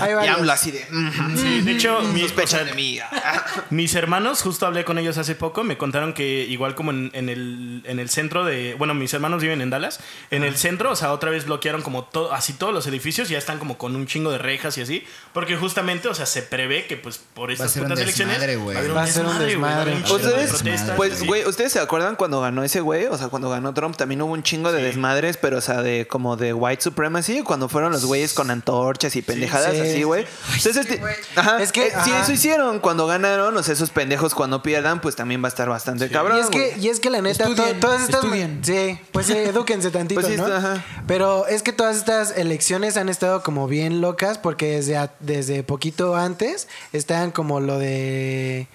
Speaker 5: Hay
Speaker 2: y
Speaker 5: varios.
Speaker 2: hablo así de. mm,
Speaker 1: Sí, de hecho, mi,
Speaker 2: sospecha
Speaker 1: o sea,
Speaker 2: de mí. ah".
Speaker 1: Mis hermanos, justo hablé con ellos hace poco, me contaron que igual como en, en el, en el centro de... Bueno, mis hermanos viven en Dallas. En el centro, o sea, otra vez bloquearon como todo, así todos los edificios, ya están como con un chingo de rejas y así. Porque justamente, o sea, se prevé que pues por estas
Speaker 4: ser un
Speaker 1: putas elecciones...
Speaker 4: desmadre, güey.
Speaker 1: haber
Speaker 5: Va a ser un
Speaker 1: güey, va a haber
Speaker 5: desmadre.
Speaker 1: un chingo de
Speaker 2: Ustedes,
Speaker 1: protestas,
Speaker 2: Pues,
Speaker 1: sí.
Speaker 2: güey, ¿ustedes se acuerdan cuando ganó ese güey? O sea, cuando ganó Trump también hubo un chingo de desmadres, pero, o sea, de como de white supremacy, cuando fueron los güeyes con antorchas y pendejadas
Speaker 5: sí,
Speaker 2: así,
Speaker 5: sí.
Speaker 2: güey. Ustedes
Speaker 4: es que,
Speaker 2: ti-
Speaker 4: güey,
Speaker 2: ajá,
Speaker 5: es que,
Speaker 2: eh, sí,
Speaker 5: ajá.
Speaker 2: eso hicieron. Cuando ganaron, o sea, esos pendejos cuando pierdan, pues también va a estar bastante cabrón.
Speaker 5: Y es que,
Speaker 2: güey.
Speaker 5: y es que la neta, to-
Speaker 3: Estudien,
Speaker 5: todas estas.
Speaker 3: estudien.
Speaker 5: Sí, pues sí, edúquense tantito,
Speaker 2: Pues sí,
Speaker 5: ¿no?
Speaker 2: ajá.
Speaker 5: Pero es que todas estas elecciones han estado como bien locas porque desde, a- desde poquito antes estaban como lo de.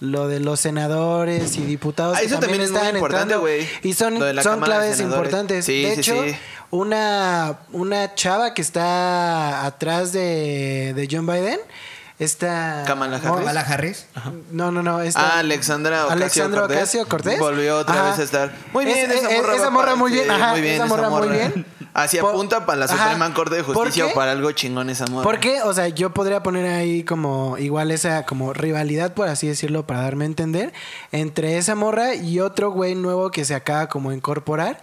Speaker 5: Lo de los senadores y diputados.
Speaker 2: Ah,
Speaker 5: que
Speaker 2: eso también es muy
Speaker 5: estaban
Speaker 2: importante,
Speaker 5: entrando.
Speaker 2: güey.
Speaker 5: Y son,
Speaker 2: Lo de la
Speaker 5: son
Speaker 2: Cámara de
Speaker 5: claves
Speaker 2: Senadores.
Speaker 5: importantes.
Speaker 2: Sí,
Speaker 5: de
Speaker 2: sí,
Speaker 5: hecho,
Speaker 2: sí.
Speaker 5: Una, una chava que está atrás de, de John Biden. Esta.
Speaker 2: Kamala
Speaker 5: Mo-
Speaker 2: Harris.
Speaker 4: Kamala Harris.
Speaker 5: no, no, no. Esta,
Speaker 2: Ah, Alexandra Ocasio
Speaker 5: Alexandra
Speaker 2: Cortés.
Speaker 5: Ocasio Cortés.
Speaker 2: Volvió otra
Speaker 5: Ajá.
Speaker 2: vez a estar. Muy bien,
Speaker 5: Es-
Speaker 2: esa
Speaker 5: es-
Speaker 2: morra. va
Speaker 5: esa morra
Speaker 2: para-
Speaker 5: muy bien.
Speaker 2: sí,
Speaker 5: Ajá,
Speaker 2: muy bien,
Speaker 5: esa morra muy bien.
Speaker 2: Hacia
Speaker 5: Por-
Speaker 2: apunta para la
Speaker 5: Ajá.
Speaker 2: Suprema Corte de
Speaker 5: ¿Por
Speaker 2: Justicia
Speaker 5: qué?
Speaker 2: o para algo chingón esa morra.
Speaker 5: Porque, o sea, yo podría poner ahí como igual esa como rivalidad, por así decirlo, para darme a entender, entre esa morra y otro güey nuevo que se acaba como de incorporar,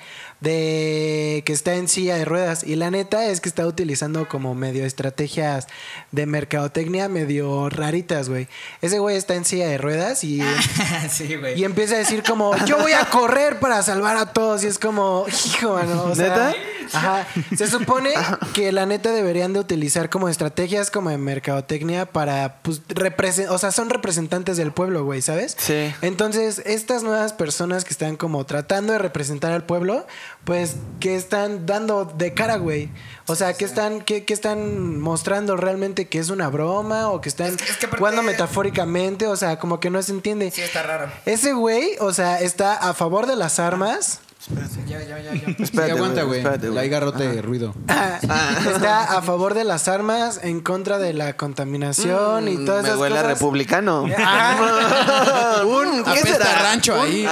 Speaker 5: de que está en silla de ruedas. Y la neta es que está utilizando como medio estrategias de mercadotecnia medio raritas, güey. Ese güey está en silla de ruedas y
Speaker 4: sí,
Speaker 5: y
Speaker 4: güey.
Speaker 5: empieza a decir como, yo voy a correr para salvar a todos. Y es como, hijo, mano. O sea,
Speaker 2: ¿Neta?
Speaker 5: Ajá. Se supone que la neta deberían de utilizar como estrategias como en mercadotecnia para, pues, represen- o sea, son representantes del pueblo, güey, ¿sabes?
Speaker 2: Sí.
Speaker 5: Entonces, estas nuevas personas que están como tratando de representar al pueblo, pues, que están dando de cara, güey. O sea, que están, que, están mostrando realmente que es una broma o que están
Speaker 4: Es que- es que aparte-
Speaker 5: jugando metafóricamente, o sea, como que no se entiende.
Speaker 4: Sí, está raro.
Speaker 5: Ese güey, o sea, está a favor de las armas.
Speaker 4: Ya, ya, ya, ya.
Speaker 3: Sí,
Speaker 2: Espérate,
Speaker 3: aguanta, güey.
Speaker 2: espérate,
Speaker 3: Hay garrote de ruido.
Speaker 2: Ah.
Speaker 5: Está a favor de las armas, en contra de la contaminación y todas
Speaker 2: Mm, Me
Speaker 5: esas
Speaker 2: huele a
Speaker 5: cosas.
Speaker 2: republicano.
Speaker 5: Ah.
Speaker 2: Un- ¿Qué
Speaker 3: Apesta
Speaker 2: será?
Speaker 3: rancho ahí.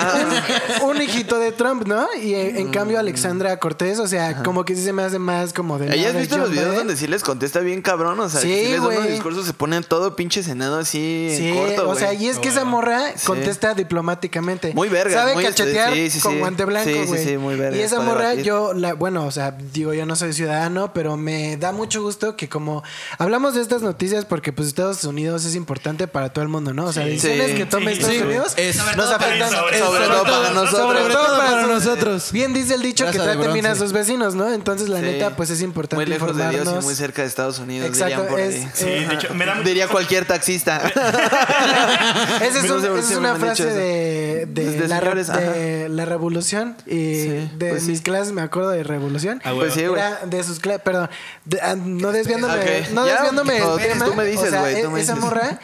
Speaker 5: Un hijito de Trump, ¿no? Y en, en cambio Alexandra Cortés, o sea, como que sí se me hace más como de...
Speaker 2: ¿Hayas
Speaker 5: lado de
Speaker 2: visto los
Speaker 5: John
Speaker 2: videos
Speaker 5: Biden.
Speaker 2: donde sí les contesta bien cabrón? O sea,
Speaker 5: Sí,
Speaker 2: que sí les da unos
Speaker 5: güey.
Speaker 2: discursos, se pone todo pinche senado así
Speaker 5: Sí,
Speaker 2: en corto,
Speaker 5: o sea,
Speaker 2: güey.
Speaker 5: y es que esa morra contesta diplomáticamente.
Speaker 2: Muy verga,
Speaker 5: Sabe
Speaker 2: muy este-
Speaker 5: cachetear
Speaker 2: sí, sí,
Speaker 5: con
Speaker 2: sí.
Speaker 5: guante blanco,
Speaker 2: Sí, sí,
Speaker 5: güey.
Speaker 2: sí, muy verga,
Speaker 5: Y esa
Speaker 2: para
Speaker 5: morra,
Speaker 2: debatir.
Speaker 5: yo, la, bueno, o sea, digo, yo no soy ciudadano, pero me da mucho gusto que como hablamos de estas noticias porque pues Estados Unidos es importante para todo el mundo, ¿no? O sea,
Speaker 1: Sí.
Speaker 5: decisiones
Speaker 2: Sí.
Speaker 5: que tome
Speaker 1: Sí.
Speaker 5: Estados
Speaker 1: Sí.
Speaker 5: Unidos
Speaker 3: Es- Sobre
Speaker 5: nos
Speaker 4: todo para-
Speaker 5: afectan.
Speaker 1: sobre
Speaker 5: es-
Speaker 1: todo
Speaker 2: para nosotros.
Speaker 5: Sobre todo para nosotros.
Speaker 3: nosotros.
Speaker 5: Bien dice el dicho
Speaker 3: Raza
Speaker 5: que
Speaker 3: de
Speaker 5: traten bien a
Speaker 3: bronce.
Speaker 5: sus vecinos, ¿no? Entonces la
Speaker 2: Sí.
Speaker 5: neta pues es importante
Speaker 2: Muy lejos de Dios y
Speaker 5: informarnos.
Speaker 2: muy cerca de Estados Unidos,
Speaker 5: Exacto,
Speaker 2: dirían por
Speaker 5: es-
Speaker 2: ahí.
Speaker 1: Sí, de hecho, me da mucho
Speaker 2: eh, Diría cualquier taxista.
Speaker 5: Esa es,
Speaker 2: Menos
Speaker 5: un-
Speaker 2: de
Speaker 5: esa
Speaker 2: Brasil
Speaker 5: es una
Speaker 2: me han dicho
Speaker 5: frase
Speaker 2: eso.
Speaker 5: de, de
Speaker 2: Desde
Speaker 5: la,
Speaker 2: señores,
Speaker 5: de la revolución. Y
Speaker 2: Sí,
Speaker 5: de
Speaker 2: pues
Speaker 5: mis
Speaker 2: sí.
Speaker 5: clases me acuerdo de revolución.
Speaker 1: Ah,
Speaker 2: pues sí, güey.
Speaker 5: Era de sus clases, perdón. de- ah, no desviándome.
Speaker 2: Ok,
Speaker 5: No
Speaker 2: ya,
Speaker 5: desviándome. del
Speaker 2: tú-
Speaker 5: tema,
Speaker 2: tú me dices,
Speaker 5: o sea,
Speaker 2: güey, tú
Speaker 5: e-
Speaker 2: me
Speaker 5: Esa
Speaker 2: dices.
Speaker 5: morra.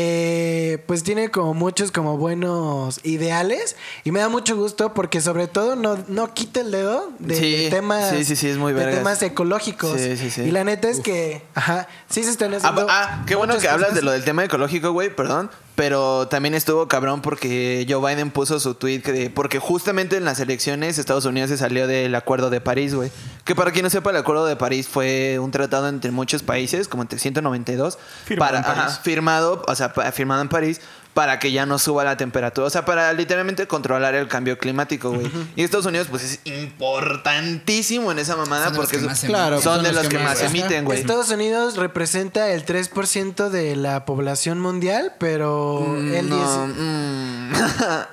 Speaker 5: eh, pues tiene como muchos como buenos ideales y me da mucho gusto porque sobre todo no, no quita el dedo de
Speaker 2: Sí,
Speaker 5: temas
Speaker 2: sí, sí, sí, es muy
Speaker 5: de
Speaker 2: vergas.
Speaker 5: temas ecológicos
Speaker 2: Sí, sí, sí.
Speaker 5: y la neta es que ajá sí se están
Speaker 2: Ah,
Speaker 5: haciendo
Speaker 2: ah, qué bueno
Speaker 5: muchas
Speaker 2: que hablas de
Speaker 5: cosas.
Speaker 2: lo del tema ecológico, güey, perdón. Pero también estuvo cabrón porque Joe Biden puso su tweet que de- porque justamente en las elecciones Estados Unidos se salió del Acuerdo de París, güey. Que para quien no sepa, el Acuerdo de París fue un tratado entre muchos países, como entre 192,
Speaker 1: Firmado
Speaker 2: para,
Speaker 1: en París.
Speaker 2: ajá, firmado, o sea, pa- firmado en París para que ya no suba la temperatura. O sea, para literalmente controlar el cambio climático, güey. Y Estados Unidos, pues es importantísimo en esa mamada
Speaker 4: Son de los
Speaker 2: porque
Speaker 4: que más
Speaker 2: son,
Speaker 4: emiten.
Speaker 3: Claro,
Speaker 2: son de los que más
Speaker 3: ajá.
Speaker 2: emiten, güey.
Speaker 5: Estados Unidos representa el 3% de la población mundial, pero el 10...
Speaker 2: No, mm.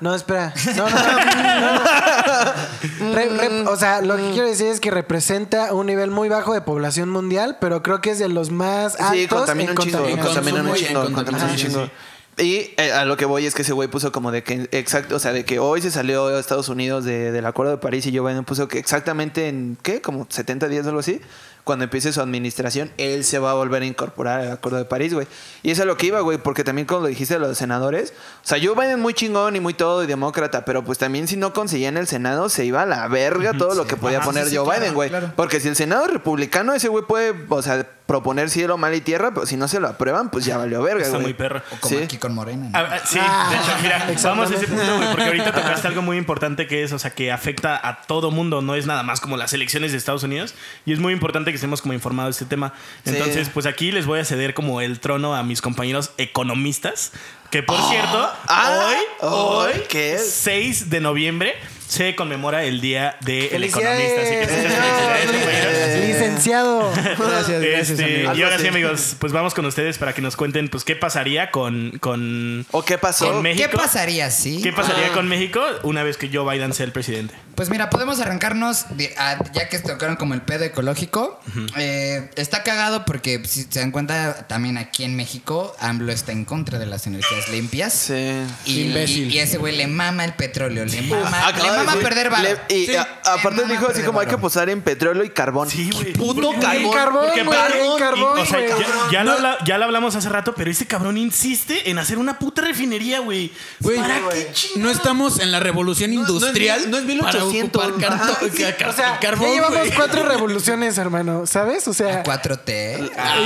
Speaker 5: No, espera. No, no, no, no. Re- re- o sea,
Speaker 2: Mm.
Speaker 5: lo que quiero decir es que representa un nivel muy bajo de población mundial, pero creo que es de los más altos
Speaker 2: Sí, contamina
Speaker 5: Ah, en
Speaker 2: un chingo,
Speaker 5: contaminación.
Speaker 2: contamina un
Speaker 3: Consumo y en
Speaker 2: chingo, contamina un
Speaker 3: contaminación,
Speaker 2: chingo. Y eh, a lo que voy es que ese güey puso como de que exacto, o sea, de que hoy se salió a Estados Unidos de- del Acuerdo de París y Joe Biden puso que exactamente en qué, como 70 días o algo así, cuando empiece su administración, él se va a volver a incorporar al Acuerdo de París, güey. Y eso es lo que iba, güey, porque también como lo dijiste de los senadores, o sea, Joe Biden muy chingón y muy todo y demócrata, pero pues también si no conseguía en el Senado se iba a la verga todo lo que podía
Speaker 4: Ah, sí,
Speaker 2: poner
Speaker 4: sí,
Speaker 2: Joe
Speaker 4: claro,
Speaker 2: Biden, güey.
Speaker 4: claro.
Speaker 2: Porque si el Senado es republicano, ese güey puede, o sea, proponer cielo, mal y tierra, pero si no se lo aprueban, pues ya valió verga,
Speaker 1: Está
Speaker 2: güey.
Speaker 1: muy perro.
Speaker 4: O como
Speaker 2: Sí.
Speaker 4: aquí con Morena. ¿no?
Speaker 1: Ah, ah, sí, de hecho, mira, vamos a ese punto, güey, porque ahorita tocaste algo muy importante que es, o sea, que afecta a todo mundo, no es nada más como las elecciones de Estados Unidos, y es muy importante que estemos como informados de este tema. Entonces,
Speaker 2: Sí.
Speaker 1: pues aquí les voy a ceder como el trono a mis compañeros economistas, que por cierto,
Speaker 2: Ah,
Speaker 1: hoy,
Speaker 2: hoy,
Speaker 1: hoy,
Speaker 2: ¿qué es?
Speaker 1: 6 de noviembre, se conmemora el Día del
Speaker 5: ¡Felicidades!
Speaker 1: Economista. Así que muchas felicidades, compañeros.
Speaker 5: Señor Licenciado.
Speaker 3: Gracias, gracias,
Speaker 1: Este,
Speaker 3: amigo.
Speaker 1: y ahora sí,
Speaker 2: así.
Speaker 1: amigos, pues vamos con ustedes para que nos cuenten, pues, qué pasaría con, con
Speaker 2: ¿O qué pasó?
Speaker 1: Con México.
Speaker 4: ¿Qué pasaría si?
Speaker 1: ¿Qué pasaría con México una vez que Joe Biden sea el presidente?
Speaker 4: Pues mira, podemos arrancarnos, de- a- ya que tocaron como el pedo ecológico. Eh, está cagado porque si se dan cuenta, también aquí en México, AMLO está en contra de las energías limpias.
Speaker 2: Sí.
Speaker 4: Y,
Speaker 3: Imbécil.
Speaker 4: y- y ese güey le mama el petróleo, le mama,
Speaker 2: Acaba
Speaker 4: le
Speaker 2: de
Speaker 4: mama
Speaker 2: decir-
Speaker 4: perder varo.
Speaker 2: le- Y
Speaker 4: Sí,
Speaker 2: a-
Speaker 4: le
Speaker 2: aparte
Speaker 4: mama
Speaker 2: dijo así
Speaker 4: perder
Speaker 2: como hay que
Speaker 4: varo.
Speaker 2: apostar en petróleo y carbón.
Speaker 1: güey.
Speaker 2: Puto
Speaker 5: En
Speaker 2: carbón.
Speaker 5: carbón,
Speaker 1: Porque
Speaker 5: güey,
Speaker 1: aparte-
Speaker 5: en carbón,
Speaker 1: y- o sea,
Speaker 5: güey.
Speaker 1: ya, ya lo habla- ya lo hablamos hace rato, pero este cabrón insiste en hacer una puta refinería, güey.
Speaker 3: Güey,
Speaker 1: ¿Para qué
Speaker 3: no estamos en la revolución industrial.
Speaker 2: no es mil- no es
Speaker 3: para
Speaker 2: 1800,
Speaker 3: ocupar cartón-
Speaker 2: ajá, sí.
Speaker 3: ca- ca-
Speaker 5: O sea,
Speaker 3: carbón,
Speaker 5: ya llevamos
Speaker 3: güey.
Speaker 5: cuatro revoluciones, hermano, ¿sabes? O sea,
Speaker 4: 4T.
Speaker 5: y, ay,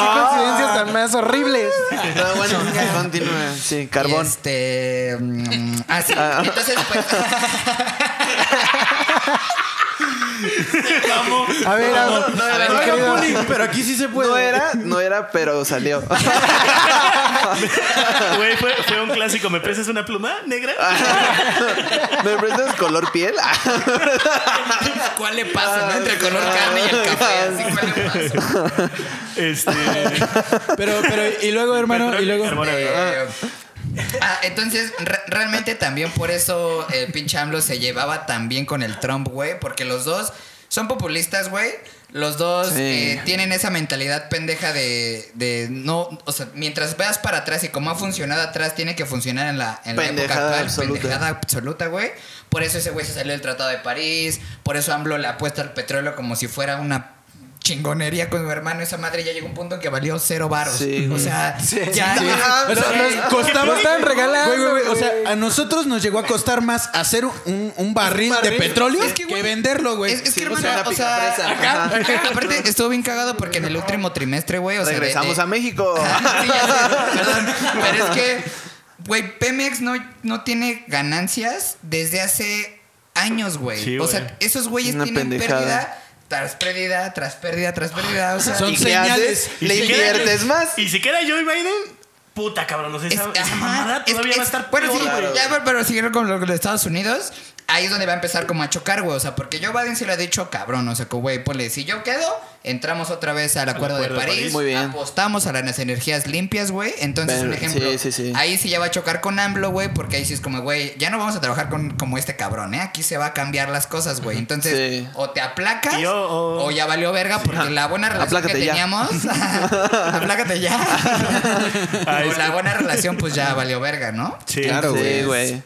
Speaker 5: qué coincidencias tan más horribles.
Speaker 2: Ah, bueno, continúa. Sí, carbón.
Speaker 4: Y este. mm, ah, sí. Entonces, pues.
Speaker 5: A ver, a ver,
Speaker 2: no, no,
Speaker 5: mi
Speaker 2: no,
Speaker 5: querido-
Speaker 3: Oigan, bullying, pero aquí sí se puede.
Speaker 2: No era, no era, pero salió.
Speaker 1: Güey, fue, fue un clásico. ¿Me prestas una pluma negra?
Speaker 2: Ah. ¿Me prestas color piel? Ah,
Speaker 4: ¿Cuál le pasa, no? Entre el color carne y el café. Así, ¿cuál le pasa?
Speaker 1: Este.
Speaker 3: Pero, pero, y luego, hermano, y luego.
Speaker 1: Hermano, amigo.
Speaker 4: Eh, ah, entonces, re- realmente también por eso el pinche AMLO se llevaba tan bien con el Trump, güey, porque los dos son populistas, güey. Los dos
Speaker 2: Sí.
Speaker 4: eh, tienen esa mentalidad pendeja de, de no, o sea, mientras veas para atrás y cómo ha funcionado atrás, tiene que funcionar en la, en la época
Speaker 2: Pendejada
Speaker 4: actual.
Speaker 2: absoluta.
Speaker 4: Pendejada absoluta, güey. Por eso ese güey se salió del Tratado de París, por eso AMLO le apuesta al petróleo como si fuera una chingonería con su hermano. Esa madre ya llegó a un punto en que valió cero varos.
Speaker 2: Sí,
Speaker 4: o
Speaker 2: güey.
Speaker 4: sea, ya...
Speaker 2: Ajá,
Speaker 3: O sea,
Speaker 2: sí.
Speaker 4: Ah,
Speaker 3: nos costaba-
Speaker 5: estaban regalando,
Speaker 3: Güey, güey, güey, O sea,
Speaker 5: güey.
Speaker 3: a nosotros nos llegó a costar más hacer un, un barril de petróleo que, venderlo, güey.
Speaker 4: Es, es
Speaker 2: Sí,
Speaker 4: que,
Speaker 2: pues,
Speaker 4: hermano,
Speaker 2: una
Speaker 4: o sea,
Speaker 2: picapresa.
Speaker 4: acá-
Speaker 2: Ajá.
Speaker 4: acá- aparte estuvo bien cagado porque en el último trimestre, güey, o sea, de-
Speaker 2: Regresamos
Speaker 4: de-
Speaker 2: a México.
Speaker 4: Sí, ya sé, perdón, pero es que, güey, Pemex no, no tiene ganancias desde hace años, güey.
Speaker 1: Sí,
Speaker 4: o
Speaker 1: güey.
Speaker 4: sea, esos güeyes
Speaker 2: Una
Speaker 4: tienen
Speaker 2: pendejada.
Speaker 4: pérdida tras pérdida, tras pérdida, tras pérdida. O sea,
Speaker 3: Son
Speaker 2: ¿Y qué
Speaker 3: señales.
Speaker 2: haces?
Speaker 1: Y
Speaker 2: Le
Speaker 1: si queda-
Speaker 2: inviertes más.
Speaker 1: Y si queda Joe Biden, puta cabrón, no sé,
Speaker 4: Es-
Speaker 1: esa, esa
Speaker 4: ajá,
Speaker 1: mamada
Speaker 4: es-
Speaker 1: todavía va a
Speaker 4: es-
Speaker 1: estar
Speaker 4: Bueno, sí,
Speaker 1: peor, güey.
Speaker 4: ya, pero, pero siguieron con lo de Estados Unidos. Ahí es donde va a empezar como a chocar, güey. O sea, porque Joe Biden se lo ha dicho, cabrón. O sea, que, güey, ponle, si yo quedo, entramos otra vez al Acuerdo, de París.
Speaker 2: Muy bien.
Speaker 4: Apostamos a las energías limpias, güey. Entonces,
Speaker 2: Pero-
Speaker 4: un ejemplo.
Speaker 2: sí, sí, sí.
Speaker 4: Ahí sí ya va a chocar con AMLO, güey, porque ahí sí es como, güey, ya no vamos a trabajar con como este cabrón, ¿eh? Aquí se va a cambiar las cosas, güey. Entonces,
Speaker 2: Sí.
Speaker 4: o te aplacas,
Speaker 1: Y yo, o-
Speaker 4: o ya valió verga, porque la buena relación
Speaker 2: Aplácate
Speaker 4: que
Speaker 2: ya.
Speaker 4: teníamos. aplácate ya.
Speaker 1: Ah,
Speaker 4: o
Speaker 1: es
Speaker 4: la
Speaker 1: que-
Speaker 4: buena relación, pues ya valió verga, ¿no?
Speaker 1: Sí.
Speaker 3: Claro,
Speaker 2: Sí,
Speaker 3: güey.
Speaker 2: güey.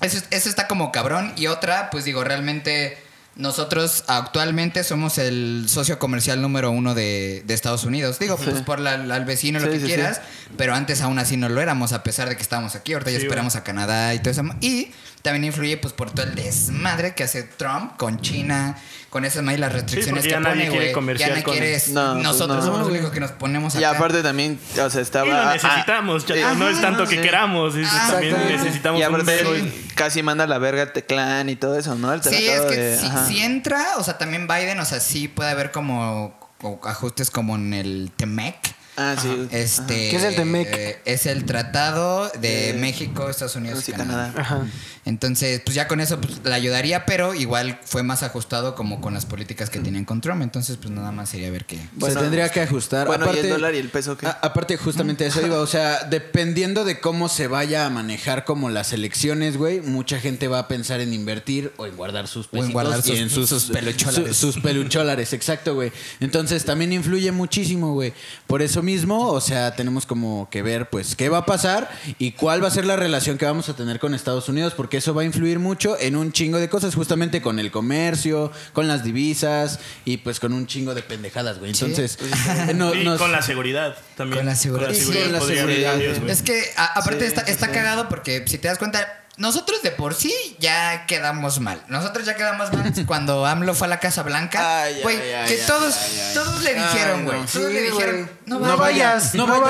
Speaker 4: Eso, eso está como cabrón. Y otra, pues digo, realmente nosotros actualmente somos el socio comercial número uno de, de Estados Unidos. Digo, pues por la- la- al vecino, lo
Speaker 2: Sí,
Speaker 4: que
Speaker 2: sí,
Speaker 4: quieras. Pero antes aún así no lo éramos, a pesar de que estábamos aquí. Ahorita ya
Speaker 1: Sí,
Speaker 4: esperamos a Canadá y todo eso. Y también influye, pues, por todo el desmadre que hace Trump con China, con esas ma- y las restricciones
Speaker 1: porque
Speaker 4: que
Speaker 1: ya nadie
Speaker 4: pone,
Speaker 1: quiere
Speaker 4: güey.
Speaker 1: comerciar
Speaker 4: Ya nadie
Speaker 1: con
Speaker 4: quiere.
Speaker 1: él.
Speaker 4: es-
Speaker 2: No, pues,
Speaker 4: nosotros
Speaker 2: no.
Speaker 4: somos los únicos que nos ponemos
Speaker 2: Y
Speaker 4: acá.
Speaker 2: aparte también, o sea, estaba...
Speaker 1: Y lo
Speaker 2: ah,
Speaker 1: necesitamos, ya-
Speaker 2: ah,
Speaker 1: no es tanto que
Speaker 2: sí.
Speaker 1: queramos, es-
Speaker 4: Ah,
Speaker 1: también
Speaker 5: exactamente.
Speaker 1: necesitamos
Speaker 2: Y
Speaker 1: un
Speaker 2: aparte
Speaker 1: vergo.
Speaker 2: él casi manda la verga a Teclán y todo eso, ¿no? El
Speaker 4: Sí, es
Speaker 2: tratado
Speaker 4: que
Speaker 2: de-
Speaker 4: si,
Speaker 2: ajá.
Speaker 4: si entra, o sea, también Biden, o sea, sí puede haber como o- ajustes como en el Temec.
Speaker 2: Ah, sí.
Speaker 4: Este,
Speaker 5: ¿Qué es el E Temec?
Speaker 4: eh, es el tratado de México, Estados Unidos
Speaker 2: Sí,
Speaker 4: y Canadá.
Speaker 2: Canadá.
Speaker 5: Ajá.
Speaker 4: Entonces, pues ya con eso pues, la ayudaría, pero igual fue más ajustado como con las políticas que tenían con Trump. Entonces, pues nada más sería ver qué.
Speaker 2: Bueno,
Speaker 3: se tendría que ajustar.
Speaker 2: bueno, ¿y el dólar y el peso qué?
Speaker 3: a- aparte, justamente eso iba. O sea, dependiendo de cómo se vaya a manejar como las elecciones, güey, mucha gente va a pensar en invertir o en guardar sus
Speaker 4: O en
Speaker 3: pesitos
Speaker 4: guardar
Speaker 3: y
Speaker 4: sus-
Speaker 3: en
Speaker 4: sus pelucholares.
Speaker 3: su- sus pelucholares, exacto, güey. Entonces, también influye muchísimo, güey. Por eso mismo, o sea, tenemos como que ver, pues, qué va a pasar y cuál va a ser la relación que vamos a tener con Estados Unidos, porque eso va a influir mucho en un chingo de cosas, justamente con el comercio, con las divisas y, pues, con un chingo de pendejadas, güey.
Speaker 4: Sí.
Speaker 3: Entonces, no-
Speaker 1: y
Speaker 3: nos-
Speaker 1: con la seguridad también.
Speaker 4: Con la seguridad.
Speaker 1: Con la
Speaker 4: Y
Speaker 1: seguridad.
Speaker 3: con la
Speaker 1: podría haber
Speaker 3: seguridad.
Speaker 1: cambios, güey.
Speaker 4: Es que a- aparte está, está cagado porque si te das cuenta, nosotros de por sí ya quedamos mal. Nosotros ya quedamos mal cuando AMLO fue a la Casa Blanca.
Speaker 3: Ay,
Speaker 4: Güey,
Speaker 3: ay, ay,
Speaker 4: que
Speaker 3: ay,
Speaker 4: todos,
Speaker 3: ay, ay.
Speaker 4: todos le
Speaker 3: Ay,
Speaker 4: dijeron,
Speaker 3: no.
Speaker 4: güey. Todos
Speaker 5: Sí,
Speaker 4: le dijeron,
Speaker 5: güey.
Speaker 4: no,
Speaker 5: No vayas, no vayas,
Speaker 4: no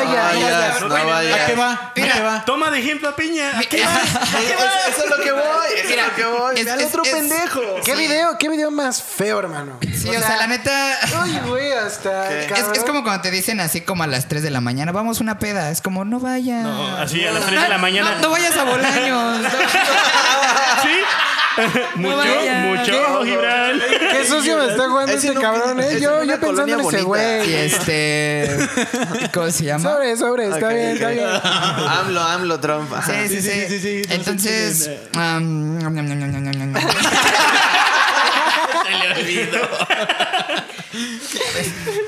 Speaker 4: vayas.
Speaker 1: no vayas.
Speaker 3: ¿A qué va?
Speaker 4: Mira,
Speaker 3: ¿A qué va?
Speaker 1: Toma de ejemplo a Piña.
Speaker 4: Mi-
Speaker 2: Eso eso es lo que voy. Eso
Speaker 4: Mira,
Speaker 2: es lo que voy.
Speaker 4: es-
Speaker 2: Ve al
Speaker 4: es-
Speaker 2: otro
Speaker 4: es-
Speaker 2: pendejo.
Speaker 5: ¿Qué video? ¿Qué video más feo, hermano?
Speaker 4: Sí, o sea, la neta.
Speaker 5: Ay, güey, hasta.
Speaker 2: Es- es
Speaker 4: Es,
Speaker 5: cabrón.
Speaker 4: es como cuando te dicen así como a las 3 de la mañana, vamos a una peda. Es como, no vayas.
Speaker 1: No, así a las 3 de la
Speaker 4: No,
Speaker 1: mañana.
Speaker 4: No, no vayas a Bolaños.
Speaker 1: ¿Sí? mucho,
Speaker 4: vaya.
Speaker 1: mucho, Gibran.
Speaker 5: Qué sucio me está jugando
Speaker 2: Ese
Speaker 5: este
Speaker 2: no-
Speaker 5: cabrón,
Speaker 2: ese
Speaker 5: ¿eh?
Speaker 2: no
Speaker 5: Yo,
Speaker 2: es
Speaker 5: yo
Speaker 2: una
Speaker 5: pensando en
Speaker 2: colonia
Speaker 5: ese
Speaker 2: bonita.
Speaker 4: y
Speaker 5: güey.
Speaker 4: este. ¿Cómo se llama?
Speaker 5: Sobre, sobre, está
Speaker 2: Ok,
Speaker 5: bien,
Speaker 2: ok.
Speaker 5: está bien.
Speaker 2: AMLO, AMLO, Trump. Ajá.
Speaker 4: Sí, sí, sí.
Speaker 3: sí, sí, sí, no
Speaker 4: Entonces.
Speaker 3: se
Speaker 4: am, nom, nom, nom, nom, nom, nom.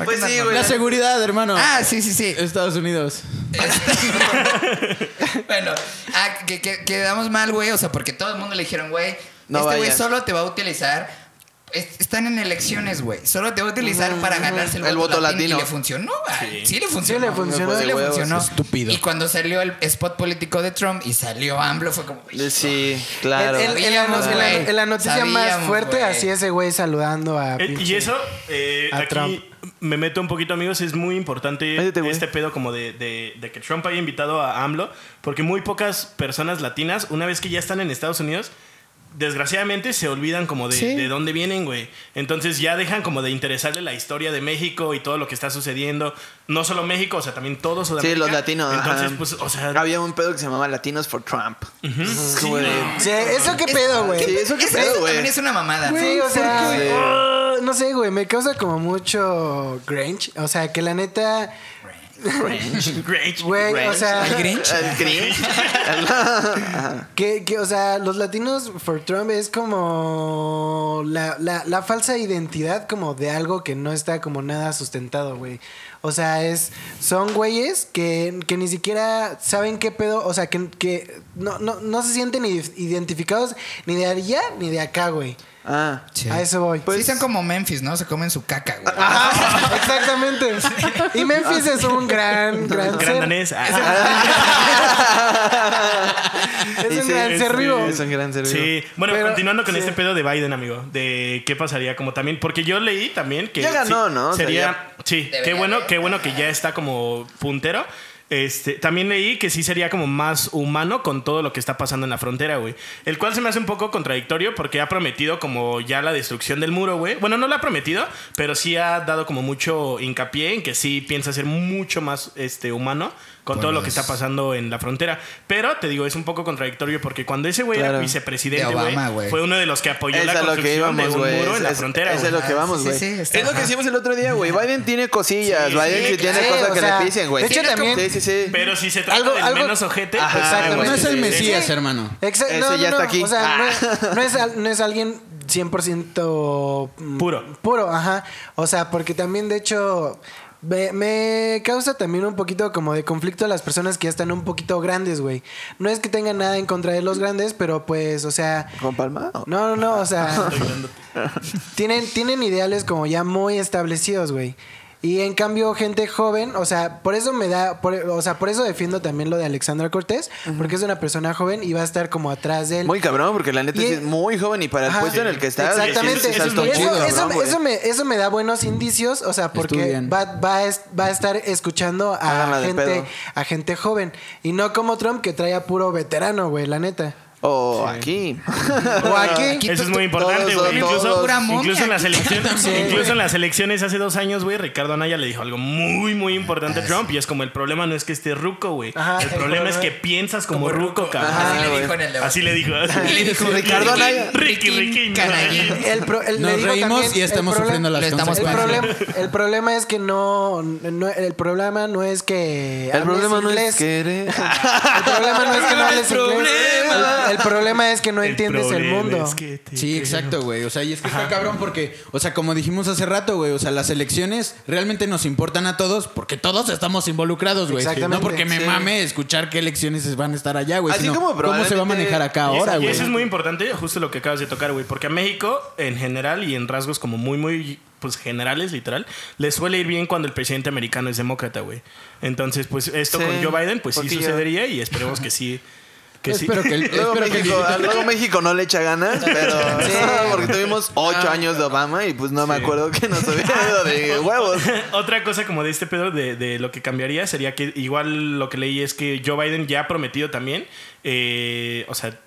Speaker 2: Pues sí, güey.
Speaker 3: La seguridad, hermano.
Speaker 4: Ah, sí, sí, sí.
Speaker 3: Estados Unidos.
Speaker 4: este- bueno, ah, que, que- quedamos mal, güey. O sea, porque todo el mundo le dijeron, güey,
Speaker 2: No
Speaker 4: este güey
Speaker 2: vayas.
Speaker 4: solo te va a utilizar. es- Están en elecciones, güey. Solo te va a utilizar para ganarse el,
Speaker 2: El
Speaker 4: voto
Speaker 2: voto
Speaker 4: latino.
Speaker 2: latino.
Speaker 4: Y le funcionó, güey. Sí. le funcionó.
Speaker 5: Sí le funcionó.
Speaker 4: Sí le
Speaker 2: Huevos,
Speaker 4: funcionó.
Speaker 3: estúpido.
Speaker 4: Y cuando salió el spot político de Trump y salió AMLO, fue como...
Speaker 2: Sí, claro.
Speaker 5: En- en- en la no-
Speaker 4: Sabíamos,
Speaker 5: en la-
Speaker 4: güey.
Speaker 5: en la noticia más
Speaker 4: Sabíamos,
Speaker 5: fuerte,
Speaker 4: güey.
Speaker 5: así ese güey saludando a.
Speaker 1: Eh, Y
Speaker 5: pinche-
Speaker 1: eso, eh,
Speaker 5: A
Speaker 1: aquí
Speaker 5: Trump.
Speaker 1: me meto un poquito, amigos. Es muy importante
Speaker 2: Métete, güey.
Speaker 1: este pedo como de, de- de que Trump haya invitado a AMLO, porque muy pocas personas latinas, una vez que ya están en Estados Unidos, desgraciadamente se olvidan como de,
Speaker 4: Sí.
Speaker 1: de dónde vienen, güey. Entonces ya dejan como de interesarle la historia de México y todo lo que está sucediendo. No solo México, o sea, también todos
Speaker 2: Sí,
Speaker 1: Sudamérica.
Speaker 2: los latinos. ajá.
Speaker 1: Entonces, pues, o sea,
Speaker 2: Había un pedo que se llamaba Latinos for Trump. Es como de-
Speaker 5: Sí, ¿eso qué pedo, güey?
Speaker 2: Sí,
Speaker 5: Sí,
Speaker 2: eso que
Speaker 4: Eso,
Speaker 2: pedo,
Speaker 4: eso
Speaker 2: güey.
Speaker 4: también es una mamada.
Speaker 5: o sea.
Speaker 2: Sí.
Speaker 5: ah, No sé, güey, me causa como mucho Grinch. O sea, que la neta.
Speaker 1: great.
Speaker 5: Güey, o sea.
Speaker 4: El Grinch.
Speaker 2: El cringe.
Speaker 5: Que, que, o sea, los latinos for Trump es como la, la, la falsa identidad como de algo que no está como nada sustentado, güey. O sea, es son güeyes que, que ni siquiera saben qué pedo, o sea, que, que no, no, no se sienten i- identificados ni de allá ni de acá, güey.
Speaker 2: Ah.
Speaker 4: Sí. Pues,
Speaker 5: A eso voy.
Speaker 4: sí, son como Memphis, ¿no? Se comen su caca, güey.
Speaker 5: Ajá, exactamente. Y Memphis es un gran, gran,
Speaker 1: Gran
Speaker 5: ser.
Speaker 1: danés. Ah.
Speaker 5: Es
Speaker 2: Sí,
Speaker 5: un
Speaker 2: sí,
Speaker 5: gran ser
Speaker 1: sí,
Speaker 5: vivo.
Speaker 2: Es un gran ser vivo.
Speaker 1: Sí, bueno,
Speaker 5: Pero-
Speaker 1: continuando con
Speaker 5: sí.
Speaker 1: este pedo de Biden, amigo, de qué pasaría como también, porque yo leí también que
Speaker 2: Ya ganó,
Speaker 1: sí,
Speaker 2: ¿no? O sea,
Speaker 1: Sería,
Speaker 2: ya-
Speaker 1: sí, qué
Speaker 4: Debería
Speaker 1: bueno,
Speaker 4: de.
Speaker 1: qué bueno que ya está como puntero. Este, también leí que sí sería como más humano con todo lo que está pasando en la frontera, güey. El cual se me hace un poco contradictorio porque ha prometido como ya la destrucción del muro, güey. Bueno, no lo ha prometido, pero sí ha dado como mucho hincapié en que sí piensa ser mucho más este humano con todo lo que
Speaker 4: Pues-
Speaker 1: está pasando en la frontera. Pero te digo, es un poco contradictorio porque cuando ese güey era
Speaker 2: Claro.
Speaker 1: vicepresidente,
Speaker 4: De Obama,
Speaker 1: güey,
Speaker 4: güey.
Speaker 1: fue uno de los que apoyó
Speaker 2: Es
Speaker 1: la
Speaker 2: a lo
Speaker 1: construcción
Speaker 2: que
Speaker 1: de
Speaker 2: íbamos,
Speaker 1: un
Speaker 2: güey.
Speaker 1: muro
Speaker 2: Es,
Speaker 1: en la
Speaker 2: es-
Speaker 1: frontera.
Speaker 2: es a
Speaker 1: güey.
Speaker 2: lo que vamos,
Speaker 4: Sí,
Speaker 2: güey.
Speaker 4: sí, está-
Speaker 2: es lo que
Speaker 4: ajá.
Speaker 2: hicimos el otro día, güey. Biden tiene cosillas.
Speaker 1: Sí,
Speaker 2: Biden
Speaker 1: sí,
Speaker 2: sí tiene
Speaker 5: claro.
Speaker 2: cosas
Speaker 5: Sí,
Speaker 2: que
Speaker 5: o sea,
Speaker 2: le pisen, güey.
Speaker 5: de hecho,
Speaker 2: Sí,
Speaker 5: también-
Speaker 2: Sí, sí, sí.
Speaker 1: Pero si se trata
Speaker 5: Algo-
Speaker 1: del
Speaker 5: algo-
Speaker 1: menos ojete,
Speaker 2: Ajá,
Speaker 1: pues,
Speaker 2: exacto,
Speaker 1: güey,
Speaker 3: no es el
Speaker 1: sí,
Speaker 3: Mesías,
Speaker 1: sí.
Speaker 3: hermano.
Speaker 5: Exacto.
Speaker 2: Ese
Speaker 5: no,
Speaker 2: ya
Speaker 5: no,
Speaker 2: está
Speaker 5: no.
Speaker 2: aquí.
Speaker 5: O sea, no,
Speaker 2: Ah.
Speaker 5: es, no es al- no es alguien 100% mm,
Speaker 1: Puro.
Speaker 5: Puro, ajá. O sea, porque también, de hecho, me, me causa también un poquito como de conflicto a las personas que ya están un poquito grandes, güey. No es que tengan nada en contra de los grandes, pero pues, o sea...
Speaker 2: ¿Con palma?
Speaker 5: No, no, no, o sea... tienen, tienen ideales como ya muy establecidos, güey. Y en cambio, gente joven, o sea, por eso me da, por- o sea, por eso defiendo también lo de Alexandra Cortés, porque es una persona joven y va a estar como atrás de él.
Speaker 2: Muy cabrón, porque la neta
Speaker 5: Y-
Speaker 2: sí es muy joven y para el
Speaker 5: Ajá.
Speaker 2: puesto en el que está.
Speaker 5: Exactamente.
Speaker 1: sí, sí, sí,
Speaker 5: Eso,
Speaker 1: está
Speaker 5: eso-
Speaker 1: chido,
Speaker 5: eso-
Speaker 2: cabrón, güey.
Speaker 5: eso me, eso me da buenos indicios, o sea, porque
Speaker 3: Estudian.
Speaker 5: va, va, a, es- va a estar escuchando a
Speaker 2: Háganla de
Speaker 5: gente
Speaker 2: pedo.
Speaker 5: a gente joven. Y no como Trump que trae a puro veterano, güey, la neta.
Speaker 2: O Oh, aquí.
Speaker 5: O aquí.
Speaker 4: Aquí
Speaker 1: Eso
Speaker 4: tú-
Speaker 1: es
Speaker 4: tú-
Speaker 1: muy importante,
Speaker 2: todos,
Speaker 1: güey.
Speaker 2: todos,
Speaker 1: Incluso,
Speaker 4: pura momia
Speaker 1: incluso en las
Speaker 4: aquí.
Speaker 1: elecciones,
Speaker 4: Sí, güey.
Speaker 1: incluso en las elecciones hace dos años, güey, Ricardo Anaya le dijo algo muy, muy importante a Trump. Y es como el problema no es que esté ruco, güey.
Speaker 5: Ajá,
Speaker 1: el
Speaker 5: el
Speaker 1: problema es
Speaker 5: problema-
Speaker 1: que piensas como, ruco, cabrón.
Speaker 4: Así
Speaker 2: Ah,
Speaker 4: le
Speaker 2: güey.
Speaker 4: dijo en el debate.
Speaker 1: Así le dijo.
Speaker 4: Y le dijo,
Speaker 2: Ricardo
Speaker 4: "Ricky,
Speaker 2: Anaya,
Speaker 1: Ricky, Ricky,
Speaker 4: canallín".
Speaker 1: canallín.
Speaker 5: El pro- el- le
Speaker 3: Nos
Speaker 5: digo
Speaker 3: reímos
Speaker 5: también,
Speaker 3: y
Speaker 5: el
Speaker 3: estamos
Speaker 5: problem-
Speaker 3: sufriendo las
Speaker 4: Lo estamos
Speaker 5: El
Speaker 4: Pues,
Speaker 3: consecuencias.
Speaker 4: padeciendo.
Speaker 5: problema, el problema es que no, no- El problema no es que.
Speaker 2: El
Speaker 5: hables
Speaker 2: problema no
Speaker 5: inglés.
Speaker 2: es querer.
Speaker 5: El problema no es que no hables
Speaker 2: El
Speaker 5: inglés.
Speaker 2: problema.
Speaker 5: El, el problema es que no
Speaker 1: El
Speaker 5: entiendes el
Speaker 1: problema
Speaker 5: mundo.
Speaker 1: es Este, que te
Speaker 3: Sí,
Speaker 1: quiero.
Speaker 3: exacto, güey. O sea, y es que está cabrón porque, o sea, como dijimos hace rato, güey, o sea, las elecciones realmente nos importan a todos porque todos estamos involucrados, güey.
Speaker 5: Exactamente,
Speaker 3: No porque me
Speaker 5: sí.
Speaker 3: mame escuchar qué elecciones van a estar allá, güey.
Speaker 2: Así
Speaker 3: sino
Speaker 2: como
Speaker 3: ¿Cómo se va a
Speaker 2: probablemente-
Speaker 3: manejar acá
Speaker 1: Y eso-
Speaker 3: ahora,
Speaker 1: y
Speaker 3: güey?
Speaker 1: eso es muy importante, justo lo que acabas de tocar, güey. Porque a México, en general y en rasgos como muy, muy pues generales, literal, le suele ir bien cuando el presidente americano es demócrata, güey. Entonces, pues esto
Speaker 2: Sí,
Speaker 1: con Joe Biden, pues sí
Speaker 2: porque ya-
Speaker 1: sucedería y esperemos que sí. Que sí.
Speaker 3: Espero que el-
Speaker 2: Luego
Speaker 3: espero que el-
Speaker 2: México, ah, luego México no le echa ganas, pero
Speaker 5: Sí.
Speaker 2: porque tuvimos ocho años de Obama y pues no me acuerdo que nos hubiera ido de huevos.
Speaker 1: Otra cosa como de este pedo de, de lo que cambiaría sería que igual lo que leí es que Joe Biden ya ha prometido también, eh, o sea,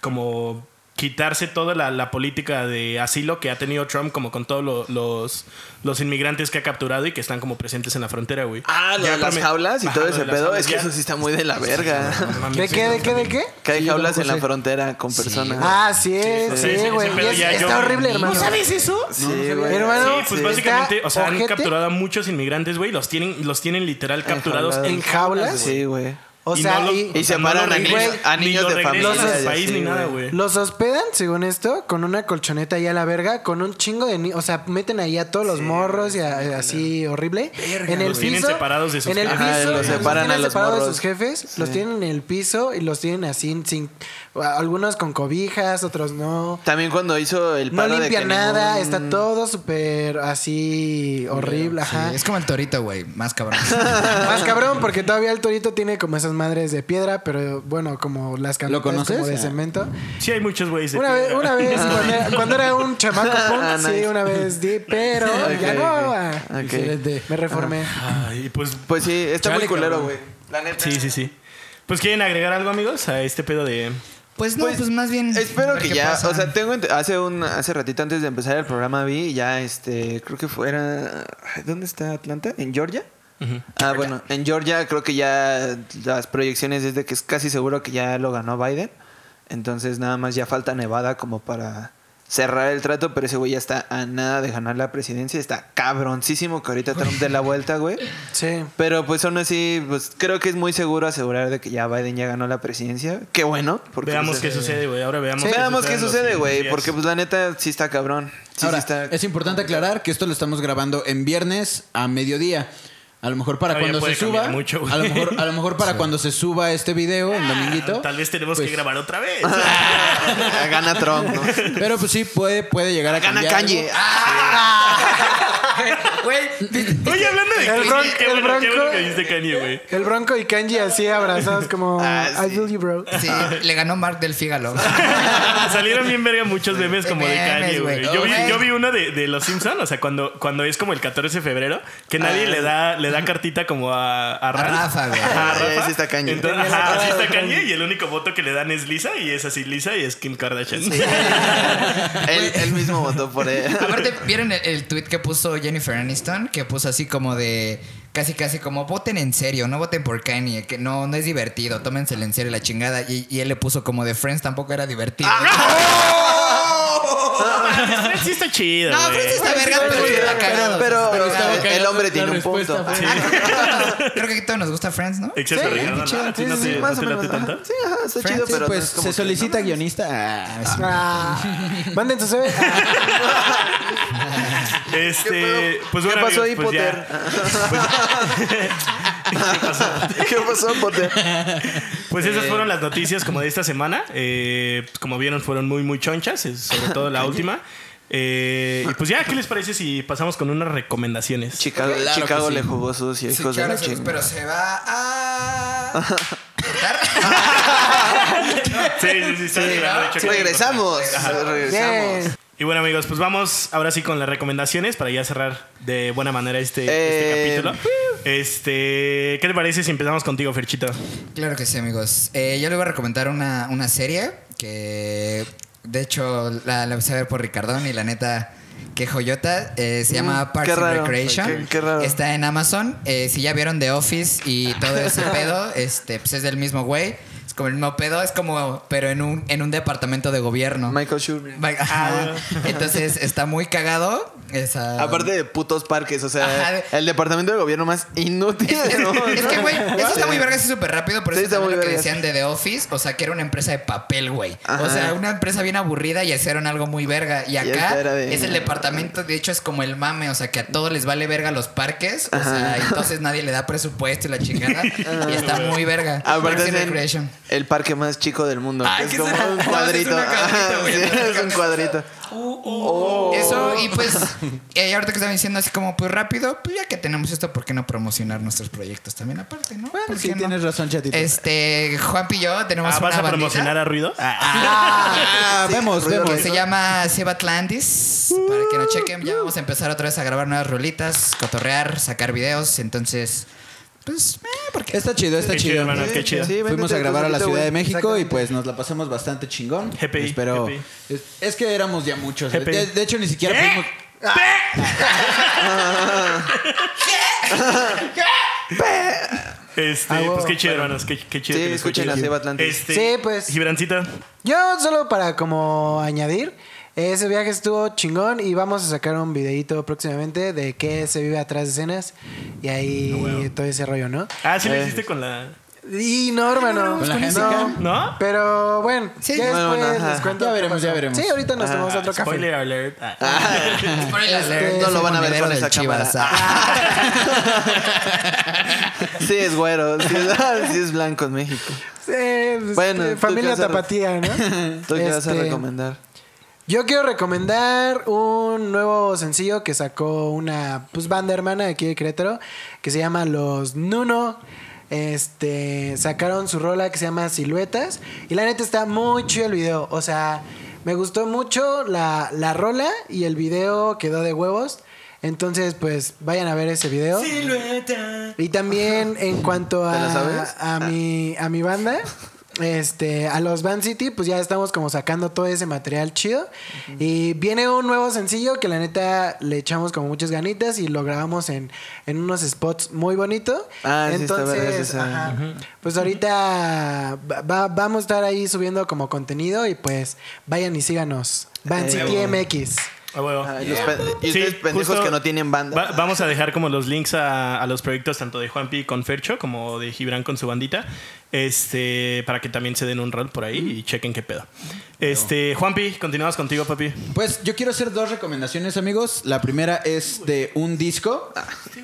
Speaker 1: como quitarse toda la, la política de asilo que ha tenido Trump como con todos lo- los, los inmigrantes que ha capturado y que están como presentes en la frontera, güey.
Speaker 2: Ah, lo
Speaker 1: Ya
Speaker 2: de las
Speaker 1: prome-
Speaker 2: jaulas y
Speaker 1: Ajá,
Speaker 2: todo
Speaker 1: lo de
Speaker 2: ese
Speaker 1: las
Speaker 2: pedo,
Speaker 1: jaulas
Speaker 2: es que
Speaker 1: ya-
Speaker 2: eso sí está muy de la
Speaker 1: No
Speaker 2: verga.
Speaker 1: mames,
Speaker 5: ¿De
Speaker 1: sí,
Speaker 5: qué?
Speaker 1: no.
Speaker 5: ¿De qué? ¿De qué?
Speaker 2: Que hay
Speaker 5: Sí,
Speaker 2: jaulas
Speaker 5: tampoco
Speaker 2: en la
Speaker 5: sé.
Speaker 2: frontera con personas.
Speaker 5: Ah, sí,
Speaker 1: o sea, ese-
Speaker 5: sí,
Speaker 1: ese
Speaker 5: güey.
Speaker 1: pedo
Speaker 5: Y es-
Speaker 1: ya yo-
Speaker 5: Está horrible, hermano.
Speaker 1: ¿No
Speaker 5: sabes eso?
Speaker 2: Sí, güey.
Speaker 5: Hermano,
Speaker 1: Sí, pues
Speaker 5: Sí.
Speaker 1: básicamente,
Speaker 5: Está
Speaker 1: o sea, han
Speaker 5: ojete.
Speaker 1: capturado a muchos inmigrantes, güey, los tienen, los tienen literal capturados
Speaker 2: jauladas.
Speaker 1: en
Speaker 5: ¿En jaulas?
Speaker 2: Sí, güey.
Speaker 5: O
Speaker 1: Y
Speaker 5: sea,
Speaker 1: no lo-
Speaker 5: y-
Speaker 2: Y separan a
Speaker 1: no lo
Speaker 2: niños,
Speaker 1: regresan,
Speaker 2: a
Speaker 1: ni
Speaker 2: niños
Speaker 1: lo
Speaker 2: de familia.
Speaker 1: regresan
Speaker 2: y
Speaker 1: al país
Speaker 2: así,
Speaker 1: ni nada,
Speaker 2: güey.
Speaker 1: güey.
Speaker 5: Los hospedan, según esto, con una colchoneta ahí a la verga, con un chingo de... ni- O sea, meten ahí a todos los morros y a- eh, así horrible. en el
Speaker 1: Los
Speaker 5: piso,
Speaker 1: tienen separados de sus
Speaker 5: en el
Speaker 1: jefes.
Speaker 5: piso,
Speaker 2: Ajá, Ah, los separan
Speaker 5: tienen
Speaker 2: a los
Speaker 5: separados de
Speaker 2: morros.
Speaker 5: sus jefes, los tienen en el piso y los tienen así, sin, algunos con cobijas, otros no.
Speaker 2: También cuando hizo el
Speaker 5: No
Speaker 2: paro de
Speaker 5: limpia
Speaker 2: que
Speaker 5: nada,
Speaker 2: ningún-
Speaker 5: está todo súper así horrible, ajá.
Speaker 4: Sí, es como el torito, güey, más cabrón.
Speaker 5: Más cabrón, porque todavía el torito tiene como esas madres de piedra, pero bueno, como las camisetas
Speaker 3: ¿Lo conoces?
Speaker 5: como de
Speaker 3: Ah.
Speaker 5: cemento.
Speaker 1: Sí, hay muchos güeyes de
Speaker 5: Una vez,
Speaker 1: piedra.
Speaker 5: una vez cuando, era, cuando era un chamaco punk,
Speaker 2: Ah,
Speaker 5: sí,
Speaker 2: nice.
Speaker 5: una vez di, pero
Speaker 2: Ok,
Speaker 5: ya no.
Speaker 2: ok.
Speaker 5: ah,
Speaker 2: Ok. Ah.
Speaker 3: Excelente.
Speaker 5: Me reformé.
Speaker 1: Ay, pues,
Speaker 2: Pues sí, está
Speaker 3: Chale,
Speaker 2: muy culero,
Speaker 3: cabrón.
Speaker 2: güey. La neta.
Speaker 1: sí, sí, sí. Pues quieren agregar algo, amigos, a este pedo de.
Speaker 4: Pues no, pues, más bien.
Speaker 2: Espero
Speaker 4: ver
Speaker 2: que
Speaker 4: qué
Speaker 2: ya,
Speaker 4: pasa.
Speaker 2: o sea, tengo ent- hace un hace ratito antes de empezar el programa vi ya este, creo que fuera ¿dónde está Atlanta? ¿En Georgia? Ah, bueno, en Georgia creo que ya las proyecciones es de que es casi seguro que ya lo ganó Biden. Entonces nada más ya falta Nevada como para cerrar el trato, pero ese güey ya está a nada de ganar la presidencia. Está cabroncísimo que ahorita Trump dé la vuelta, güey.
Speaker 5: Sí.
Speaker 2: Pero pues aún así, pues creo que es muy seguro asegurar de que ya Biden ya ganó la presidencia. Qué bueno. Porque
Speaker 1: veamos
Speaker 2: pues,
Speaker 1: qué sucede, güey. Ahora veamos.
Speaker 2: Sí, veamos qué
Speaker 1: en los
Speaker 2: sucede, güey.
Speaker 1: días.
Speaker 2: Porque, pues, la neta, sí está cabrón. Sí,
Speaker 3: Ahora,
Speaker 2: sí está.
Speaker 3: es importante aclarar que esto lo estamos grabando en viernes a mediodía. A lo mejor para
Speaker 1: Todavía
Speaker 3: cuando se
Speaker 1: puede cambiar
Speaker 3: suba.
Speaker 1: mucho, güey. Ah,
Speaker 3: a, lo mejor, a lo mejor para cuando se suba este video, el dominguito.
Speaker 1: Tal vez tenemos
Speaker 3: pues,
Speaker 1: que grabar otra vez.
Speaker 2: Ah, Gana Trump, ¿no?
Speaker 3: Pero pues sí, puede, puede llegar a
Speaker 2: Gana
Speaker 3: cambiar.
Speaker 2: Kanye.
Speaker 3: algo. Ah.
Speaker 4: Güey, ¿viste?
Speaker 1: Oye, hablando de
Speaker 5: El
Speaker 1: Kanye,
Speaker 5: bronco-
Speaker 1: qué
Speaker 5: el
Speaker 1: bueno, qué
Speaker 5: bronco-
Speaker 1: bueno que dijiste Kanye, güey.
Speaker 5: El Bronco y Kanji así abrazados como
Speaker 2: Ah, sí.
Speaker 5: I feel you, bro.
Speaker 4: Sí, le ganó Mark del Fígalo.
Speaker 1: Salieron bien verga muchos memes como de
Speaker 4: Memes,
Speaker 1: Kanye, güey.
Speaker 4: güey.
Speaker 1: Yo vi,
Speaker 4: Güey.
Speaker 1: yo vi uno de, de los Simpsons, o sea, cuando, cuando es como el 14 de febrero, que nadie le da le da cartita como a, a Ralph.
Speaker 4: Rafa, güey.
Speaker 1: Ajá, a
Speaker 2: Sí,
Speaker 1: Rafa.
Speaker 2: sí está Kanye.
Speaker 1: Entonces, ajá, sí está Kanye y el único voto que le dan es Lisa y es así Lisa y es Kim Kardashian.
Speaker 2: Ah, él, él mismo votó por él.
Speaker 4: Aparte, ¿vieron el, el tweet que puso Jennifer Aniston? Que puso así como de. Casi, casi como voten en serio, no voten por Kanye, que no, no es divertido, tómenselo en serio la chingada. Y, y él le puso como de Friends tampoco era divertido.
Speaker 2: Ah.
Speaker 1: Fred sí está chido,
Speaker 4: No,
Speaker 1: güey.
Speaker 4: Friends está verga, pero
Speaker 2: Pero,
Speaker 4: está cagado.
Speaker 2: pero,
Speaker 3: Pero estaba
Speaker 2: el,
Speaker 3: cagado
Speaker 2: hombre
Speaker 3: la
Speaker 2: tiene un
Speaker 3: respuesta,
Speaker 2: punto.
Speaker 3: fue-
Speaker 1: Sí.
Speaker 4: Creo que a todos nos gusta Friends, ¿no?
Speaker 1: Excepto Ricardo. ¿no? ¿A ti
Speaker 2: Sí,
Speaker 1: no
Speaker 2: sí,
Speaker 1: te-
Speaker 2: más
Speaker 1: no
Speaker 2: o
Speaker 1: te late
Speaker 2: menos. ajá.
Speaker 1: tanto?
Speaker 2: Sí, ajá, está
Speaker 4: Friends,
Speaker 2: chido,
Speaker 3: Sí,
Speaker 2: pero. no
Speaker 3: pues
Speaker 2: es como
Speaker 3: se
Speaker 2: que-
Speaker 3: solicita guionista. Ah, es-
Speaker 5: Ah, manden su CV. Ah,
Speaker 1: Este,
Speaker 2: ¿Qué pedo?
Speaker 1: pues
Speaker 2: ¿Qué
Speaker 1: bueno,
Speaker 2: pasó ahí,
Speaker 1: amigos, pues
Speaker 2: Potter?
Speaker 1: ya.
Speaker 2: ¿Qué pasó, Potter?
Speaker 1: Pues esas fueron las noticias como de esta semana. Eh, pues como vieron, fueron muy, muy chonchas, es sobre todo la última. Eh, y pues ya, ¿qué les parece si pasamos con unas recomendaciones?
Speaker 2: Chicago,
Speaker 3: Claro que
Speaker 2: Chicago
Speaker 3: sí.
Speaker 2: le jugó sucio,
Speaker 4: Sí,
Speaker 2: hijos
Speaker 4: claro,
Speaker 2: de la
Speaker 4: se-
Speaker 2: chingada.
Speaker 4: pero se va a. cortar.
Speaker 1: Sí, sí, sí, está llegando, de hecho, que-
Speaker 2: Regresamos. Regresamos.
Speaker 5: bien.
Speaker 1: Y bueno, amigos, pues vamos ahora sí con las recomendaciones para ya cerrar de buena manera este,
Speaker 2: Eh,
Speaker 1: este capítulo. Este, ¿qué te parece si empezamos contigo, Ferchito?
Speaker 4: Claro que sí, amigos. Eh, yo les voy a recomendar una, una serie que de hecho la, la empecé a ver por Ricardón y la neta que joyota eh, se llama
Speaker 2: Mm,
Speaker 4: Parks
Speaker 2: qué
Speaker 4: and
Speaker 2: raro,
Speaker 4: Recreation
Speaker 2: qué- qué raro.
Speaker 4: está en Amazon Eh, si ya vieron The Office y todo ese pedo este pues es del mismo güey es como el mismo pedo es como pero en un en un departamento de gobierno
Speaker 2: Michael Schur.
Speaker 4: Va- ajá. entonces está muy cagado esa
Speaker 2: Aparte de putos parques, o sea,
Speaker 4: Ajá, de-
Speaker 2: el departamento de gobierno más inútil. ¿no?
Speaker 4: Es que, güey, eso está muy vergas y súper rápido, pero
Speaker 2: Sí,
Speaker 4: eso
Speaker 2: está
Speaker 4: también
Speaker 2: muy
Speaker 4: lo que
Speaker 2: vergas.
Speaker 4: decían de The Office, o sea, que era una empresa de papel, güey. O
Speaker 2: Ajá.
Speaker 4: sea, una empresa bien aburrida y hicieron algo muy verga. Y acá
Speaker 2: esta era de-
Speaker 4: es el departamento, de hecho, es como el mame, o sea, que a todos les vale verga los parques, o sea, entonces nadie le da presupuesto y la chingada. y está muy verga.
Speaker 2: Ah, Aparte
Speaker 4: Parks
Speaker 2: es
Speaker 4: and
Speaker 2: en
Speaker 4: Recreation.
Speaker 2: el parque más chico del mundo.
Speaker 4: Ay,
Speaker 2: que es
Speaker 4: que
Speaker 2: como
Speaker 4: será-
Speaker 2: un
Speaker 4: no, es un
Speaker 2: cuadrito.
Speaker 4: cuadrito,
Speaker 2: Ajá,
Speaker 4: güey,
Speaker 2: sí,
Speaker 4: no,
Speaker 2: es un cuadrito. Oh.
Speaker 4: Eso, y pues, y ahorita que estaba diciendo así como, pues rápido, pues ya que tenemos esto, ¿por qué no promocionar nuestros proyectos también aparte, no?
Speaker 3: Bueno,
Speaker 4: ¿Por
Speaker 3: sí,
Speaker 4: qué no?
Speaker 3: tienes razón, chatito.
Speaker 4: Este, Juan y yo tenemos
Speaker 1: Ah,
Speaker 4: una
Speaker 1: ¿Vas a
Speaker 4: bandita
Speaker 1: promocionar a Ruido?
Speaker 3: Ah, vemos,
Speaker 2: ruido
Speaker 1: Pues
Speaker 3: vemos.
Speaker 4: que se llama Seb Atlantis. Para que nos chequen, ya vamos a empezar otra vez a grabar nuevas rolitas, cotorrear, sacar videos. Entonces, pues, eh, porque
Speaker 3: Está chido, está
Speaker 1: Qué chido,
Speaker 3: chido.
Speaker 1: hermano, qué chido.
Speaker 2: Sí,
Speaker 3: Fuimos
Speaker 2: véndete
Speaker 3: a
Speaker 2: a
Speaker 3: grabar a la
Speaker 2: Cosmito,
Speaker 3: Ciudad de
Speaker 2: güey.
Speaker 3: México y pues nos la pasamos bastante chingón.
Speaker 1: GPI,
Speaker 3: Espero.
Speaker 1: GPI.
Speaker 3: Es, es que éramos ya muchos. De,
Speaker 1: GPI.
Speaker 3: de hecho, ni siquiera
Speaker 1: ¿Qué?
Speaker 3: fuimos.
Speaker 1: Ah. Este,
Speaker 5: Ah, wow,
Speaker 1: pues qué chido, hermanos. Qué, qué chido.
Speaker 2: Sí,
Speaker 1: que lo
Speaker 2: escuchen a
Speaker 1: escuchen.
Speaker 2: Seba Atlantis.
Speaker 1: Este,
Speaker 5: Sí, pues.
Speaker 1: Gibrancita.
Speaker 5: Yo solo para como añadir, ese viaje estuvo chingón y vamos a sacar un videito próximamente de qué se vive atrás de escenas y ahí
Speaker 2: Ah,
Speaker 5: todo ese rollo, ¿no?
Speaker 1: Ah,
Speaker 2: Eh.
Speaker 1: sí lo hiciste con la.
Speaker 5: Y no, hermano.
Speaker 3: ¿Con la gente
Speaker 5: no,
Speaker 3: acá?
Speaker 1: ¿No?
Speaker 5: Pero bueno,
Speaker 4: Sí,
Speaker 5: ya
Speaker 2: bueno,
Speaker 5: después
Speaker 2: ajá.
Speaker 5: les cuento.
Speaker 3: Ya
Speaker 5: qué
Speaker 3: veremos,
Speaker 5: pasó.
Speaker 3: ya veremos.
Speaker 5: Sí, ahorita nos tomamos
Speaker 1: Ah,
Speaker 5: otro café.
Speaker 1: Spoiler alert. Ah.
Speaker 4: Spoiler alert,
Speaker 2: no lo van a ver
Speaker 4: monedero
Speaker 2: con
Speaker 4: del
Speaker 2: esa
Speaker 4: Chivas,
Speaker 2: cámara.
Speaker 4: ah.
Speaker 2: Sí, es güero. Sí es, sí es blanco en México.
Speaker 5: Eh, pues,
Speaker 2: Bueno,
Speaker 5: eh,
Speaker 2: ¿tú qué
Speaker 5: familia
Speaker 2: vas a re-
Speaker 5: tapatía, ¿no?
Speaker 2: ¿Tú qué vas a
Speaker 5: Este,
Speaker 2: recomendar?
Speaker 5: Yo quiero recomendar un nuevo sencillo que sacó una pues, banda hermana de aquí de Querétaro que se llama Los Nuno. Este, sacaron su rola que se llama Siluetas y la neta está muy chido el video. O sea, me gustó mucho la, la rola y el video quedó de huevos. Entonces, pues vayan a ver ese video. Y también en cuanto
Speaker 2: ¿Te la
Speaker 5: a,
Speaker 2: sabes?
Speaker 5: a, mi, a mi banda, este, a los Van City, pues ya estamos como sacando todo ese material chido. Y viene un nuevo sencillo que la neta le echamos como muchas ganitas y lo grabamos en, en unos spots muy bonito.
Speaker 2: Ah, sí, está verga,
Speaker 5: Entonces,
Speaker 2: sí, sí.
Speaker 5: ajá, pues ahorita va- va- vamos a estar ahí subiendo como contenido y pues vayan y síganos. Van
Speaker 2: Eh,
Speaker 5: City MX.
Speaker 1: A huevo.
Speaker 2: Ah, y los pe- y
Speaker 1: Sí,
Speaker 2: ustedes pendejos
Speaker 1: justo
Speaker 2: que no tienen banda.
Speaker 1: va- vamos a dejar como los links a, a los proyectos tanto de Juanpi con Fercho como de Gibran con su bandita. Este, para que también se den un rol por ahí y chequen qué pedo. Este, Juanpi, continuamos contigo, papi.
Speaker 3: Pues yo quiero hacer dos recomendaciones, amigos. La primera es de un disco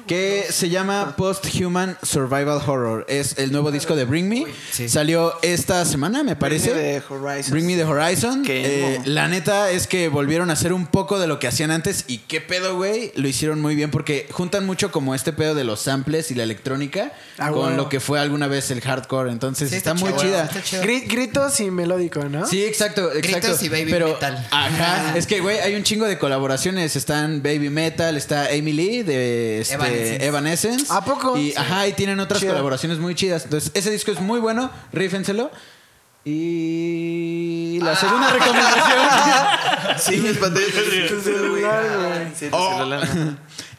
Speaker 3: que se llama Post Human Survival Horror. Es el nuevo disco de Bring Me. Salió esta semana, me parece.
Speaker 2: Me the Horizons.
Speaker 3: Bring Me the Horizon.
Speaker 2: Qué
Speaker 3: Eh,
Speaker 2: emo.
Speaker 3: la neta es que volvieron a hacer un poco de lo que hacían antes y qué pedo, güey. Lo hicieron muy bien porque juntan mucho como este pedo de los samples y la electrónica
Speaker 5: Ah,
Speaker 3: con
Speaker 5: huevo.
Speaker 3: lo que fue alguna vez el hardcore. Entonces
Speaker 4: Sí,
Speaker 3: está, muy
Speaker 4: chido,
Speaker 3: chida.
Speaker 4: está chido.
Speaker 5: Gri- Gritos y melódico, ¿no?
Speaker 3: Sí, exacto, exacto.
Speaker 4: Gritos y Baby
Speaker 3: Pero,
Speaker 4: Metal.
Speaker 3: Ajá. Es que, güey, hay un chingo de colaboraciones. Están Baby Metal, está Amy Lee de este,
Speaker 4: Evanescence.
Speaker 3: Evanescence.
Speaker 5: ¿A poco?
Speaker 3: Y,
Speaker 5: Sí.
Speaker 3: Ajá, y tienen otras
Speaker 5: Chido.
Speaker 3: colaboraciones muy chidas. Entonces, ese disco es muy bueno, rífenselo. Y la segunda recomendación.
Speaker 2: Sí, mis pantallas.
Speaker 1: Tu
Speaker 2: Sí, tu celular.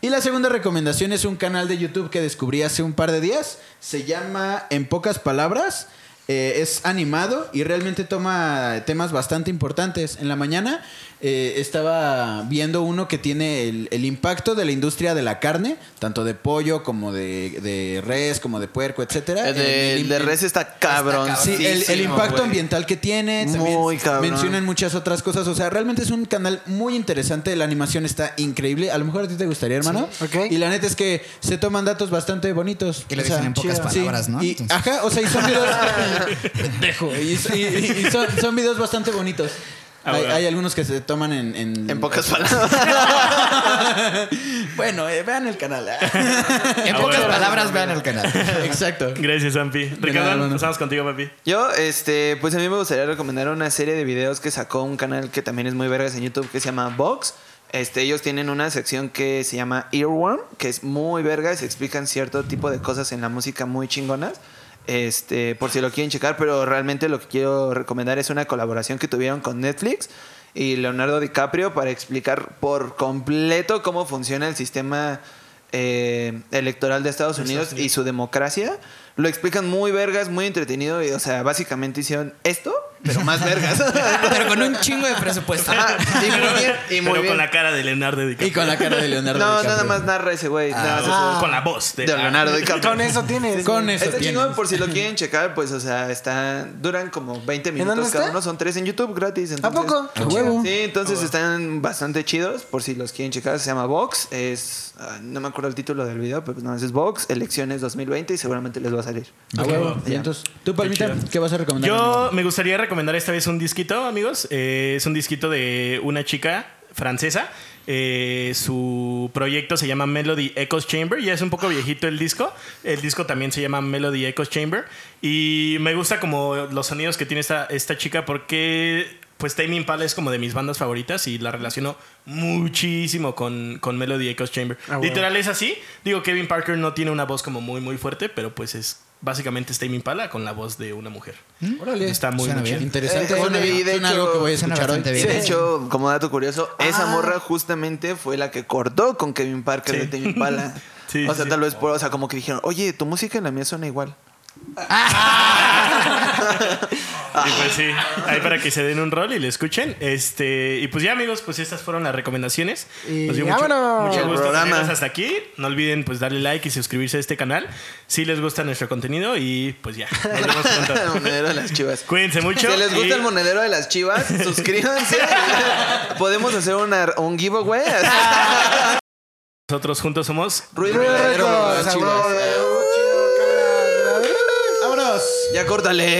Speaker 3: y la segunda recomendación es un canal de YouTube que descubrí hace un par de días. Se llama En pocas palabras. Eh, es animado y realmente toma temas bastante importantes. En la mañana eh, estaba viendo uno que tiene el, el impacto de la industria de la carne, tanto de pollo como de, de res, como de puerco, etcétera.
Speaker 2: El Eh, de,
Speaker 3: En
Speaker 2: el de res está cabrón.
Speaker 4: Ah,
Speaker 3: Sí, el, el impacto ambiental que tiene. También
Speaker 2: Muy cabrón.
Speaker 3: Mencionan muchas otras cosas. O sea, realmente es un canal muy interesante. La animación está increíble. A lo mejor a ti te gustaría, hermano.
Speaker 5: Sí, ok.
Speaker 3: Y la neta es que se toman datos bastante bonitos.
Speaker 4: Que lo
Speaker 3: O sea,
Speaker 4: dicen en pocas
Speaker 5: chido.
Speaker 4: palabras, ¿no?
Speaker 3: y-
Speaker 4: Entonces,
Speaker 3: ajá, o sea, y son videos. Pendejo. Y, y- y son, son videos bastante bonitos.
Speaker 1: Ah,
Speaker 3: Hay,
Speaker 1: bueno.
Speaker 3: hay algunos que se toman en. En,
Speaker 2: En pocas palabras.
Speaker 3: bueno, eh, vean el canal.
Speaker 4: en
Speaker 1: Ah,
Speaker 4: pocas
Speaker 1: bueno.
Speaker 4: palabras, vean el canal.
Speaker 3: Exacto.
Speaker 1: Gracias, Juanpi.
Speaker 3: nada,
Speaker 1: Ricardo,
Speaker 3: hermano.
Speaker 1: empezamos contigo, papi.
Speaker 2: Yo, este, pues a mí me gustaría recomendar una serie de videos que sacó un canal que también es muy vergas en YouTube que se llama Vox. Este, ellos tienen una sección que se llama Earworm, que es muy verga y se explican cierto tipo de cosas en la música muy chingonas. Este, por si lo quieren checar, pero realmente lo que quiero recomendar es una colaboración que tuvieron con Netflix y Leonardo DiCaprio para explicar por completo cómo funciona el sistema eh, electoral de Estados Unidos y su democracia. Lo explican muy vergas, muy entretenido y, o sea, básicamente hicieron esto, pero más vergas.
Speaker 4: Pero con un chingo de presupuesto.
Speaker 2: Ah, y muy bien, y muy
Speaker 1: Pero
Speaker 2: bien.
Speaker 1: con la cara de Leonardo DiCaprio.
Speaker 3: Y con la cara de Leonardo
Speaker 2: No,
Speaker 3: DiCaprio.
Speaker 2: nada más narra ese güey. nada más
Speaker 5: Ah.
Speaker 1: Con la voz de,
Speaker 2: De Leonardo DiCaprio.
Speaker 5: Con eso tienes.
Speaker 3: Con
Speaker 5: güey.
Speaker 3: eso
Speaker 2: Está
Speaker 3: tienes.
Speaker 2: chingón, por si lo quieren checar, pues, o sea, están, duran como 20 minutos
Speaker 5: dónde
Speaker 2: cada
Speaker 5: está?
Speaker 2: uno. Son tres en YouTube gratis. entonces-
Speaker 5: poco?
Speaker 3: A huevo.
Speaker 2: Sí, entonces están bastante chidos, por si los quieren checar. Se llama Vox. Es, ah, no me acuerdo el título del video, pero no, es Vox, Elecciones 2020 y seguramente les va a salir.
Speaker 3: A huevo.
Speaker 2: Ya.
Speaker 3: Y entonces, tú, Palmita, ¿qué vas a recomendar?
Speaker 1: Yo me gustaría recomendar esta vez un disquito, amigos. Eh, es un disquito de una chica francesa. Eh, su proyecto se llama Melody Echoes Chamber. Ya es un poco viejito el disco. El disco también se llama Melody Echoes Chamber. Y me gusta como los sonidos que tiene esta, esta chica porque pues Tame Impala es como de mis bandas favoritas y la relaciono muchísimo con, con Melody Echoes Chamber. Literal es así. Digo, Kevin Parker no tiene una voz como muy, muy fuerte, pero pues es básicamente es Tame Impala con la voz de una mujer.
Speaker 3: Órale.
Speaker 1: Está muy,
Speaker 4: Suena
Speaker 1: muy
Speaker 4: bien.
Speaker 1: chido.
Speaker 3: Interesante.
Speaker 2: Eh,
Speaker 3: Suena
Speaker 2: bueno, y de
Speaker 3: suena
Speaker 2: hecho-
Speaker 3: algo que voy a
Speaker 4: suena
Speaker 3: escuchar hoy.
Speaker 4: bastante
Speaker 2: Sí,
Speaker 4: bien.
Speaker 2: de hecho, como dato curioso, esa morra justamente fue la que cortó con Kevin Parker de Tame Impala.
Speaker 1: Sí,
Speaker 2: o sea,
Speaker 1: sí.
Speaker 2: tal vez por, o sea, como que dijeron, oye, tu música y la mía suena igual.
Speaker 1: Y pues sí, ahí para que se den un rol y le escuchen. Este, y pues ya, amigos, pues estas fueron las recomendaciones.
Speaker 5: Y
Speaker 1: Nos dio
Speaker 5: vámonos.
Speaker 1: mucho,
Speaker 2: El
Speaker 1: mucho gusto
Speaker 2: programa.
Speaker 1: tenerlos hasta aquí. No olviden pues darle like y suscribirse a este canal si les gusta nuestro contenido y pues ya, nos vemos
Speaker 2: El
Speaker 1: pronto.
Speaker 2: monedero de las chivas.
Speaker 1: Cuídense mucho.
Speaker 2: Si les gusta
Speaker 1: y-
Speaker 2: el monedero de las chivas, suscríbanse. Podemos hacer una- un giveaway.
Speaker 1: Nosotros juntos somos
Speaker 2: Ruido
Speaker 5: Ruido
Speaker 2: monedero de
Speaker 5: Records,
Speaker 2: las
Speaker 5: a
Speaker 2: chivas.
Speaker 5: huevo. Chido, cámara.
Speaker 3: ¡Vámonos!
Speaker 2: Ya córtale.